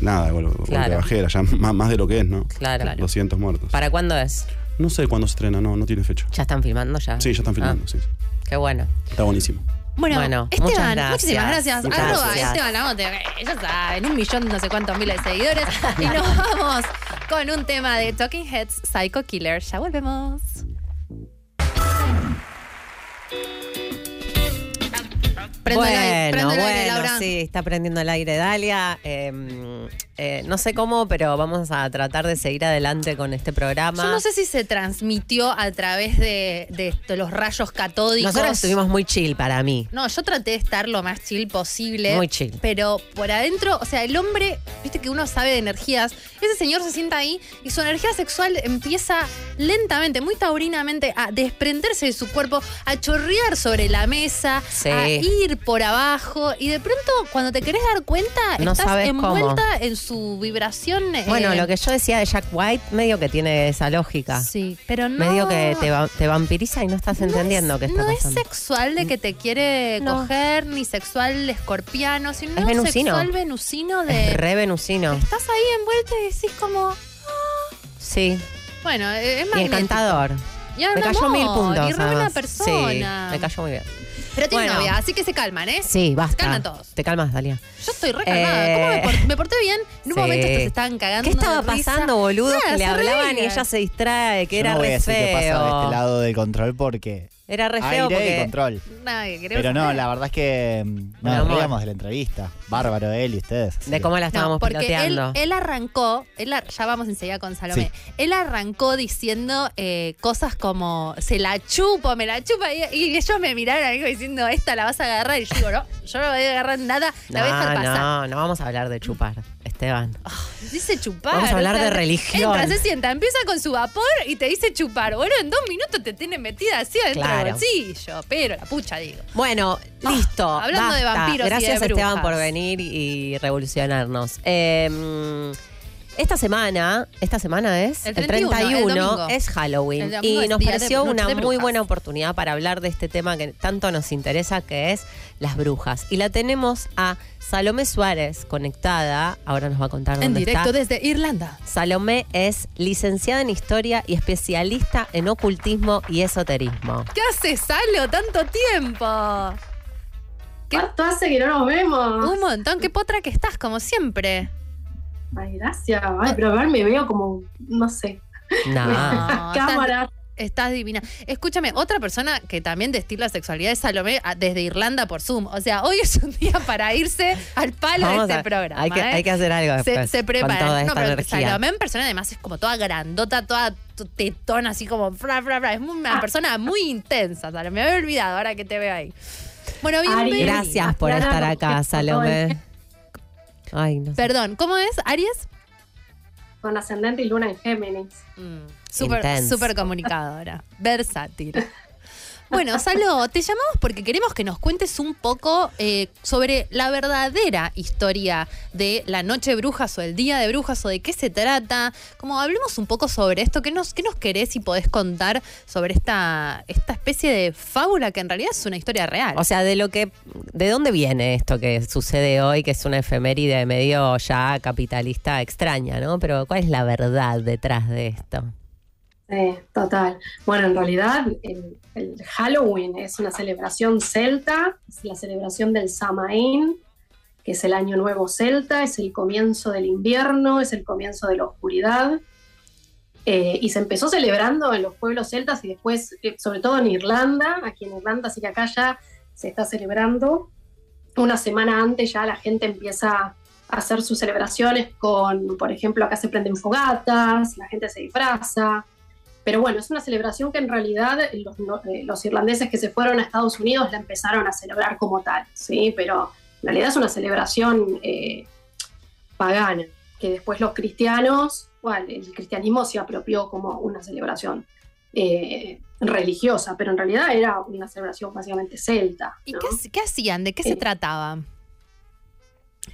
Speaker 22: nada, gol- golpe
Speaker 13: Claro.
Speaker 22: bajera, ya más, más de lo que es, ¿no?
Speaker 13: Claro. Claro.
Speaker 22: 200 muertos.
Speaker 13: ¿Para cuándo es?
Speaker 22: No sé cuándo se estrena, no, no tiene fecha.
Speaker 13: ¿Ya están filmando ya?
Speaker 22: Sí, ya están filmando,
Speaker 13: Ah,
Speaker 22: sí. sí.
Speaker 13: Qué bueno.
Speaker 22: Está buenísimo.
Speaker 14: Bueno,
Speaker 13: Bueno,
Speaker 14: Esteban,
Speaker 13: muchas gracias.
Speaker 14: muchísimas gracias.
Speaker 13: Muchas
Speaker 14: Arroba
Speaker 13: gracias.
Speaker 14: Esteban Lamote, ok, ya saben, un millón no sé cuántos miles de seguidores. y nos vamos con un tema de Talking Heads, Psycho Killer. Ya volvemos. Prendo el
Speaker 13: bueno,
Speaker 14: aire, prendo el
Speaker 13: bueno,
Speaker 14: aire, Laura.
Speaker 13: sí, está prendiendo el aire Dalia. Eh, eh, no sé cómo, pero vamos a tratar de seguir adelante con este programa.
Speaker 14: Yo no sé si se transmitió a través de, de esto, los rayos catódicos.
Speaker 13: Nosotros estuvimos muy chill para mí.
Speaker 14: No, yo traté de estar lo más chill posible.
Speaker 13: Muy chill.
Speaker 14: Pero por adentro, o sea, el hombre, viste que uno sabe de energías. Ese señor se sienta ahí y su energía sexual empieza lentamente, muy taurinamente, a desprenderse de su cuerpo, a chorrear sobre la mesa,
Speaker 13: Sí.
Speaker 14: a ir por abajo. Y de pronto, cuando te querés dar cuenta,
Speaker 13: No
Speaker 14: estás
Speaker 13: sabes cómo.
Speaker 14: envuelta en su vibración.
Speaker 13: Bueno,
Speaker 14: eh,
Speaker 13: lo que yo decía de Jack White, medio que tiene esa lógica.
Speaker 14: Sí, pero no.
Speaker 13: Medio que te, va- te vampiriza y no estás entendiendo qué está
Speaker 14: no es
Speaker 13: pasando.
Speaker 14: sexual de que te quiere
Speaker 13: No.
Speaker 14: coger, ni sexual escorpiano, sino
Speaker 13: Es venusino.
Speaker 14: sexual venusino de.
Speaker 13: Es re venusino.
Speaker 14: Estás ahí envuelto y decís como.
Speaker 13: Sí.
Speaker 14: Bueno, eh, es
Speaker 13: Y
Speaker 14: magnético.
Speaker 13: encantador.
Speaker 14: Y era
Speaker 13: me
Speaker 14: un
Speaker 13: cayó
Speaker 14: amor,
Speaker 13: mil puntos.
Speaker 14: Y re buena
Speaker 13: además.
Speaker 14: persona.
Speaker 13: Sí, me cayó muy bien.
Speaker 14: Pero tiene
Speaker 13: Bueno.
Speaker 14: novia, así que se calman, ¿eh?
Speaker 13: Sí, basta.
Speaker 14: Se calman todos.
Speaker 13: Te calmas, Dalia.
Speaker 14: Yo estoy re calmada.
Speaker 13: Eh,
Speaker 14: ¿Cómo me, por- me porté bien? En un
Speaker 13: sí.
Speaker 14: momento estos se estaban cagando.
Speaker 13: ¿Qué estaba
Speaker 14: de risa.
Speaker 13: pasando, boludo?
Speaker 14: Nada,
Speaker 13: que le
Speaker 14: se
Speaker 13: hablaban
Speaker 14: reían.
Speaker 13: y ella se distrae, que
Speaker 16: Yo
Speaker 13: era
Speaker 16: no voy a
Speaker 13: re
Speaker 16: decir
Speaker 13: feo.
Speaker 16: qué pasa de este lado del control porque
Speaker 13: Era re feo
Speaker 16: Aire
Speaker 13: porque.
Speaker 16: y control.
Speaker 14: Nadie, queremos
Speaker 16: Pero no,
Speaker 14: saber.
Speaker 16: la verdad es que mm,
Speaker 13: Mi amor.
Speaker 16: nos reíamos de la entrevista. Bárbaro él y ustedes.
Speaker 13: De cómo la estábamos
Speaker 14: porque
Speaker 13: piloteando.
Speaker 14: Él, él arrancó, él ar- ya vamos enseguida con Salomé, él arrancó diciendo eh, cosas como, se la chupo, me la chupa, y, y ellos me miraron a mí como diciendo, esta la vas a agarrar, y yo digo, no, yo no la voy a agarrar nada, la voy a dejar
Speaker 13: no,
Speaker 14: pasar. Ah,
Speaker 13: no, no vamos a hablar de chupar, Esteban.
Speaker 14: Dice chupar.
Speaker 13: Vamos a hablar de religión.
Speaker 14: Entra, se sienta, empieza con su vapor y te dice chupar. Bueno, en dos minutos te tiene metida así adentro
Speaker 13: Claro.
Speaker 14: del bolsillo, pero la pucha, digo.
Speaker 13: Bueno, listo.
Speaker 14: Ah, hablando de
Speaker 13: basta.
Speaker 14: vampiros y de
Speaker 13: Gracias,
Speaker 14: brujas.
Speaker 13: Esteban, por venir y revolucionarnos. Eh, esta semana, esta semana es
Speaker 14: El 31, el domingo.
Speaker 13: es Halloween
Speaker 14: El domingo
Speaker 13: y
Speaker 14: es
Speaker 13: nos
Speaker 14: día de
Speaker 13: pareció
Speaker 14: noche
Speaker 13: una
Speaker 14: de
Speaker 13: muy
Speaker 14: brujas.
Speaker 13: buena oportunidad para hablar de este tema que tanto nos interesa, que es las brujas. Y la tenemos a Salomé Suárez conectada, ahora nos va a contar
Speaker 14: En
Speaker 13: dónde
Speaker 14: directo
Speaker 13: está.
Speaker 14: desde Irlanda.
Speaker 13: Salomé es licenciada en historia y especialista en ocultismo y esoterismo.
Speaker 14: ¿Qué haces, Salo? Tanto tiempo.
Speaker 2: ¿Cuánto hace que no nos vemos?
Speaker 14: Un montón, qué potra que estás, como siempre.
Speaker 2: Ay, gracias. Ay, pero a ver, me veo como, no sé.
Speaker 13: Ah.
Speaker 14: No,
Speaker 2: Cámara.
Speaker 14: Estás, estás divina. Escúchame, otra persona que también destila sexualidad es Salomé a- desde Irlanda por Zoom. O sea, hoy es un día para irse al palo
Speaker 13: Vamos
Speaker 14: de este
Speaker 13: a-
Speaker 14: programa.
Speaker 13: hay que-
Speaker 14: ¿eh?
Speaker 13: hay que hacer algo
Speaker 14: Se,
Speaker 13: después,
Speaker 14: se
Speaker 13: con
Speaker 14: prepara.
Speaker 13: toda
Speaker 14: no,
Speaker 13: esta
Speaker 14: pero
Speaker 13: energía.
Speaker 14: Salomé en persona además es como toda grandota, toda t- tetona, así como fra, fra, fra. Es una persona muy intensa, Salomé. Me había olvidado ahora que te veo ahí. Bueno, bienvenida.
Speaker 13: Gracias por estar acá, Salomé. Ay, no sé.
Speaker 14: Perdón, ¿cómo es, Aries?
Speaker 2: Con ascendente y luna en Géminis.
Speaker 14: Súper
Speaker 2: Intenso.
Speaker 14: súper comunicadora, versátil. Bueno, Salo, te llamamos porque queremos que nos cuentes un poco eh, sobre la verdadera historia de la noche de brujas o el día de brujas o de qué se trata. Como hablemos un poco sobre esto, ¿qué nos, qué nos querés y podés contar sobre esta, esta especie de fábula que en realidad es una historia real?
Speaker 13: O sea, de lo que, ¿de dónde viene esto que sucede hoy, que es una efeméride medio ya capitalista extraña, ¿no? Pero ¿cuál es la verdad detrás de esto?
Speaker 2: Sí, total. Bueno, en realidad el, el Halloween es una celebración celta, es la celebración del Samaín, que es el año nuevo celta, es el comienzo del invierno, es el comienzo de la oscuridad. Eh, y se empezó celebrando en los pueblos celtas y después, eh, sobre todo en Irlanda, aquí en Irlanda, así que acá ya se está celebrando. Una semana antes ya la gente empieza a hacer sus celebraciones con, por ejemplo, acá se prenden fogatas, la gente se disfraza. Pero bueno, es una celebración que en realidad los, no- eh, los irlandeses que se fueron a Estados Unidos la empezaron a celebrar como tal, ¿sí? Pero en realidad es una celebración eh, pagana, que después los cristianos, bueno, el cristianismo se apropió como una celebración eh, religiosa, pero en realidad era una celebración básicamente celta.
Speaker 14: ¿Y qué, ha- qué hacían? ¿De qué se trataba?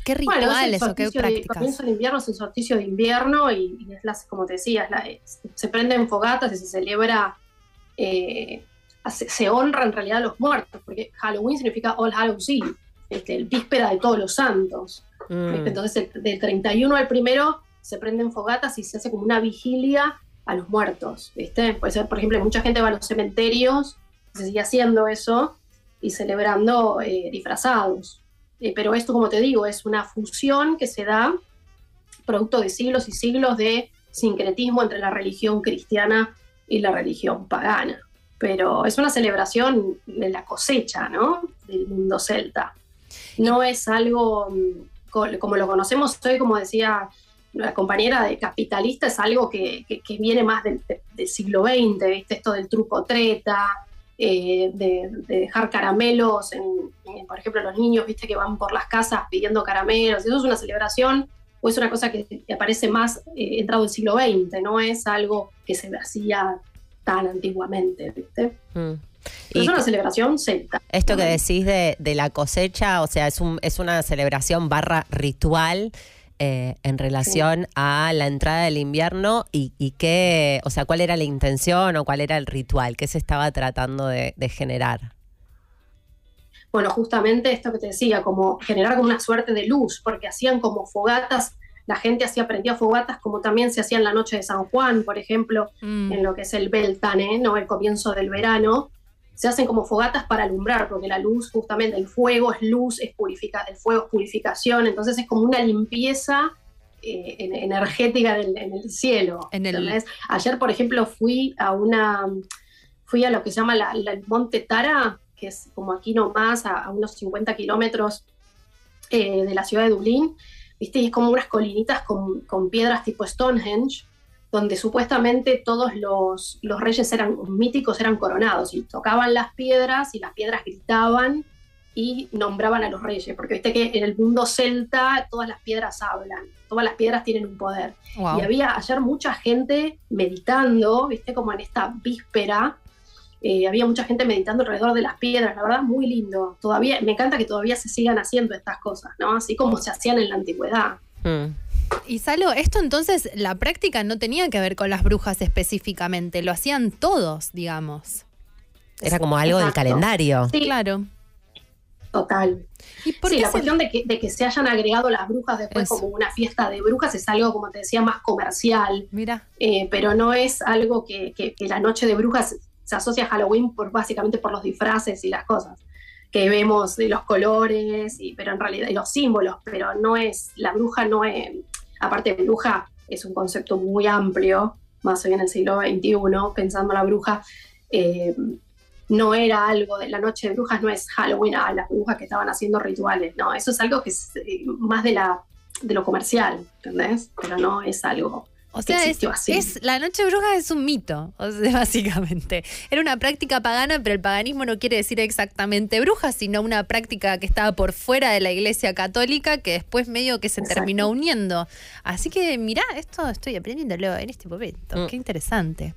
Speaker 14: ¿Qué
Speaker 2: Eh. Bueno, es el
Speaker 14: rituales o qué
Speaker 2: solsticio de-
Speaker 14: prácticas?
Speaker 2: comienzo del invierno es el solsticio de invierno y, y es las, como te decía, es la- es- se prenden fogatas y se celebra, eh, se, se honra en realidad a los muertos, porque Halloween significa All Hallows Eve, este, el víspera de todos los santos.
Speaker 14: Mm,
Speaker 2: Entonces, el- del 31 al primero se prenden fogatas y se hace como una vigilia a los muertos, ¿viste? Puede ser, por ejemplo, mucha gente va a los cementerios, se sigue haciendo eso y celebrando eh, disfrazados. Eh, pero esto, como te digo, es una fusión que se da producto de siglos y siglos de sincretismo entre la religión cristiana y la religión pagana. Pero es una celebración de la cosecha, ¿no? Del mundo celta. No es algo mm, co- como lo conocemos hoy, como decía la compañera de capitalista, es algo que, que- que viene más del, de- del siglo XX, ¿viste? Esto del truco treta, eh, de, de dejar caramelos, en- en, por ejemplo, los niños, ¿viste? Que van por las casas pidiendo caramelos. Eso es una celebración o es una cosa que aparece más eh, entrado el siglo XX, no es algo que se hacía tan antiguamente, ¿viste?
Speaker 13: Mm.
Speaker 2: Pero
Speaker 13: Y-
Speaker 2: es una celebración celta.
Speaker 13: Esto que decís de, de la cosecha, o sea, es, un, es una celebración barra ritual eh, en relación a la entrada del invierno y, y qué, o sea, cuál era la intención o cuál era el ritual, qué se estaba tratando de, de generar.
Speaker 2: bueno, justamente esto que te decía, como generar como una suerte de luz, porque hacían como fogatas, la gente hacía, prendía fogatas como también se hacía en la noche de San Juan, por ejemplo,
Speaker 14: Mm.
Speaker 2: en lo que es el Beltane, ¿eh? ¿no? El comienzo del verano. Se hacen como fogatas para alumbrar, porque la luz, justamente, el fuego es luz, es purifica, el fuego es purificación, entonces es como una limpieza eh, en- energética del- en el cielo.
Speaker 14: En el-
Speaker 2: ¿entendés? Ayer, por ejemplo, fui a una fui a lo que se llama la- la- el Monte Tara, que es como aquí nomás, a, a unos 50 kilómetros eh, de la ciudad de Dublín, ¿viste? Y es como unas colinitas con, con piedras tipo Stonehenge, donde supuestamente todos los, los reyes eran míticos, eran coronados, y tocaban las piedras y las piedras gritaban y nombraban a los reyes, porque viste que en el mundo celta todas las piedras hablan, todas las piedras tienen un poder.
Speaker 14: Wow.
Speaker 2: Y había ayer mucha gente meditando, viste, como en esta víspera, eh, había mucha gente meditando alrededor de las piedras, la verdad, muy lindo. Todavía, me encanta que todavía se sigan haciendo estas cosas, ¿no? Así como se hacían en la antigüedad. Hmm.
Speaker 14: Y Salo, esto entonces, la práctica no tenía que ver con las brujas específicamente, lo hacían todos, digamos.
Speaker 13: Era como algo del
Speaker 14: Exacto.
Speaker 13: calendario.
Speaker 14: Sí, claro.
Speaker 2: Total.
Speaker 14: ¿Y por
Speaker 2: sí,
Speaker 14: qué
Speaker 2: la
Speaker 14: se-
Speaker 2: cuestión de que, de que se hayan agregado las brujas después
Speaker 14: Eso.
Speaker 2: como una fiesta de brujas es algo, como te decía, más comercial.
Speaker 14: Mira.
Speaker 2: Eh, pero no es algo que, que- que la noche de brujas se asocia a Halloween por, básicamente por los disfraces y las cosas que vemos de los colores, y, pero en realidad, y los símbolos, pero no es, la bruja no es, aparte bruja es un concepto muy amplio, más hoy en el siglo XXI, pensando la bruja, eh, no era algo de la noche de brujas, no es Halloween a las brujas que estaban haciendo rituales, no, eso es algo que es eh, más de, la, de lo comercial, ¿entendés? Pero no es algo
Speaker 14: O sea,
Speaker 2: que
Speaker 14: es,
Speaker 2: existió así.
Speaker 14: es- la noche bruja es un mito, o sea, básicamente. Era una práctica pagana, pero el paganismo no quiere decir exactamente bruja, sino una práctica que estaba por fuera de la iglesia católica que después medio que se terminó uniendo. Así que mirá, esto estoy aprendiéndolo en este momento. Qué interesante.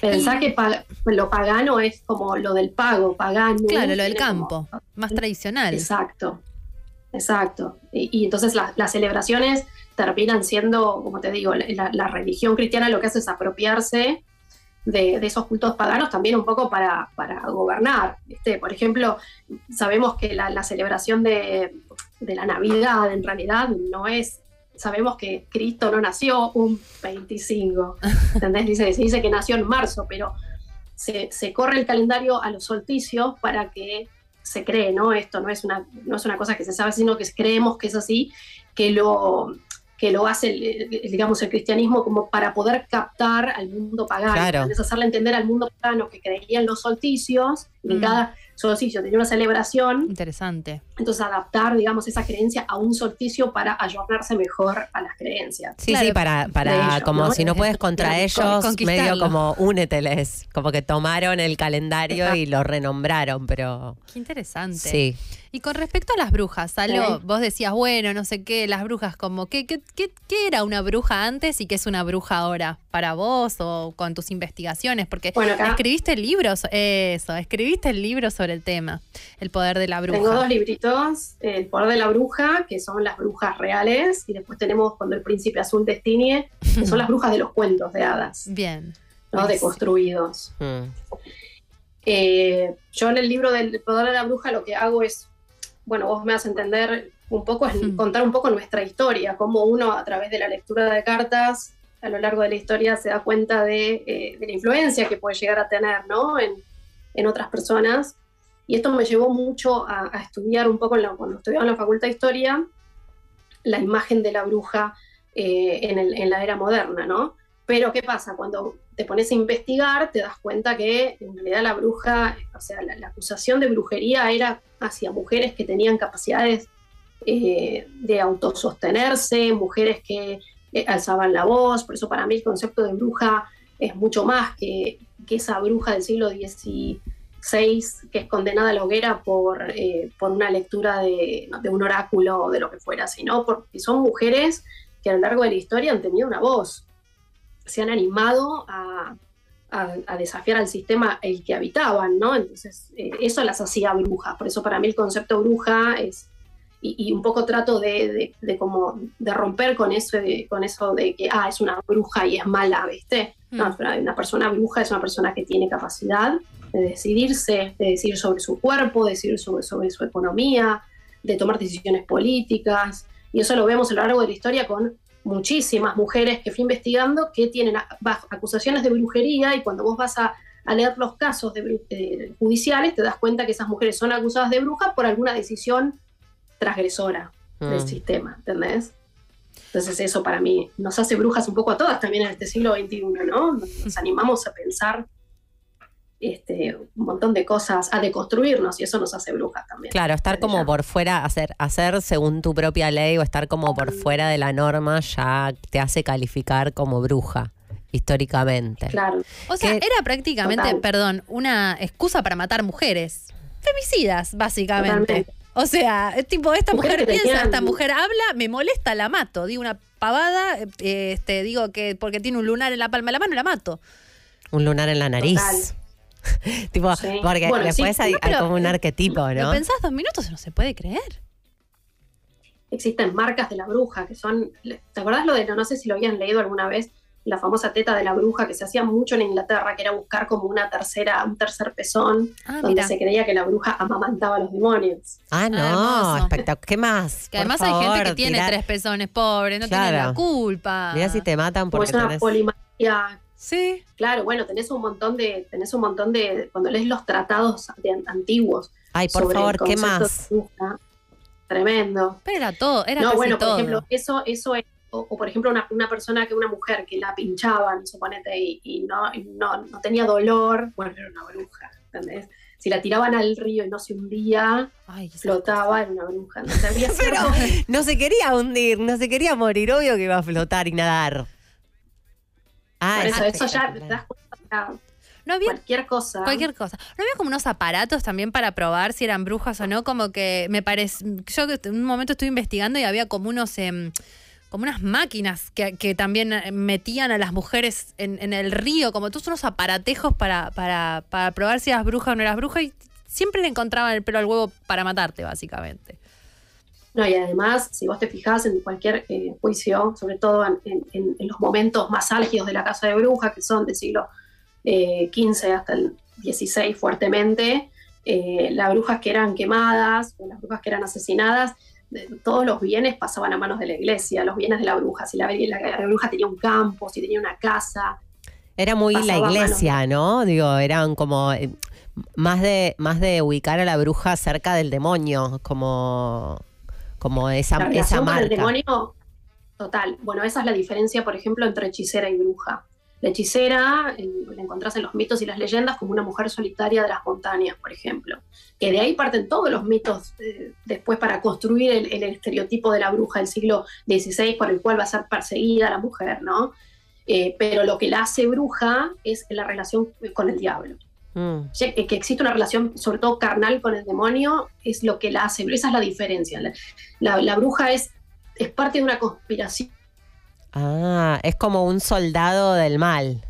Speaker 2: Pensá
Speaker 14: Y-
Speaker 2: que pa- lo pagano es como lo del pago, pagano.
Speaker 14: Claro, lo del
Speaker 2: tiene como-
Speaker 14: campo, más tradicional.
Speaker 2: Exacto, exacto. Y, y entonces la- las celebraciones terminan siendo, como te digo, la, la religión cristiana lo que hace es apropiarse de, de esos cultos paganos también un poco para, para gobernar. ¿viste? Por ejemplo, sabemos que la, la celebración de, de la Navidad en realidad no es... Sabemos que Cristo no nació un 25, ¿entendés? Dice, se dice que nació en marzo, pero se, se corre el calendario a los solsticios para que se cree, ¿no? Esto no es una, no es una cosa que se sabe, sino que creemos que es así, que lo, que lo hace, el- el- el, digamos, el cristianismo como para poder captar al mundo pagano,
Speaker 13: Claro.
Speaker 2: ¿entendés? hacerle entender al mundo pagano que creían los solsticios, y
Speaker 14: Mm.
Speaker 2: cada solsticio tenía una celebración,
Speaker 14: Interesante.
Speaker 2: entonces adaptar, digamos, esa creencia a un solsticio para ayornarse mejor a las creencias.
Speaker 13: Sí, sí, para, para
Speaker 2: De ellos,
Speaker 13: como
Speaker 2: ¿no?
Speaker 13: si no puedes contra
Speaker 2: Con-
Speaker 13: ellos, medio
Speaker 2: conquistarlo.
Speaker 13: como úneteles, como que tomaron el calendario y lo renombraron, pero
Speaker 14: Qué interesante.
Speaker 13: sí.
Speaker 14: Y con respecto a las brujas, Salo, vos decías, bueno, no sé qué, las brujas, como, ¿qué, qué, qué, qué era una bruja antes y qué es una bruja ahora? ¿Para vos o con tus investigaciones? Porque
Speaker 2: Bueno, acá-
Speaker 14: escribiste libros, eso, escribiste el libro sobre el tema, el poder de la bruja.
Speaker 2: Tengo dos libritos, El poder de la bruja, que son las brujas reales, y después tenemos Cuando el príncipe azul destine, que son las brujas de los cuentos de hadas,
Speaker 14: Bien.
Speaker 2: ¿no? de
Speaker 14: buenísimo.
Speaker 2: construidos.
Speaker 13: Hmm.
Speaker 2: Eh, yo en el libro del poder de la bruja lo que hago es, bueno, vos me vas a entender un poco, es contar un poco nuestra historia, cómo uno a través de la lectura de cartas a lo largo de la historia se da cuenta de, eh, de la influencia que puede llegar a tener ¿no? en, en otras personas. Y esto me llevó mucho a, a estudiar un poco en la- cuando estudiaba en la Facultad de Historia la imagen de la bruja eh, en, el- en la era moderna, ¿no? Pero ¿qué pasa? Cuando te pones a investigar, te das cuenta que en realidad la bruja, o sea, la, la acusación de brujería era hacia mujeres que tenían capacidades eh, de autosostenerse, mujeres que eh, alzaban la voz, por eso para mí el concepto de bruja es mucho más que, que esa bruja del siglo XVI que es condenada a la hoguera por, eh, por una lectura de, de un oráculo o de lo que fuera, sino porque son mujeres que a lo largo de la historia han tenido una voz, se han animado a, a- a desafiar al sistema el que habitaban, ¿no? Entonces, eh, eso las hacía brujas. Por eso para mí el concepto bruja es. Y, y un poco trato de, de, de como de romper con eso, de, con eso de que ah, es una bruja y es mala, ¿viste?
Speaker 14: Mm.
Speaker 2: No, Ah, pero una persona bruja es una persona que tiene capacidad de decidirse, de decir sobre su cuerpo, de decir sobre, sobre su economía, de tomar decisiones políticas. Y eso lo vemos a lo largo de la historia con muchísimas mujeres que fui investigando que tienen a- bajo- acusaciones de brujería y cuando vos vas a, a leer los casos de bru- eh, judiciales te das cuenta que esas mujeres son acusadas de bruja por alguna decisión transgresora del
Speaker 13: Mm.
Speaker 2: sistema, ¿entendés? Entonces eso para mí nos hace brujas un poco a todas también en este siglo XXI, ¿no? Nos animamos a pensar este, un montón de cosas, a deconstruirnos y eso nos hace brujas también.
Speaker 13: Claro, estar como por fuera, hacer, hacer según tu propia ley o estar como por fuera de la norma ya te hace calificar como bruja históricamente.
Speaker 2: Claro.
Speaker 14: O sea, era prácticamente,
Speaker 13: total.
Speaker 14: perdón, una excusa para matar mujeres. Femicidas, básicamente.
Speaker 2: Totalmente.
Speaker 14: O sea, es tipo, esta
Speaker 2: Mujeres
Speaker 14: mujer
Speaker 2: que
Speaker 14: piensa,
Speaker 2: tenían-
Speaker 14: esta mujer habla, me molesta, la mato. Digo una pavada, eh, este, digo que porque tiene un lunar en la palma de la mano, la mato.
Speaker 13: Un lunar en la nariz. tipo,
Speaker 14: Sí.
Speaker 13: porque
Speaker 14: Bueno, sí,
Speaker 13: después hay,
Speaker 14: no,
Speaker 13: hay
Speaker 14: pero, eh,
Speaker 13: como un arquetipo,
Speaker 14: Lo
Speaker 13: ¿no?
Speaker 14: pensás dos minutos y no se puede creer.
Speaker 2: Existen marcas de la bruja que son, ¿te acordás lo de, no sé si lo habían leído alguna vez, la famosa teta de la bruja que se hacía mucho en Inglaterra, que era buscar como una tercera, un tercer pezón,
Speaker 14: Ah,
Speaker 2: donde
Speaker 14: mira.
Speaker 2: se creía que la bruja amamantaba a los demonios.
Speaker 13: Ah, no, espectacular. ¿Qué más?
Speaker 14: Que
Speaker 13: Por
Speaker 14: además hay
Speaker 13: favor,
Speaker 14: gente que tiene
Speaker 13: tirá-
Speaker 14: tres pezones pobres, no tiene
Speaker 13: Claro.
Speaker 14: la culpa.
Speaker 13: Mirá si te matan
Speaker 2: Como
Speaker 13: porque
Speaker 2: es una
Speaker 13: tenés-
Speaker 2: polimaría.
Speaker 14: Sí.
Speaker 2: Claro, bueno, tenés un montón de, tenés un montón de, cuando lees los tratados de an- antiguos.
Speaker 13: Ay, por
Speaker 2: sobre el
Speaker 13: favor, ¿qué
Speaker 2: concepto
Speaker 13: más?
Speaker 2: de bruja, Tremendo.
Speaker 14: Pero era todo, era
Speaker 2: no,
Speaker 14: casi
Speaker 2: bueno,
Speaker 14: todo.
Speaker 2: por ejemplo, eso, eso es, o, o por ejemplo, una, una persona que, una mujer que la pinchaban, suponete, y, y no, y no, no tenía dolor, bueno, era una bruja, ¿entendés? Si la tiraban al río y no se hundía, flotaba, era una bruja. ¿no? Había
Speaker 13: Pero ah,
Speaker 2: ciertos-
Speaker 13: no se quería hundir, no se quería morir, obvio que iba a flotar y nadar. Ah,
Speaker 2: por eso,
Speaker 13: es-
Speaker 2: eso ya te das cuenta, o sea,
Speaker 14: No había-
Speaker 2: cualquier cosa.
Speaker 14: Cualquier cosa. ¿No había como unos aparatos también para probar si eran brujas o no? Como que me parece. Yo que en un momento estuve investigando y había como unos. em, como unas máquinas que, que también eh, metían a las mujeres en, en el río, como todos unos aparatejos para, para, para probar si eras bruja o no eras bruja, y siempre le encontraban el pelo al huevo para matarte, básicamente.
Speaker 2: No, y además, si vos te fijás en cualquier eh, juicio, sobre todo en, en- en los momentos más álgidos de la Casa de Bruja, que son del siglo eh, XV hasta el XVI fuertemente, eh, las brujas que eran quemadas o las brujas que eran asesinadas, de- todos los bienes pasaban a manos de la iglesia, los bienes de la bruja. Si la, la- la bruja tenía un campo, si tenía una casa,
Speaker 13: Era muy la
Speaker 2: pasaba
Speaker 13: iglesia, ¿no? Digo, eran como eh, más de más de ubicar a la bruja cerca del demonio, como como esa
Speaker 2: la
Speaker 13: esa
Speaker 2: relación con
Speaker 13: marca.
Speaker 2: el demonio, total. Bueno, esa es la diferencia, por ejemplo, entre hechicera y bruja. La hechicera eh, la encontrás en los mitos y las leyendas como una mujer solitaria de las montañas, por ejemplo. Que de ahí parten todos los mitos eh, después para construir el, el estereotipo de la bruja del siglo XVI por el cual va a ser perseguida la mujer, ¿no? Eh, pero lo que la hace bruja es la relación con el diablo.
Speaker 13: Mm.
Speaker 2: Ya que, que existe una relación, sobre todo carnal, con el demonio, es lo que la hace. Esa es la diferencia. La, la- la bruja es, es parte de una conspiración.
Speaker 13: Ah, es como un soldado del mal.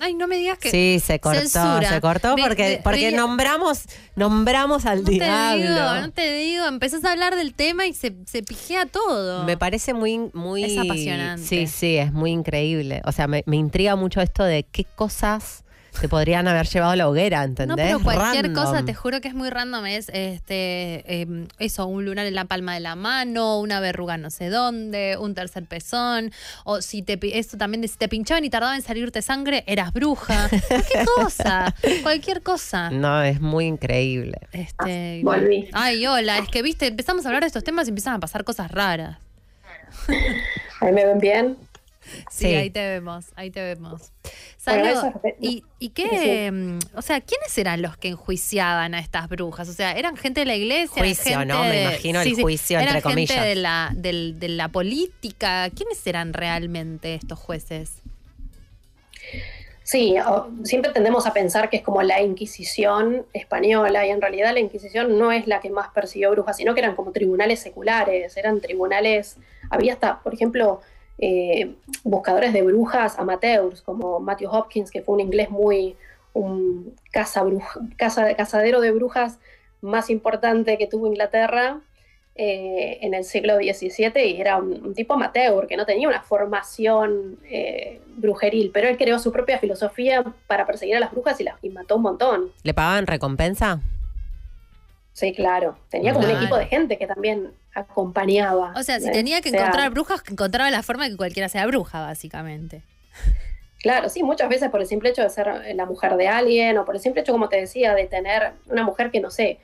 Speaker 14: Ay, no me digas que.
Speaker 13: Sí, se cortó,
Speaker 14: Censura.
Speaker 13: se cortó
Speaker 14: Ve-
Speaker 13: porque
Speaker 14: ve-
Speaker 13: porque
Speaker 14: veía-
Speaker 13: nombramos nombramos al
Speaker 14: No te
Speaker 13: diablo.
Speaker 14: digo, no te digo. Empezás a hablar del tema y se, se pijea todo.
Speaker 13: Me parece muy, muy.
Speaker 14: Es apasionante.
Speaker 13: Sí, sí, es muy increíble. O sea, me, me intriga mucho esto de qué cosas te podrían haber llevado a la hoguera,
Speaker 14: No,
Speaker 13: ¿entendés?
Speaker 14: pero cualquier
Speaker 13: Random.
Speaker 14: cosa, te juro que es muy random. Es este, eh, eso, un lunar en la palma de la mano, una verruga no sé dónde, un tercer pezón. O si te, pi- esto también, de si te pinchaban y tardaba en salirte sangre, eras bruja. Cualquier cosa, cualquier cosa.
Speaker 13: No, es muy increíble.
Speaker 14: Este,
Speaker 13: volví.
Speaker 14: Ay, hola, es que viste, empezamos a hablar de estos temas y empiezan a pasar cosas raras.
Speaker 2: ¿Ahí me ven bien? Sí.
Speaker 14: Sí, ahí te vemos, ahí te vemos.
Speaker 2: Bueno,
Speaker 14: Salo,
Speaker 2: eso es re-
Speaker 14: ¿y, y
Speaker 2: Sí.
Speaker 14: qué? mm, O sea, ¿quiénes eran los que enjuiciaban a estas brujas? O sea, ¿eran gente de la iglesia?
Speaker 13: Juicio,
Speaker 14: gente
Speaker 13: ¿no? Me
Speaker 14: de-
Speaker 13: imagino el juicio,
Speaker 14: ¿Eran
Speaker 13: entre comillas.
Speaker 14: gente de la, del- de la política? ¿Quiénes eran realmente estos jueces?
Speaker 2: Sí, o- siempre tendemos a pensar que es como la Inquisición española y en realidad la Inquisición no es la que más persiguió brujas, sino que eran como tribunales seculares, eran tribunales, había hasta, por ejemplo, eh, buscadores de brujas amateurs, como Matthew Hopkins, que fue un inglés muy, un caza bruj- caza- cazadero de brujas más importante que tuvo Inglaterra eh, en el siglo XVII y era un, un tipo amateur que no tenía una formación eh, brujeril, pero él creó su propia filosofía para perseguir a las brujas y, las y mató un montón.
Speaker 13: ¿Le pagaban recompensa?
Speaker 2: Sí, claro. Tenía como un
Speaker 13: Claro.
Speaker 2: equipo de gente que también acompañaba.
Speaker 14: O sea, si
Speaker 2: ¿eh?
Speaker 14: tenía que
Speaker 2: O sea,
Speaker 14: encontrar brujas, que encontraba la forma de que cualquiera sea bruja, básicamente.
Speaker 2: Claro, sí, muchas veces por el simple hecho de ser eh, la mujer de alguien o por el simple hecho, como te decía, de tener una mujer que, no sé,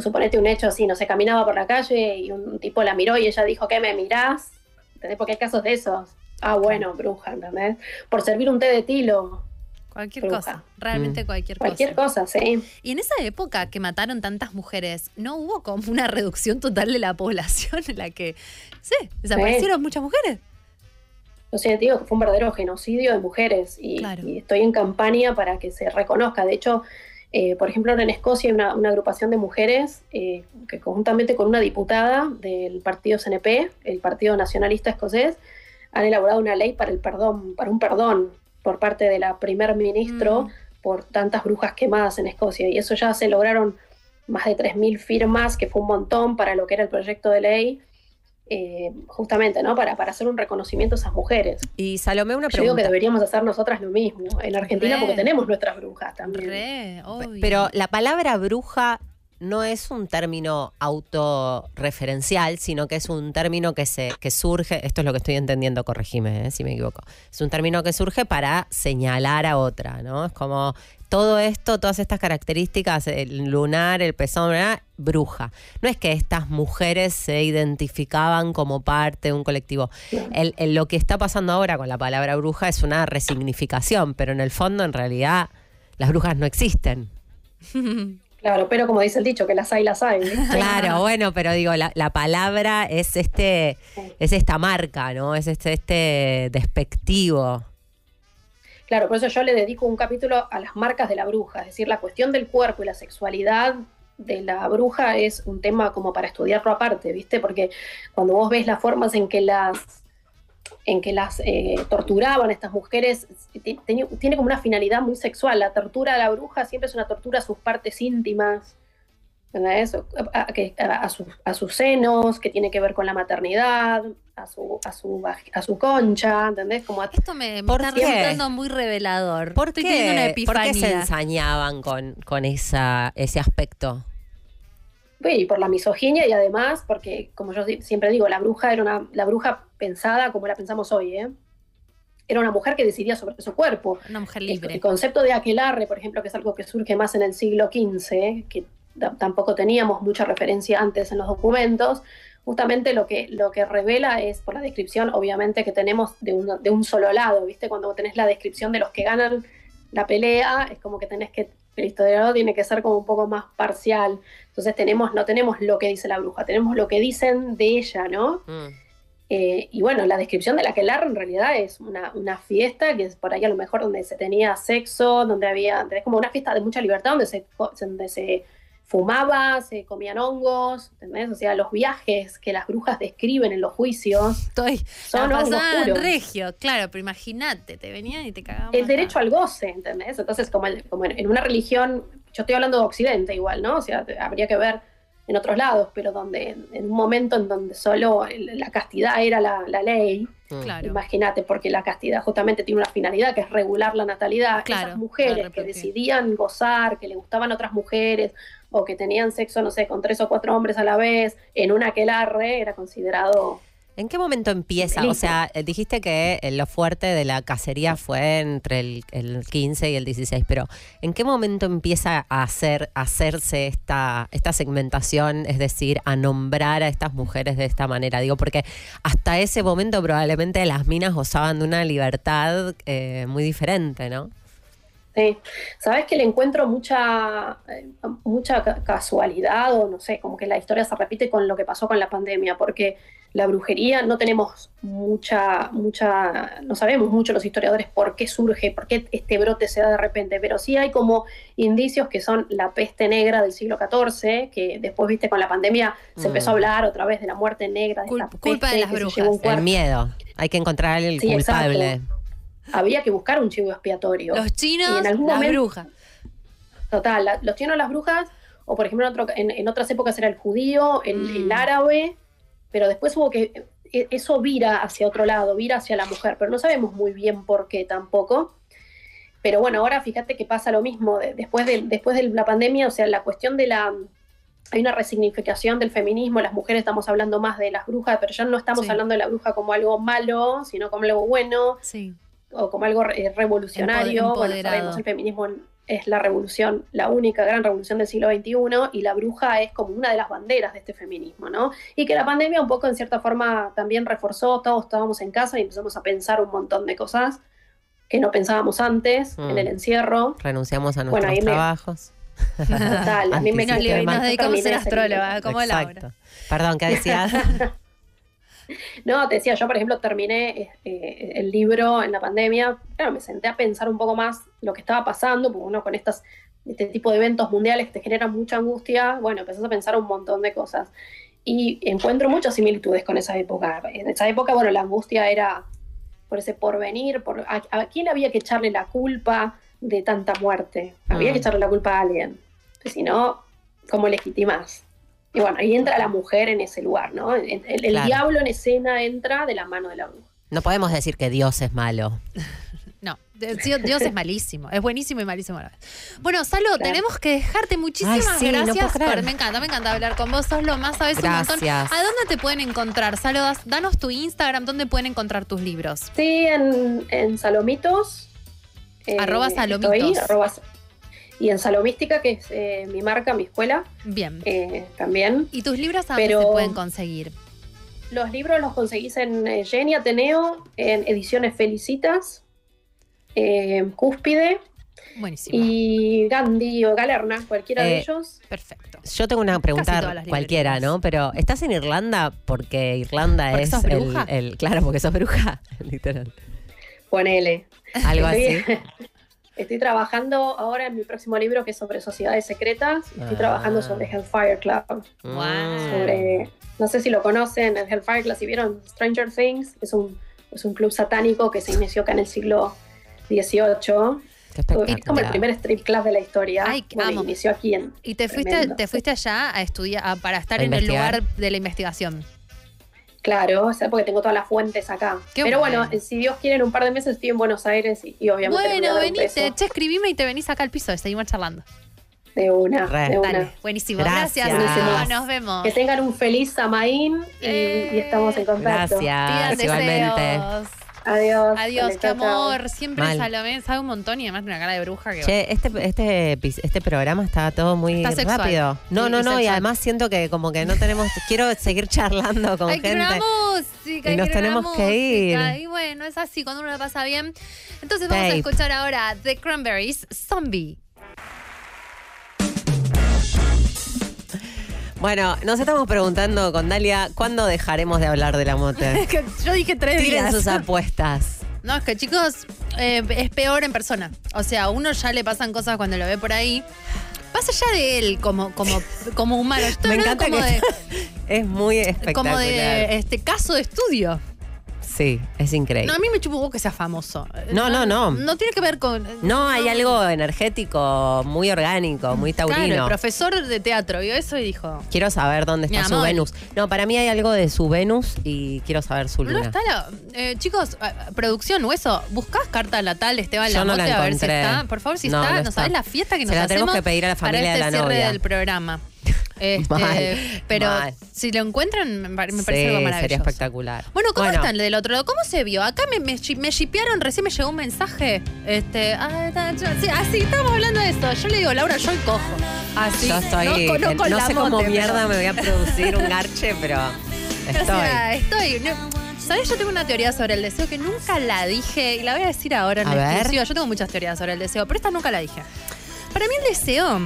Speaker 2: suponete un hecho así, no sé, caminaba por la calle y un tipo la miró y ella dijo, ¿qué me mirás? ¿Entendés? Porque hay casos de esos. Ah, bueno, bruja, ¿entendés? Por servir un té de tilo.
Speaker 14: Cualquier
Speaker 2: Bruja.
Speaker 14: cosa, realmente
Speaker 2: Mm.
Speaker 14: cualquier,
Speaker 2: Cualquier
Speaker 14: cosa.
Speaker 2: cosa, sí.
Speaker 14: Y en esa época que mataron tantas mujeres, ¿no hubo como una reducción total de la población en la que, sí, desaparecieron muchas mujeres?
Speaker 2: O sea, te digo que fue un verdadero genocidio de mujeres y, y estoy en campaña para que se reconozca. De hecho, eh, por ejemplo, ahora en Escocia hay una, una agrupación de mujeres eh, que conjuntamente con una diputada del partido CNP, el Partido Nacionalista Escocés, han elaborado una ley para el perdón, para un perdón por parte de la primer
Speaker 14: Mm.
Speaker 2: ministro por tantas brujas quemadas en Escocia. Y eso ya se lograron más de 3.000 firmas, que fue un montón para lo que era el proyecto de ley, eh, justamente, ¿no? Para, para hacer un reconocimiento a esas mujeres.
Speaker 13: Y Salomé,
Speaker 2: Yo
Speaker 13: una
Speaker 2: digo
Speaker 13: pregunta.
Speaker 2: que deberíamos hacer nosotras lo mismo en Argentina
Speaker 13: Re.
Speaker 2: porque tenemos nuestras brujas
Speaker 14: Mm,
Speaker 2: también.
Speaker 13: Pero la palabra bruja no es un término autorreferencial, sino que es un término que se que surge, esto es lo que estoy entendiendo, corregime eh, si me equivoco. Es un término que surge para señalar a otra, ¿no? Es como todo esto, todas estas características, el lunar, el pezón, ¿verdad? bruja. No es que estas mujeres se identificaban como parte de un colectivo. El- el- lo que está pasando ahora con la palabra bruja es una resignificación, pero en el fondo, en realidad, las brujas no existen.
Speaker 2: Claro, pero como dice el dicho, que las hay, las hay. ¿viste?
Speaker 13: Claro, bueno, pero digo, la, la palabra es este, es esta marca, ¿no? Es este, este despectivo.
Speaker 2: Claro, por eso yo le dedico un capítulo a las marcas de la bruja, es decir, la cuestión del cuerpo y la sexualidad de la bruja es un tema como para estudiarlo aparte, ¿viste? Porque cuando vos ves las formas en que las en que las eh, torturaban estas mujeres, ti- tiene, tiene como una finalidad muy sexual. La tortura a la bruja siempre es una tortura a sus partes íntimas, ¿entendés? O- A, a- que- a- a sus- a sus senos, que tiene que ver con la maternidad, a su, a su, vaj- a su concha, ¿entendés? Como a,
Speaker 14: Esto me, me
Speaker 2: ¿Por
Speaker 14: está
Speaker 2: qué?
Speaker 14: resultando muy revelador.
Speaker 13: ¿Por
Speaker 14: Estoy
Speaker 13: qué,
Speaker 14: teniendo una
Speaker 13: por
Speaker 14: epifanía.
Speaker 13: qué se ensañaban con, con esa, ese aspecto?
Speaker 2: y por la misoginia y además porque como yo si- siempre digo la bruja era una la bruja pensada como la pensamos hoy ¿eh? era una mujer que decidía sobre su cuerpo
Speaker 14: Una mujer
Speaker 2: el,
Speaker 14: libre.
Speaker 2: el concepto de aquelarre por ejemplo que es algo que surge más en el siglo XV que ta- tampoco teníamos mucha referencia antes en los documentos justamente lo que lo que revela es por la descripción obviamente que tenemos de un, de un solo lado viste cuando vos tenés la descripción de los que ganan la pelea es como que tenés que el historiador tiene que ser como un poco más parcial entonces tenemos, no tenemos lo que dice la bruja, tenemos lo que dicen de ella, ¿no?
Speaker 13: Mm.
Speaker 2: Eh, y bueno, la descripción de la Aquelarre en realidad es una, una fiesta que es por ahí a lo mejor donde se tenía sexo, donde había, es como una fiesta de mucha libertad, donde se, co- donde se fumaba, se comían hongos, ¿entendés? O sea, los viajes que las brujas describen en los juicios son
Speaker 14: La
Speaker 2: hongos
Speaker 14: pasaban
Speaker 2: puros.
Speaker 14: regio, claro, pero imagínate, te venían y te cagaban.
Speaker 2: El derecho al goce, ¿entendés? Entonces, como, el- como en en una religión, yo estoy hablando de Occidente igual, ¿no? O sea, te- habría que ver en otros lados, pero donde en- en un momento en donde solo el- la castidad era la, la ley,
Speaker 14: Claro.
Speaker 2: imagínate, porque la castidad justamente tiene una finalidad que es regular la natalidad. Esas mujeres que decidían gozar, que le gustaban otras mujeres o que tenían sexo, no sé, con tres o cuatro hombres a la vez, en una aquelarre era considerado
Speaker 13: ¿En qué momento empieza? O sea, eh, dijiste que eh, lo fuerte de la cacería fue entre el, el 15 y el 16, pero ¿en qué momento empieza a, hacer, a hacerse esta, esta segmentación, es decir, a nombrar a estas mujeres de esta manera? Digo, porque hasta ese momento probablemente las minas gozaban de una libertad eh, muy diferente, ¿no?
Speaker 2: Sí, sabes que le encuentro mucha, eh, mucha ca- casualidad o no sé, como que la historia se repite con lo que pasó con la pandemia, porque la brujería no tenemos mucha, mucha, no sabemos mucho los historiadores por qué surge, por qué este brote se da de repente, pero sí hay como indicios que son la peste negra del siglo XIV, que después, viste, con la pandemia se empezó a
Speaker 13: Mm.
Speaker 2: hablar otra vez de la muerte negra, de esta
Speaker 13: Culpa
Speaker 2: peste
Speaker 13: de las
Speaker 2: que se
Speaker 13: brujas.
Speaker 2: llevó un
Speaker 13: El
Speaker 2: cuerpo.
Speaker 13: miedo. Hay que encontrar el
Speaker 2: Sí, exacto.
Speaker 13: culpable.
Speaker 2: Había que buscar un chivo expiatorio.
Speaker 14: Los chinos,
Speaker 2: Y en algún
Speaker 14: las
Speaker 2: momento-
Speaker 14: brujas.
Speaker 2: Total, la- los chinos, las brujas, o por ejemplo en, otro- en- en otras épocas era el judío, el, el árabe, pero después hubo que. e- Eso vira hacia otro lado, vira hacia la mujer, pero no sabemos muy bien por qué tampoco. Pero bueno, ahora fíjate que pasa lo mismo. de- después, de, después de la pandemia, o sea, la cuestión de la. Hay una resignificación del feminismo, las mujeres estamos hablando más de las brujas, pero ya no estamos
Speaker 14: Sí.
Speaker 2: hablando de la bruja como algo malo, sino como algo bueno
Speaker 14: Sí.
Speaker 2: o como algo eh, revolucionario.
Speaker 14: Empoder-
Speaker 2: Bueno,
Speaker 14: empoderado.
Speaker 2: sabemos, el feminismo es la revolución, la única gran revolución del siglo XXI, y la bruja es como una de las banderas de este feminismo, ¿no? Y que la pandemia un poco en cierta forma también reforzó, todos estábamos en casa y empezamos a pensar un montón de cosas que no pensábamos antes,
Speaker 13: Mm.
Speaker 2: en el encierro.
Speaker 13: Renunciamos a
Speaker 2: Bueno,
Speaker 13: nuestros
Speaker 2: ahí me-
Speaker 13: trabajos.
Speaker 2: Total, a mí me-
Speaker 13: Antisistema.
Speaker 2: nos li- nos dedicamos a ser astróloga,
Speaker 14: como Laura.
Speaker 13: Exacto. Perdón, ¿qué decías?
Speaker 2: No, te decía, yo por ejemplo terminé eh, el libro en la pandemia, claro, me senté a pensar un poco más lo que estaba pasando, porque uno con estas, este tipo de eventos mundiales que te generan mucha angustia, bueno, empezás a pensar un montón de cosas. Y encuentro muchas similitudes con esa época. En esa época, bueno, la angustia era por ese porvenir, por, a, a quién había que echarle la culpa de tanta muerte? Había
Speaker 13: Mm.
Speaker 2: que echarle la culpa a alguien. Si no, ¿cómo legitimás? Y bueno, ahí entra la mujer en ese lugar, ¿no? El, el- el
Speaker 13: Claro.
Speaker 2: diablo en escena entra de la mano de la mujer.
Speaker 13: No podemos decir que Dios es malo.
Speaker 14: No, de- Dios, Dios es malísimo. Es buenísimo y malísimo a la vez. Bueno, Salo, tenemos que dejarte muchísimas
Speaker 13: Ay, sí, no
Speaker 14: gracias.
Speaker 13: puedo
Speaker 14: por-
Speaker 13: creer.
Speaker 14: me encanta, me encanta hablar con vos. Sos lo más, sabes un montón.
Speaker 13: Gracias.
Speaker 14: ¿A dónde te pueden encontrar? Salo, das- danos tu Instagram, ¿dónde pueden encontrar tus libros?
Speaker 2: Sí, en, en Salomitos. eh,
Speaker 14: Arroba
Speaker 2: estoy,
Speaker 14: Salomitos.
Speaker 2: arroba sa- y en Salomística, que es eh, mi marca, mi escuela,
Speaker 14: Bien.
Speaker 2: eh, también.
Speaker 14: ¿Y tus libros a dónde
Speaker 2: Pero-
Speaker 14: se pueden conseguir?
Speaker 2: Los libros los conseguís en eh, Jenny Ateneo, en Ediciones Felicitas, eh, Cúspide
Speaker 14: Buenísimo.
Speaker 2: y Gandhi o Galerna, cualquiera
Speaker 13: Eh,
Speaker 2: de ellos.
Speaker 14: Perfecto.
Speaker 13: Yo tengo una
Speaker 14: todas
Speaker 13: pregunta
Speaker 14: las
Speaker 13: cualquiera, ¿no? Pero ¿estás en Irlanda porque Irlanda
Speaker 2: Porque
Speaker 13: es
Speaker 2: sos
Speaker 13: el-
Speaker 2: bruja.
Speaker 13: El, claro, porque sos bruja, literal.
Speaker 2: Ponele.
Speaker 13: Algo así.
Speaker 2: Estoy- Estoy trabajando ahora en mi próximo libro que es sobre sociedades secretas. Estoy
Speaker 13: Ah.
Speaker 2: trabajando sobre Hellfire Club.
Speaker 14: Ah.
Speaker 2: Sobre, no sé si lo conocen, el Hellfire Club, si vieron Stranger Things, es un, es un club satánico que se inició acá en el siglo XVIII. Es como el primer strip club de la historia.
Speaker 14: Ay, que
Speaker 2: Bueno,
Speaker 14: amo.
Speaker 2: inició aquí en.
Speaker 14: Y te fuiste,
Speaker 2: Tremendo.
Speaker 14: te fuiste allá a estudiar, a- para estar
Speaker 13: A
Speaker 14: en el
Speaker 13: investigar.
Speaker 14: lugar de la investigación.
Speaker 2: Claro, o sea, porque tengo todas las fuentes acá.
Speaker 14: Qué
Speaker 2: Pero
Speaker 14: bueno.
Speaker 2: bueno, si Dios quiere, en un par de meses estoy en Buenos Aires y, y obviamente. les voy a
Speaker 14: Bueno,
Speaker 2: dar un
Speaker 14: venite,
Speaker 2: beso.
Speaker 14: che, escribime y te venís acá al piso y seguimos charlando.
Speaker 2: De una,
Speaker 13: Re.
Speaker 2: de una.
Speaker 14: Dale, buenísimo.
Speaker 13: Gracias.
Speaker 14: Gracias.
Speaker 13: Buenísimo.
Speaker 14: Nos vemos.
Speaker 2: Que tengan un feliz Samaín y, y estamos en contacto.
Speaker 13: Gracias,
Speaker 14: Pidan
Speaker 13: igualmente.
Speaker 14: deseos.
Speaker 2: Adiós.
Speaker 14: Adiós,
Speaker 2: Dale,
Speaker 14: qué
Speaker 2: chao, chao.
Speaker 14: amor. Siempre
Speaker 13: Mal.
Speaker 14: Salomé sabe un montón y además tiene una cara de bruja que.
Speaker 13: Che, este, este, pis- este programa está todo muy
Speaker 14: Está sexual.
Speaker 13: rápido. No,
Speaker 14: Y-
Speaker 13: no,
Speaker 14: y
Speaker 13: no, y
Speaker 14: sexual.
Speaker 13: además siento que como que no tenemos, quiero seguir charlando con
Speaker 14: Hay que
Speaker 13: gente.
Speaker 14: grabar música,
Speaker 13: Y
Speaker 14: hay
Speaker 13: nos
Speaker 14: que grabar
Speaker 13: tenemos que ir.
Speaker 14: música. Y bueno, es así, cuando uno la pasa bien. Entonces vamos a
Speaker 13: Tape.
Speaker 14: escuchar ahora The Cranberries, Zombie.
Speaker 13: Bueno, nos estamos preguntando con Dalia, ¿cuándo dejaremos de hablar de la mote?
Speaker 14: Es que yo dije tres
Speaker 13: Tiren
Speaker 14: días.
Speaker 13: sus apuestas.
Speaker 14: No, es que chicos, eh, es peor en persona. O sea, a uno ya le pasan cosas cuando lo ve por ahí. Pasa ya de él como, como, como humano. Estoy
Speaker 13: Me
Speaker 14: hablando
Speaker 13: encanta
Speaker 14: como
Speaker 13: que
Speaker 14: de-
Speaker 13: es muy espectacular.
Speaker 14: como de este caso de estudio.
Speaker 13: Sí, es increíble.
Speaker 14: No, a mí me chupo un poco que sea famoso.
Speaker 13: No, no, no.
Speaker 14: No tiene que ver con. eh,
Speaker 13: No, hay algo energético, muy orgánico, muy
Speaker 14: Claro, el
Speaker 13: taurino.
Speaker 14: profesor de teatro vio eso y dijo.
Speaker 13: quiero saber dónde está
Speaker 14: Mi
Speaker 13: su
Speaker 14: amor.
Speaker 13: Venus. No, para mí hay algo de su Venus y quiero saber su
Speaker 14: No
Speaker 13: luna.
Speaker 14: está la. eh, chicos, eh, producción hueso, buscás carta natal de Esteban
Speaker 13: Yo no
Speaker 14: Lamote
Speaker 13: la
Speaker 14: a ver si
Speaker 13: encontré.
Speaker 14: está. Por favor, si
Speaker 13: No,
Speaker 14: está,
Speaker 13: no
Speaker 14: no
Speaker 13: está.
Speaker 14: sabés la fiesta que
Speaker 13: Se
Speaker 14: nos
Speaker 13: la tenemos
Speaker 14: hacemos
Speaker 13: que pedir a la familia
Speaker 14: para
Speaker 13: de
Speaker 14: este
Speaker 13: la
Speaker 14: cierre
Speaker 13: novia.
Speaker 14: del programa. Este,
Speaker 13: Mal,
Speaker 14: pero
Speaker 13: mal.
Speaker 14: si lo encuentran, me pare- me
Speaker 13: Sí,
Speaker 14: parece algo
Speaker 13: sería
Speaker 14: maravilloso.
Speaker 13: espectacular.
Speaker 14: Bueno, ¿cómo están del otro lado? ¿Cómo se vio? Acá me, me, shi- me shipearon, recién me llegó un mensaje. Este, ah, ta- yo- sí, así, estamos hablando de esto. Yo le digo, Laura, yo el cojo. Así,
Speaker 13: ah, Yo estoy.
Speaker 14: no
Speaker 13: No,
Speaker 14: conozco la
Speaker 13: sé cómo
Speaker 14: mote,
Speaker 13: mierda
Speaker 14: pero-
Speaker 13: me voy a producir un garche, pero
Speaker 14: o sea,
Speaker 13: estoy.
Speaker 14: estoy. ¿Sabes? Yo tengo una teoría sobre el deseo que nunca la dije y la voy a decir ahora en
Speaker 13: A
Speaker 14: la
Speaker 13: ver.
Speaker 14: exclusiva. Yo tengo muchas teorías sobre el deseo, pero esta nunca la dije. Para mí el deseo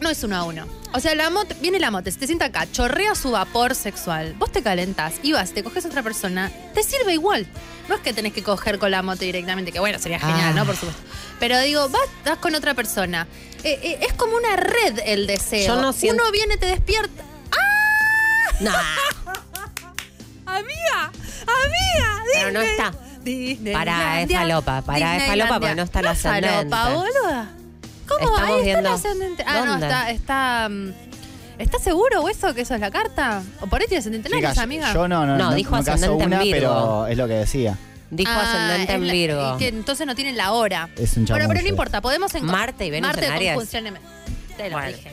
Speaker 14: no es uno a uno. O sea, la mote, viene la mote, se te sienta acá, chorrea su vapor sexual. Vos te calentás y vas, te coges a otra persona, te sirve igual. No es que tenés que coger con la mote directamente, que bueno, sería genial,
Speaker 13: Ah.
Speaker 14: ¿no? Por supuesto. Pero digo, vas, estás con otra persona. Eh, eh, es como una red el deseo.
Speaker 13: Yo no siento-
Speaker 14: Uno viene, te despierta. ¡Ah!
Speaker 13: No,
Speaker 14: Amiga, amiga,
Speaker 13: pero no está. Para es falopa, para es falopa porque no está la ascendente.
Speaker 14: falopa, boluda. ¿Cómo?
Speaker 13: Estamos
Speaker 14: Ahí está
Speaker 13: viendo-
Speaker 14: la ascendente. Ah, no,
Speaker 13: ¿Dónde?
Speaker 14: está, está. mm, ¿Estás seguro, hueso, que eso es la carta? ¿O por ahí tiene ascendente en Aries,
Speaker 16: Chicas,
Speaker 14: amiga?
Speaker 16: yo no, no,
Speaker 13: No,
Speaker 16: no-
Speaker 13: dijo
Speaker 16: no caso
Speaker 13: ascendente en
Speaker 16: una,
Speaker 13: Virgo.
Speaker 16: pero es lo que decía.
Speaker 13: Dijo
Speaker 14: Ah,
Speaker 13: ascendente
Speaker 14: es
Speaker 13: en
Speaker 14: la-
Speaker 13: Virgo.
Speaker 14: y que entonces no tiene la hora.
Speaker 16: Es un
Speaker 14: Bueno, pero no
Speaker 16: chamuyo.
Speaker 14: importa, podemos encontrar.
Speaker 13: Marte y Venus en Aries.
Speaker 14: Te lo
Speaker 13: Bueno.
Speaker 14: dije.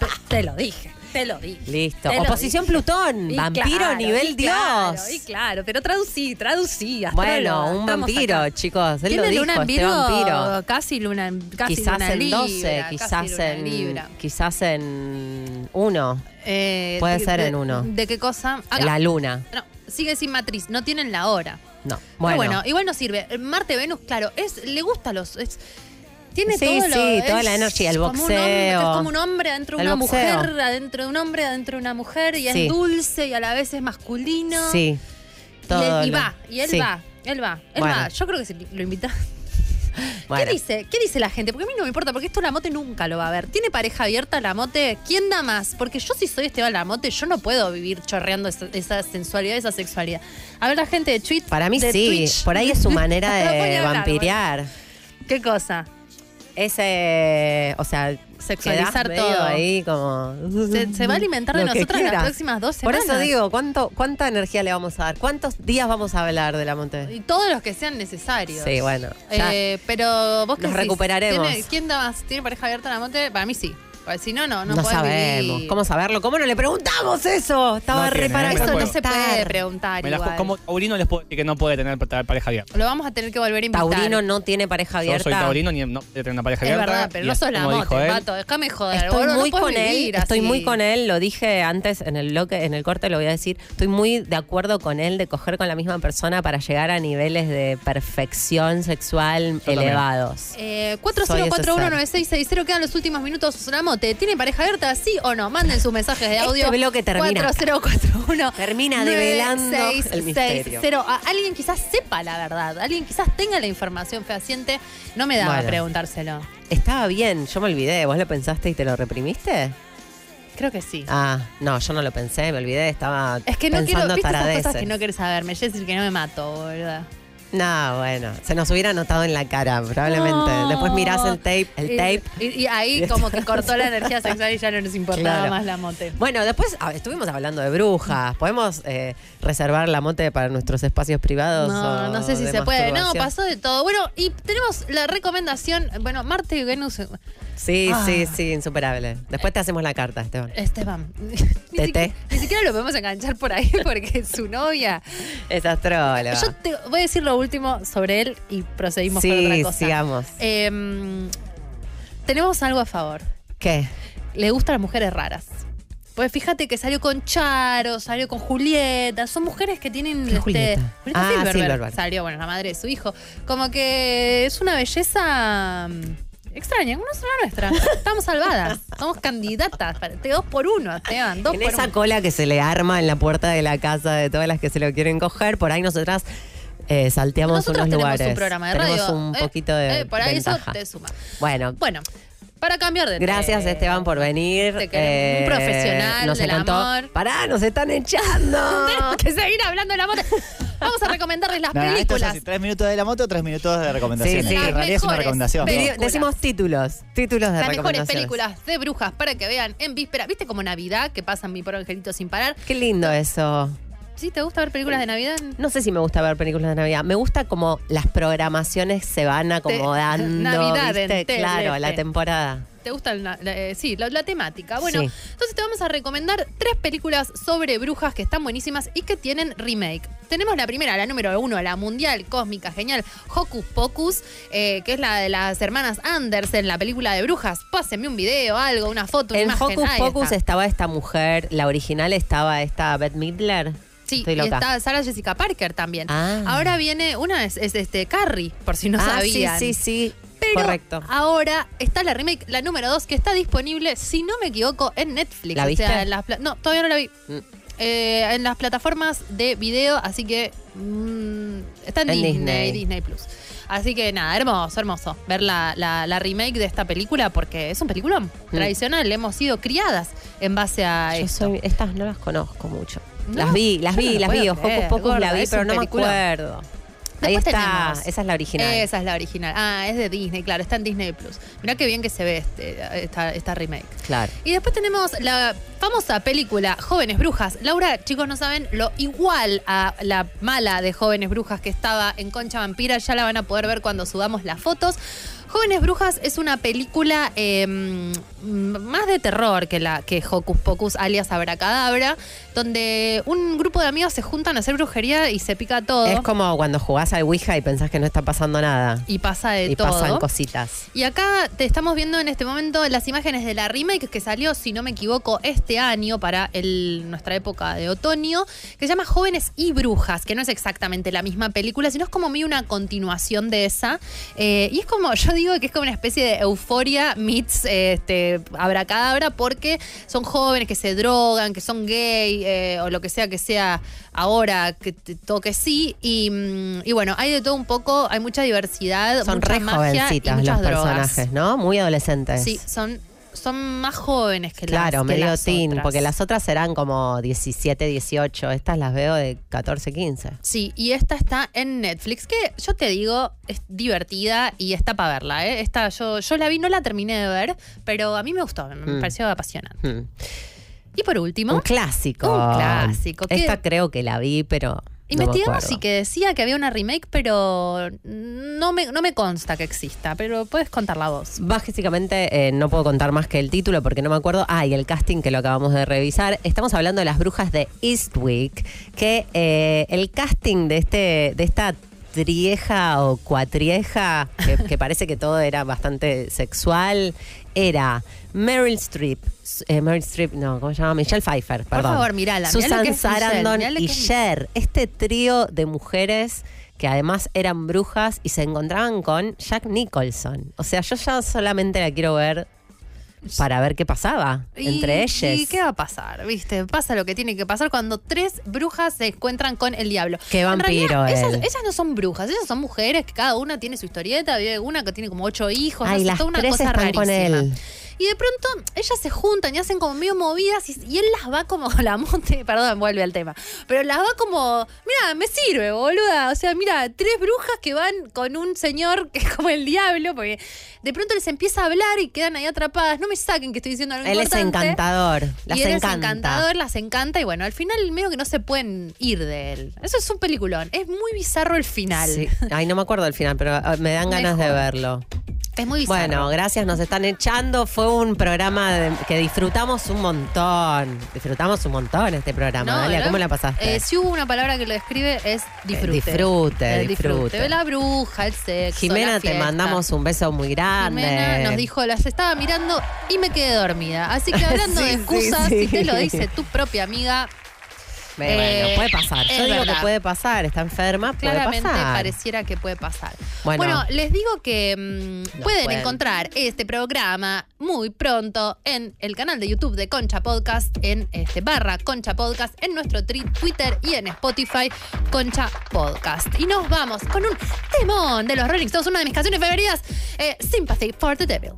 Speaker 14: Te- Te lo dije. Te lo dije.
Speaker 13: Listo.
Speaker 14: Te lo
Speaker 13: Oposición
Speaker 14: dije.
Speaker 13: Plutón,
Speaker 14: Y
Speaker 13: vampiro
Speaker 14: claro,
Speaker 13: nivel
Speaker 14: y
Speaker 13: Dios.
Speaker 14: claro, y claro, pero traducí, traducí. astróloga,
Speaker 13: bueno, un
Speaker 14: estamos
Speaker 13: vampiro,
Speaker 14: acá.
Speaker 13: chicos. Él lo
Speaker 14: Tiene
Speaker 13: dijo,
Speaker 14: luna en
Speaker 13: este
Speaker 14: Virgo,
Speaker 13: vampiro.
Speaker 14: casi luna en casi
Speaker 13: quizás
Speaker 14: luna
Speaker 13: en
Speaker 14: libra,
Speaker 13: 12,
Speaker 14: casi
Speaker 13: quizás
Speaker 14: luna
Speaker 13: en
Speaker 14: libra.
Speaker 13: quizás en 1.
Speaker 14: Eh,
Speaker 13: Puede
Speaker 14: de-
Speaker 13: ser
Speaker 14: de-
Speaker 13: en uno.
Speaker 14: ¿De qué cosa? Acá.
Speaker 13: La luna.
Speaker 14: No, sigue sin matriz, no tienen la hora.
Speaker 13: No.
Speaker 14: Pero
Speaker 13: Bueno.
Speaker 14: Ah, bueno, igual no sirve. Marte Venus, claro, es le gusta los. es- tiene
Speaker 13: Sí,
Speaker 14: todo lo-
Speaker 13: sí,
Speaker 14: es
Speaker 13: toda la energía, el
Speaker 14: como un hombre-
Speaker 13: boxeo.
Speaker 14: es como un hombre adentro de
Speaker 13: El
Speaker 14: una
Speaker 13: boxeo.
Speaker 14: mujer, adentro de un hombre, adentro de una mujer, y
Speaker 13: Sí.
Speaker 14: es dulce y a la vez es masculino.
Speaker 13: Sí.
Speaker 14: Y,
Speaker 13: todo
Speaker 14: él- y
Speaker 13: lo-
Speaker 14: va, y él
Speaker 13: sí.
Speaker 14: va, él va, él
Speaker 13: Bueno.
Speaker 14: va. Yo creo que si lo invita.
Speaker 13: Bueno.
Speaker 14: ¿Qué dice? ¿Qué dice la gente? Porque a mí no me importa, porque esto la mote nunca lo va a ver. ¿Tiene pareja abierta la mote? ¿Quién da más? Porque yo si soy Esteban Lamote, yo no puedo vivir chorreando esa, esa sensualidad, esa sexualidad. A ver la gente de Twitch.
Speaker 13: Para mí sí, por ahí es su manera de vampirear.
Speaker 14: ¿Qué cosa?
Speaker 13: Ese, o sea,
Speaker 14: Sexualizar
Speaker 13: quedás medio
Speaker 14: todo.
Speaker 13: ahí como
Speaker 14: Se, se va a alimentar de
Speaker 13: Lo que
Speaker 14: nosotras las
Speaker 13: quiera.
Speaker 14: próximas dos
Speaker 13: Por
Speaker 14: semanas.
Speaker 13: eso digo, ¿cuánto, ¿cuánta energía le vamos a dar? ¿Cuántos días vamos a hablar de la Monte?
Speaker 14: Y todos los que sean necesarios.
Speaker 13: Sí, bueno. ya.
Speaker 14: Eh, pero vos qué
Speaker 13: Nos
Speaker 14: decís?
Speaker 13: recuperaremos.
Speaker 14: ¿Tiene- ¿Quién da más? ¿Tiene pareja abierta la mote? Para mí sí. Porque si no, no, no,
Speaker 13: no
Speaker 14: podés
Speaker 13: sabemos.
Speaker 14: vivir.
Speaker 13: ¿Cómo saberlo? ¿Cómo no le preguntamos eso? Estaba
Speaker 15: No tiene, ¿eh?
Speaker 13: reparando.
Speaker 15: me la
Speaker 14: Eso no
Speaker 15: juego.
Speaker 14: se puede preguntar.
Speaker 15: Me la
Speaker 14: igual.
Speaker 15: ju- como taurino les puedo decir que no puede tener pa- pareja abierta.
Speaker 14: Lo vamos a tener que volver a invitar.
Speaker 13: Taurino no tiene pareja
Speaker 15: Yo
Speaker 13: abierta.
Speaker 15: soy taurino ni no puede tener una pareja
Speaker 14: Es
Speaker 15: abierta.
Speaker 14: verdad, pero
Speaker 15: y
Speaker 14: no
Speaker 15: es
Speaker 14: sos la
Speaker 15: como
Speaker 14: mote,
Speaker 15: dijo él,
Speaker 14: pato. Déjame joder.
Speaker 13: Estoy
Speaker 14: boludo, no
Speaker 13: muy
Speaker 14: podés
Speaker 13: con él,
Speaker 14: vivir
Speaker 13: estoy
Speaker 14: así.
Speaker 13: muy con él, lo dije antes en el bloque, en el corte lo voy a decir, estoy muy de acuerdo con él de coger con la misma persona para llegar a niveles de perfección sexual
Speaker 14: también.
Speaker 13: elevados.
Speaker 14: Eh,
Speaker 13: Soy ese
Speaker 14: 40419660 quedan los últimos minutos. La mote, ¿tiene pareja abierta? Sí o no. Manden sus mensajes de audio.
Speaker 13: Este bloque termina acá.
Speaker 14: 4041.
Speaker 13: Termina develando el misterio.
Speaker 14: 9660. A- Ah, Alguien quizás sepa la verdad. Alguien quizás tenga la información fehaciente. No me daba
Speaker 13: Bueno.
Speaker 14: preguntárselo.
Speaker 13: Estaba bien, yo me olvidé, ¿vos lo pensaste y te lo reprimiste?
Speaker 14: Creo que sí.
Speaker 13: Ah, no, yo no lo pensé, me olvidé, estaba
Speaker 14: Es que no quiero.
Speaker 13: pensando
Speaker 14: ¿Viste esas
Speaker 13: taradeces.
Speaker 14: cosas que no quieres saberme? Jessy, que no me mato, boluda.
Speaker 13: No, bueno, se nos hubiera notado en la cara, probablemente.
Speaker 14: No. Eh,
Speaker 13: Después mirás el tape, el
Speaker 14: Y-
Speaker 13: tape.
Speaker 14: Y, y ahí como que cortó la energía sexual y ya no nos importaba
Speaker 13: Claro.
Speaker 14: más la mote.
Speaker 13: Bueno, después ah, estuvimos hablando de brujas. ¿Podemos eh, reservar la mote para nuestros espacios privados?
Speaker 14: No,
Speaker 13: o
Speaker 14: no sé si
Speaker 13: de
Speaker 14: se puede. No,
Speaker 13: masturbación?
Speaker 14: pasó de todo. Bueno, y tenemos la recomendación. Bueno, Marte y Venus.
Speaker 13: Sí,
Speaker 14: Ah.
Speaker 13: sí, sí, insuperable. Después te hacemos la carta, Esteban.
Speaker 14: Esteban. ni,
Speaker 13: Tete.
Speaker 14: siquiera, ni siquiera lo podemos enganchar por ahí porque es su novia.
Speaker 13: Esas trolas.
Speaker 14: Yo te voy a decir lo último sobre él y proseguimos con otra
Speaker 13: Sí,
Speaker 14: cosa.
Speaker 13: sigamos.
Speaker 14: Em, tenemos algo a favor.
Speaker 13: ¿Qué?
Speaker 14: Le gustan las mujeres raras. Pues fíjate que salió con Charo, salió con Julieta. Son mujeres que tienen. este,
Speaker 13: Julieta?
Speaker 14: Julieta
Speaker 13: Ah,
Speaker 14: Silverberg.
Speaker 13: Silverberg.
Speaker 14: Salió, bueno, la madre de su hijo. Como que es una belleza mm, extraña. No es la nuestra. Estamos salvadas. Somos candidatas. para- te- dos por uno, Esteban. Dos
Speaker 13: En
Speaker 14: por
Speaker 13: esa
Speaker 14: uno.
Speaker 13: cola que se le arma en la puerta de la casa de todas las que se lo quieren coger, por ahí nosotras eh, salteamos
Speaker 14: Nosotros
Speaker 13: unos
Speaker 14: tenemos
Speaker 13: lugares.
Speaker 14: un programa de
Speaker 13: Tenemos
Speaker 14: radio.
Speaker 13: un
Speaker 14: Eh,
Speaker 13: poquito de
Speaker 14: eh, por ahí eso
Speaker 13: ventaja.
Speaker 14: te suma.
Speaker 13: Bueno,
Speaker 14: Bueno, para cambiar de
Speaker 13: Gracias
Speaker 14: tema.
Speaker 13: Esteban por venir. Eh,
Speaker 14: Te queremos. Un profesional
Speaker 13: nos
Speaker 14: del
Speaker 13: encantó.
Speaker 14: amor.
Speaker 13: Pará, nos están echando.
Speaker 14: Tenemos que seguir hablando de la moto. Vamos a recomendarles las
Speaker 16: Nada, esto es
Speaker 14: películas.
Speaker 16: así, tres minutos de la moto, tres minutos de recomendaciones.
Speaker 13: Sí, sí.
Speaker 16: En realidad es una
Speaker 14: Mejores
Speaker 16: recomendación.
Speaker 14: películas.
Speaker 13: Video- Decimos títulos, títulos de
Speaker 14: Las mejores
Speaker 13: recomendaciones.
Speaker 14: películas de brujas para que vean en víspera. ¿Viste como Navidad que pasan mi por angelito sin parar?
Speaker 13: Qué lindo eso.
Speaker 14: ¿Sí te gusta ver películas de Navidad?
Speaker 13: No sé si me gusta ver películas de Navidad. Me gusta como las programaciones se van acomodando.
Speaker 14: Navidad
Speaker 13: ¿viste?
Speaker 14: en tele,
Speaker 13: Claro, a la
Speaker 14: este.
Speaker 13: temporada.
Speaker 14: ¿Te gusta el na- la, eh, sí, la, la temática? Bueno,
Speaker 13: Sí.
Speaker 14: entonces te vamos a recomendar tres películas sobre brujas que están buenísimas y que tienen remake. Tenemos la primera, la número uno, la mundial cósmica genial, Hocus Pocus, eh, que es la de las hermanas Andersen, la película de brujas. Pásenme un video, algo, una foto, una
Speaker 13: En
Speaker 14: imagen.
Speaker 13: Hocus
Speaker 14: Ahí
Speaker 13: Pocus
Speaker 14: está.
Speaker 13: estaba esta mujer, la original estaba esta Beth Midler.
Speaker 14: Sí,
Speaker 13: Estoy
Speaker 14: y
Speaker 13: loca.
Speaker 14: está Sara Jessica Parker también.
Speaker 13: Ah.
Speaker 14: Ahora viene, una es, es, este Carrie, por si no
Speaker 13: Ah,
Speaker 14: sabían.
Speaker 13: sí, sí, sí.
Speaker 14: Pero
Speaker 13: Correcto.
Speaker 14: ahora está la remake, la número 2, que está disponible, si no me equivoco, en Netflix.
Speaker 13: ¿La
Speaker 14: O
Speaker 13: viste?
Speaker 14: sea, en las pla- no, todavía no la vi.
Speaker 13: Mm.
Speaker 14: Eh, en las plataformas de video, así que mm, está en,
Speaker 13: En
Speaker 14: Disney,
Speaker 13: Disney.
Speaker 14: Disney Plus. Así que nada, hermoso, hermoso ver la, la- la remake de esta película porque es un peliculón tradicional. Hemos sido criadas en base a
Speaker 13: Mm. Yo
Speaker 14: esto.
Speaker 13: soy- estas no las conozco mucho.
Speaker 14: No,
Speaker 13: las vi, las
Speaker 14: yo no
Speaker 13: vi,
Speaker 14: lo
Speaker 13: las vi.
Speaker 14: puedo
Speaker 13: Hocus
Speaker 14: creer,
Speaker 13: Pocus la
Speaker 14: gorda,
Speaker 13: vi,
Speaker 14: es
Speaker 13: pero
Speaker 14: un
Speaker 13: no me
Speaker 14: peliculón.
Speaker 13: acuerdo. Ahí
Speaker 14: Después
Speaker 13: está,
Speaker 14: tenemos-
Speaker 13: esa es la original.
Speaker 14: Esa es la original. Ah, es de Disney, claro, está en Disney Plus. Mirá qué bien que se ve este- esta, esta remake.
Speaker 13: Claro.
Speaker 14: Y después tenemos la famosa película Jóvenes Brujas. Laura, chicos, no saben lo igual a la mala de Jóvenes Brujas que estaba en Concha Vampira. Ya la van a poder ver cuando subamos las fotos. Jóvenes Brujas es una película eh, mm, más de terror que la que Hocus Pocus alias Abracadabra, donde un grupo de amigos se juntan a hacer brujería y se pica todo.
Speaker 13: Es como cuando jugás al Ouija y pensás que no está pasando nada.
Speaker 14: Y pasa de
Speaker 13: Y
Speaker 14: todo.
Speaker 13: pasan cositas.
Speaker 14: Y acá te estamos viendo en este momento las imágenes de la remake que salió, si no me equivoco, este año para el, nuestra época de otoño, que se llama Jóvenes y Brujas, que no es exactamente la misma película, sino es como medio una continuación de esa. Eh, y es como, yo digo que es como una especie de euforia meets eh, este, abracadabra, porque son jóvenes que se drogan, que son gay, eh, o lo que sea que sea ahora, que te toque sí. Y, mm, y bueno, hay de todo un poco, hay mucha diversidad,
Speaker 13: Son
Speaker 14: mucha
Speaker 13: re
Speaker 14: magia y
Speaker 13: jovencitas
Speaker 14: muchas
Speaker 13: los
Speaker 14: drogas.
Speaker 13: personajes, ¿no? Muy adolescentes.
Speaker 14: Sí, son, son más jóvenes que las
Speaker 13: Claro,
Speaker 14: que
Speaker 13: medio
Speaker 14: las
Speaker 13: teen,
Speaker 14: otras.
Speaker 13: porque las otras eran como 17, 18. Estas las veo de 14, 15.
Speaker 14: Sí, y esta está en Netflix, que yo te digo, es divertida y está para verla, ¿eh? Esta, yo, yo la vi, no la terminé de ver, pero a mí me gustó, me, me
Speaker 13: Mm.
Speaker 14: pareció apasionante.
Speaker 13: Hmm.
Speaker 14: Y por último,
Speaker 13: Un clásico.
Speaker 14: Un clásico, ¿qué?
Speaker 13: Esta creo que la vi, pero.
Speaker 14: investigamos
Speaker 13: no me
Speaker 14: y que decía que había una remake, pero no me, no me consta que exista, pero puedes contarla vos.
Speaker 13: Básicamente eh, no puedo contar más que el título porque no me acuerdo. Ah, y el casting que lo acabamos de revisar. Estamos hablando de las brujas de Eastwick, que eh, el casting de este, de esta trieja o cuatrieja, que, que parece que todo era bastante sexual, era Meryl Streep, s- eh, Meryl Streep, no, ¿cómo se llama? Michelle Pfeiffer,
Speaker 14: Por
Speaker 13: perdón.
Speaker 14: favor, mirala. mirá lo
Speaker 13: Susan
Speaker 14: que es Michelle,
Speaker 13: Sarandon
Speaker 14: mirá lo que
Speaker 13: y
Speaker 14: es
Speaker 13: Cher, este trío de mujeres que además eran brujas y se encontraban con Jack Nicholson. O sea, yo ya solamente la quiero ver para ver qué pasaba
Speaker 14: Y-
Speaker 13: entre ellas.
Speaker 14: ¿Y qué va a pasar? ¿Viste? Pasa lo que tiene que pasar cuando tres brujas se encuentran con el diablo.
Speaker 13: Qué
Speaker 14: En
Speaker 13: vampiro
Speaker 14: realidad, ellas,
Speaker 13: él.
Speaker 14: ellas no son brujas, ellas son mujeres que cada una tiene su historieta, vive una que tiene como ocho hijos,
Speaker 13: Ay,
Speaker 14: hace
Speaker 13: las
Speaker 14: toda una
Speaker 13: tres
Speaker 14: cosa
Speaker 13: están
Speaker 14: rarísima.
Speaker 13: con él.
Speaker 14: Y de pronto ellas se juntan y hacen como medio movidas y, y él las va como la monte, perdón, vuelve al tema, pero las va como, mira, me sirve, boluda, o sea, mira, tres brujas que van con un señor que es como el diablo, porque de pronto les empieza a hablar y quedan ahí atrapadas, no me saquen que estoy diciendo algo
Speaker 13: Él es
Speaker 14: importante.
Speaker 13: encantador, las
Speaker 14: y él
Speaker 13: encanta.
Speaker 14: es encantador, las encanta y bueno, al final medio que no se pueden ir de él. Eso es un peliculón, es muy bizarro el final.
Speaker 13: Sí. Ay, no me acuerdo el final, pero eh, me dan ganas de
Speaker 14: Mejor.
Speaker 13: verlo.
Speaker 14: Es muy bizarro.
Speaker 13: Bueno, gracias, nos están echando. Fue un programa de- que disfrutamos un montón. Disfrutamos un montón este programa.
Speaker 14: No,
Speaker 13: Dalia,
Speaker 14: ¿verdad?
Speaker 13: ¿cómo la pasaste? Eh,
Speaker 14: Eh, si hubo una palabra que lo describe es disfrute.
Speaker 13: disfrute,
Speaker 14: El
Speaker 13: disfrute.
Speaker 14: La bruja, el sexo. la
Speaker 13: Jimena, te
Speaker 14: fiesta.
Speaker 13: mandamos un beso muy grande.
Speaker 14: Jimena nos dijo, las estaba mirando y me quedé dormida. Así que hablando
Speaker 13: Sí,
Speaker 14: de
Speaker 13: sí,
Speaker 14: excusas,
Speaker 13: sí.
Speaker 14: si te lo dice tu propia amiga,
Speaker 13: Bueno,
Speaker 14: Eh,
Speaker 13: puede pasar. Yo
Speaker 14: es
Speaker 13: digo
Speaker 14: verdad.
Speaker 13: que puede pasar. Está enferma, puede
Speaker 14: claramente
Speaker 13: pasar.
Speaker 14: pareciera que puede pasar.
Speaker 13: Bueno.
Speaker 14: Bueno, les digo que mm,
Speaker 13: Nos
Speaker 14: pueden,
Speaker 13: pueden.
Speaker 14: encontrar este programa muy pronto en el canal de YouTube de Concha Podcast, en este barra Concha Podcast, en nuestro tri- Twitter y en Spotify Concha Podcast. Y nos vamos con un temón de los Rolling Stones, una de mis canciones favoritas, eh, Sympathy for the Devil.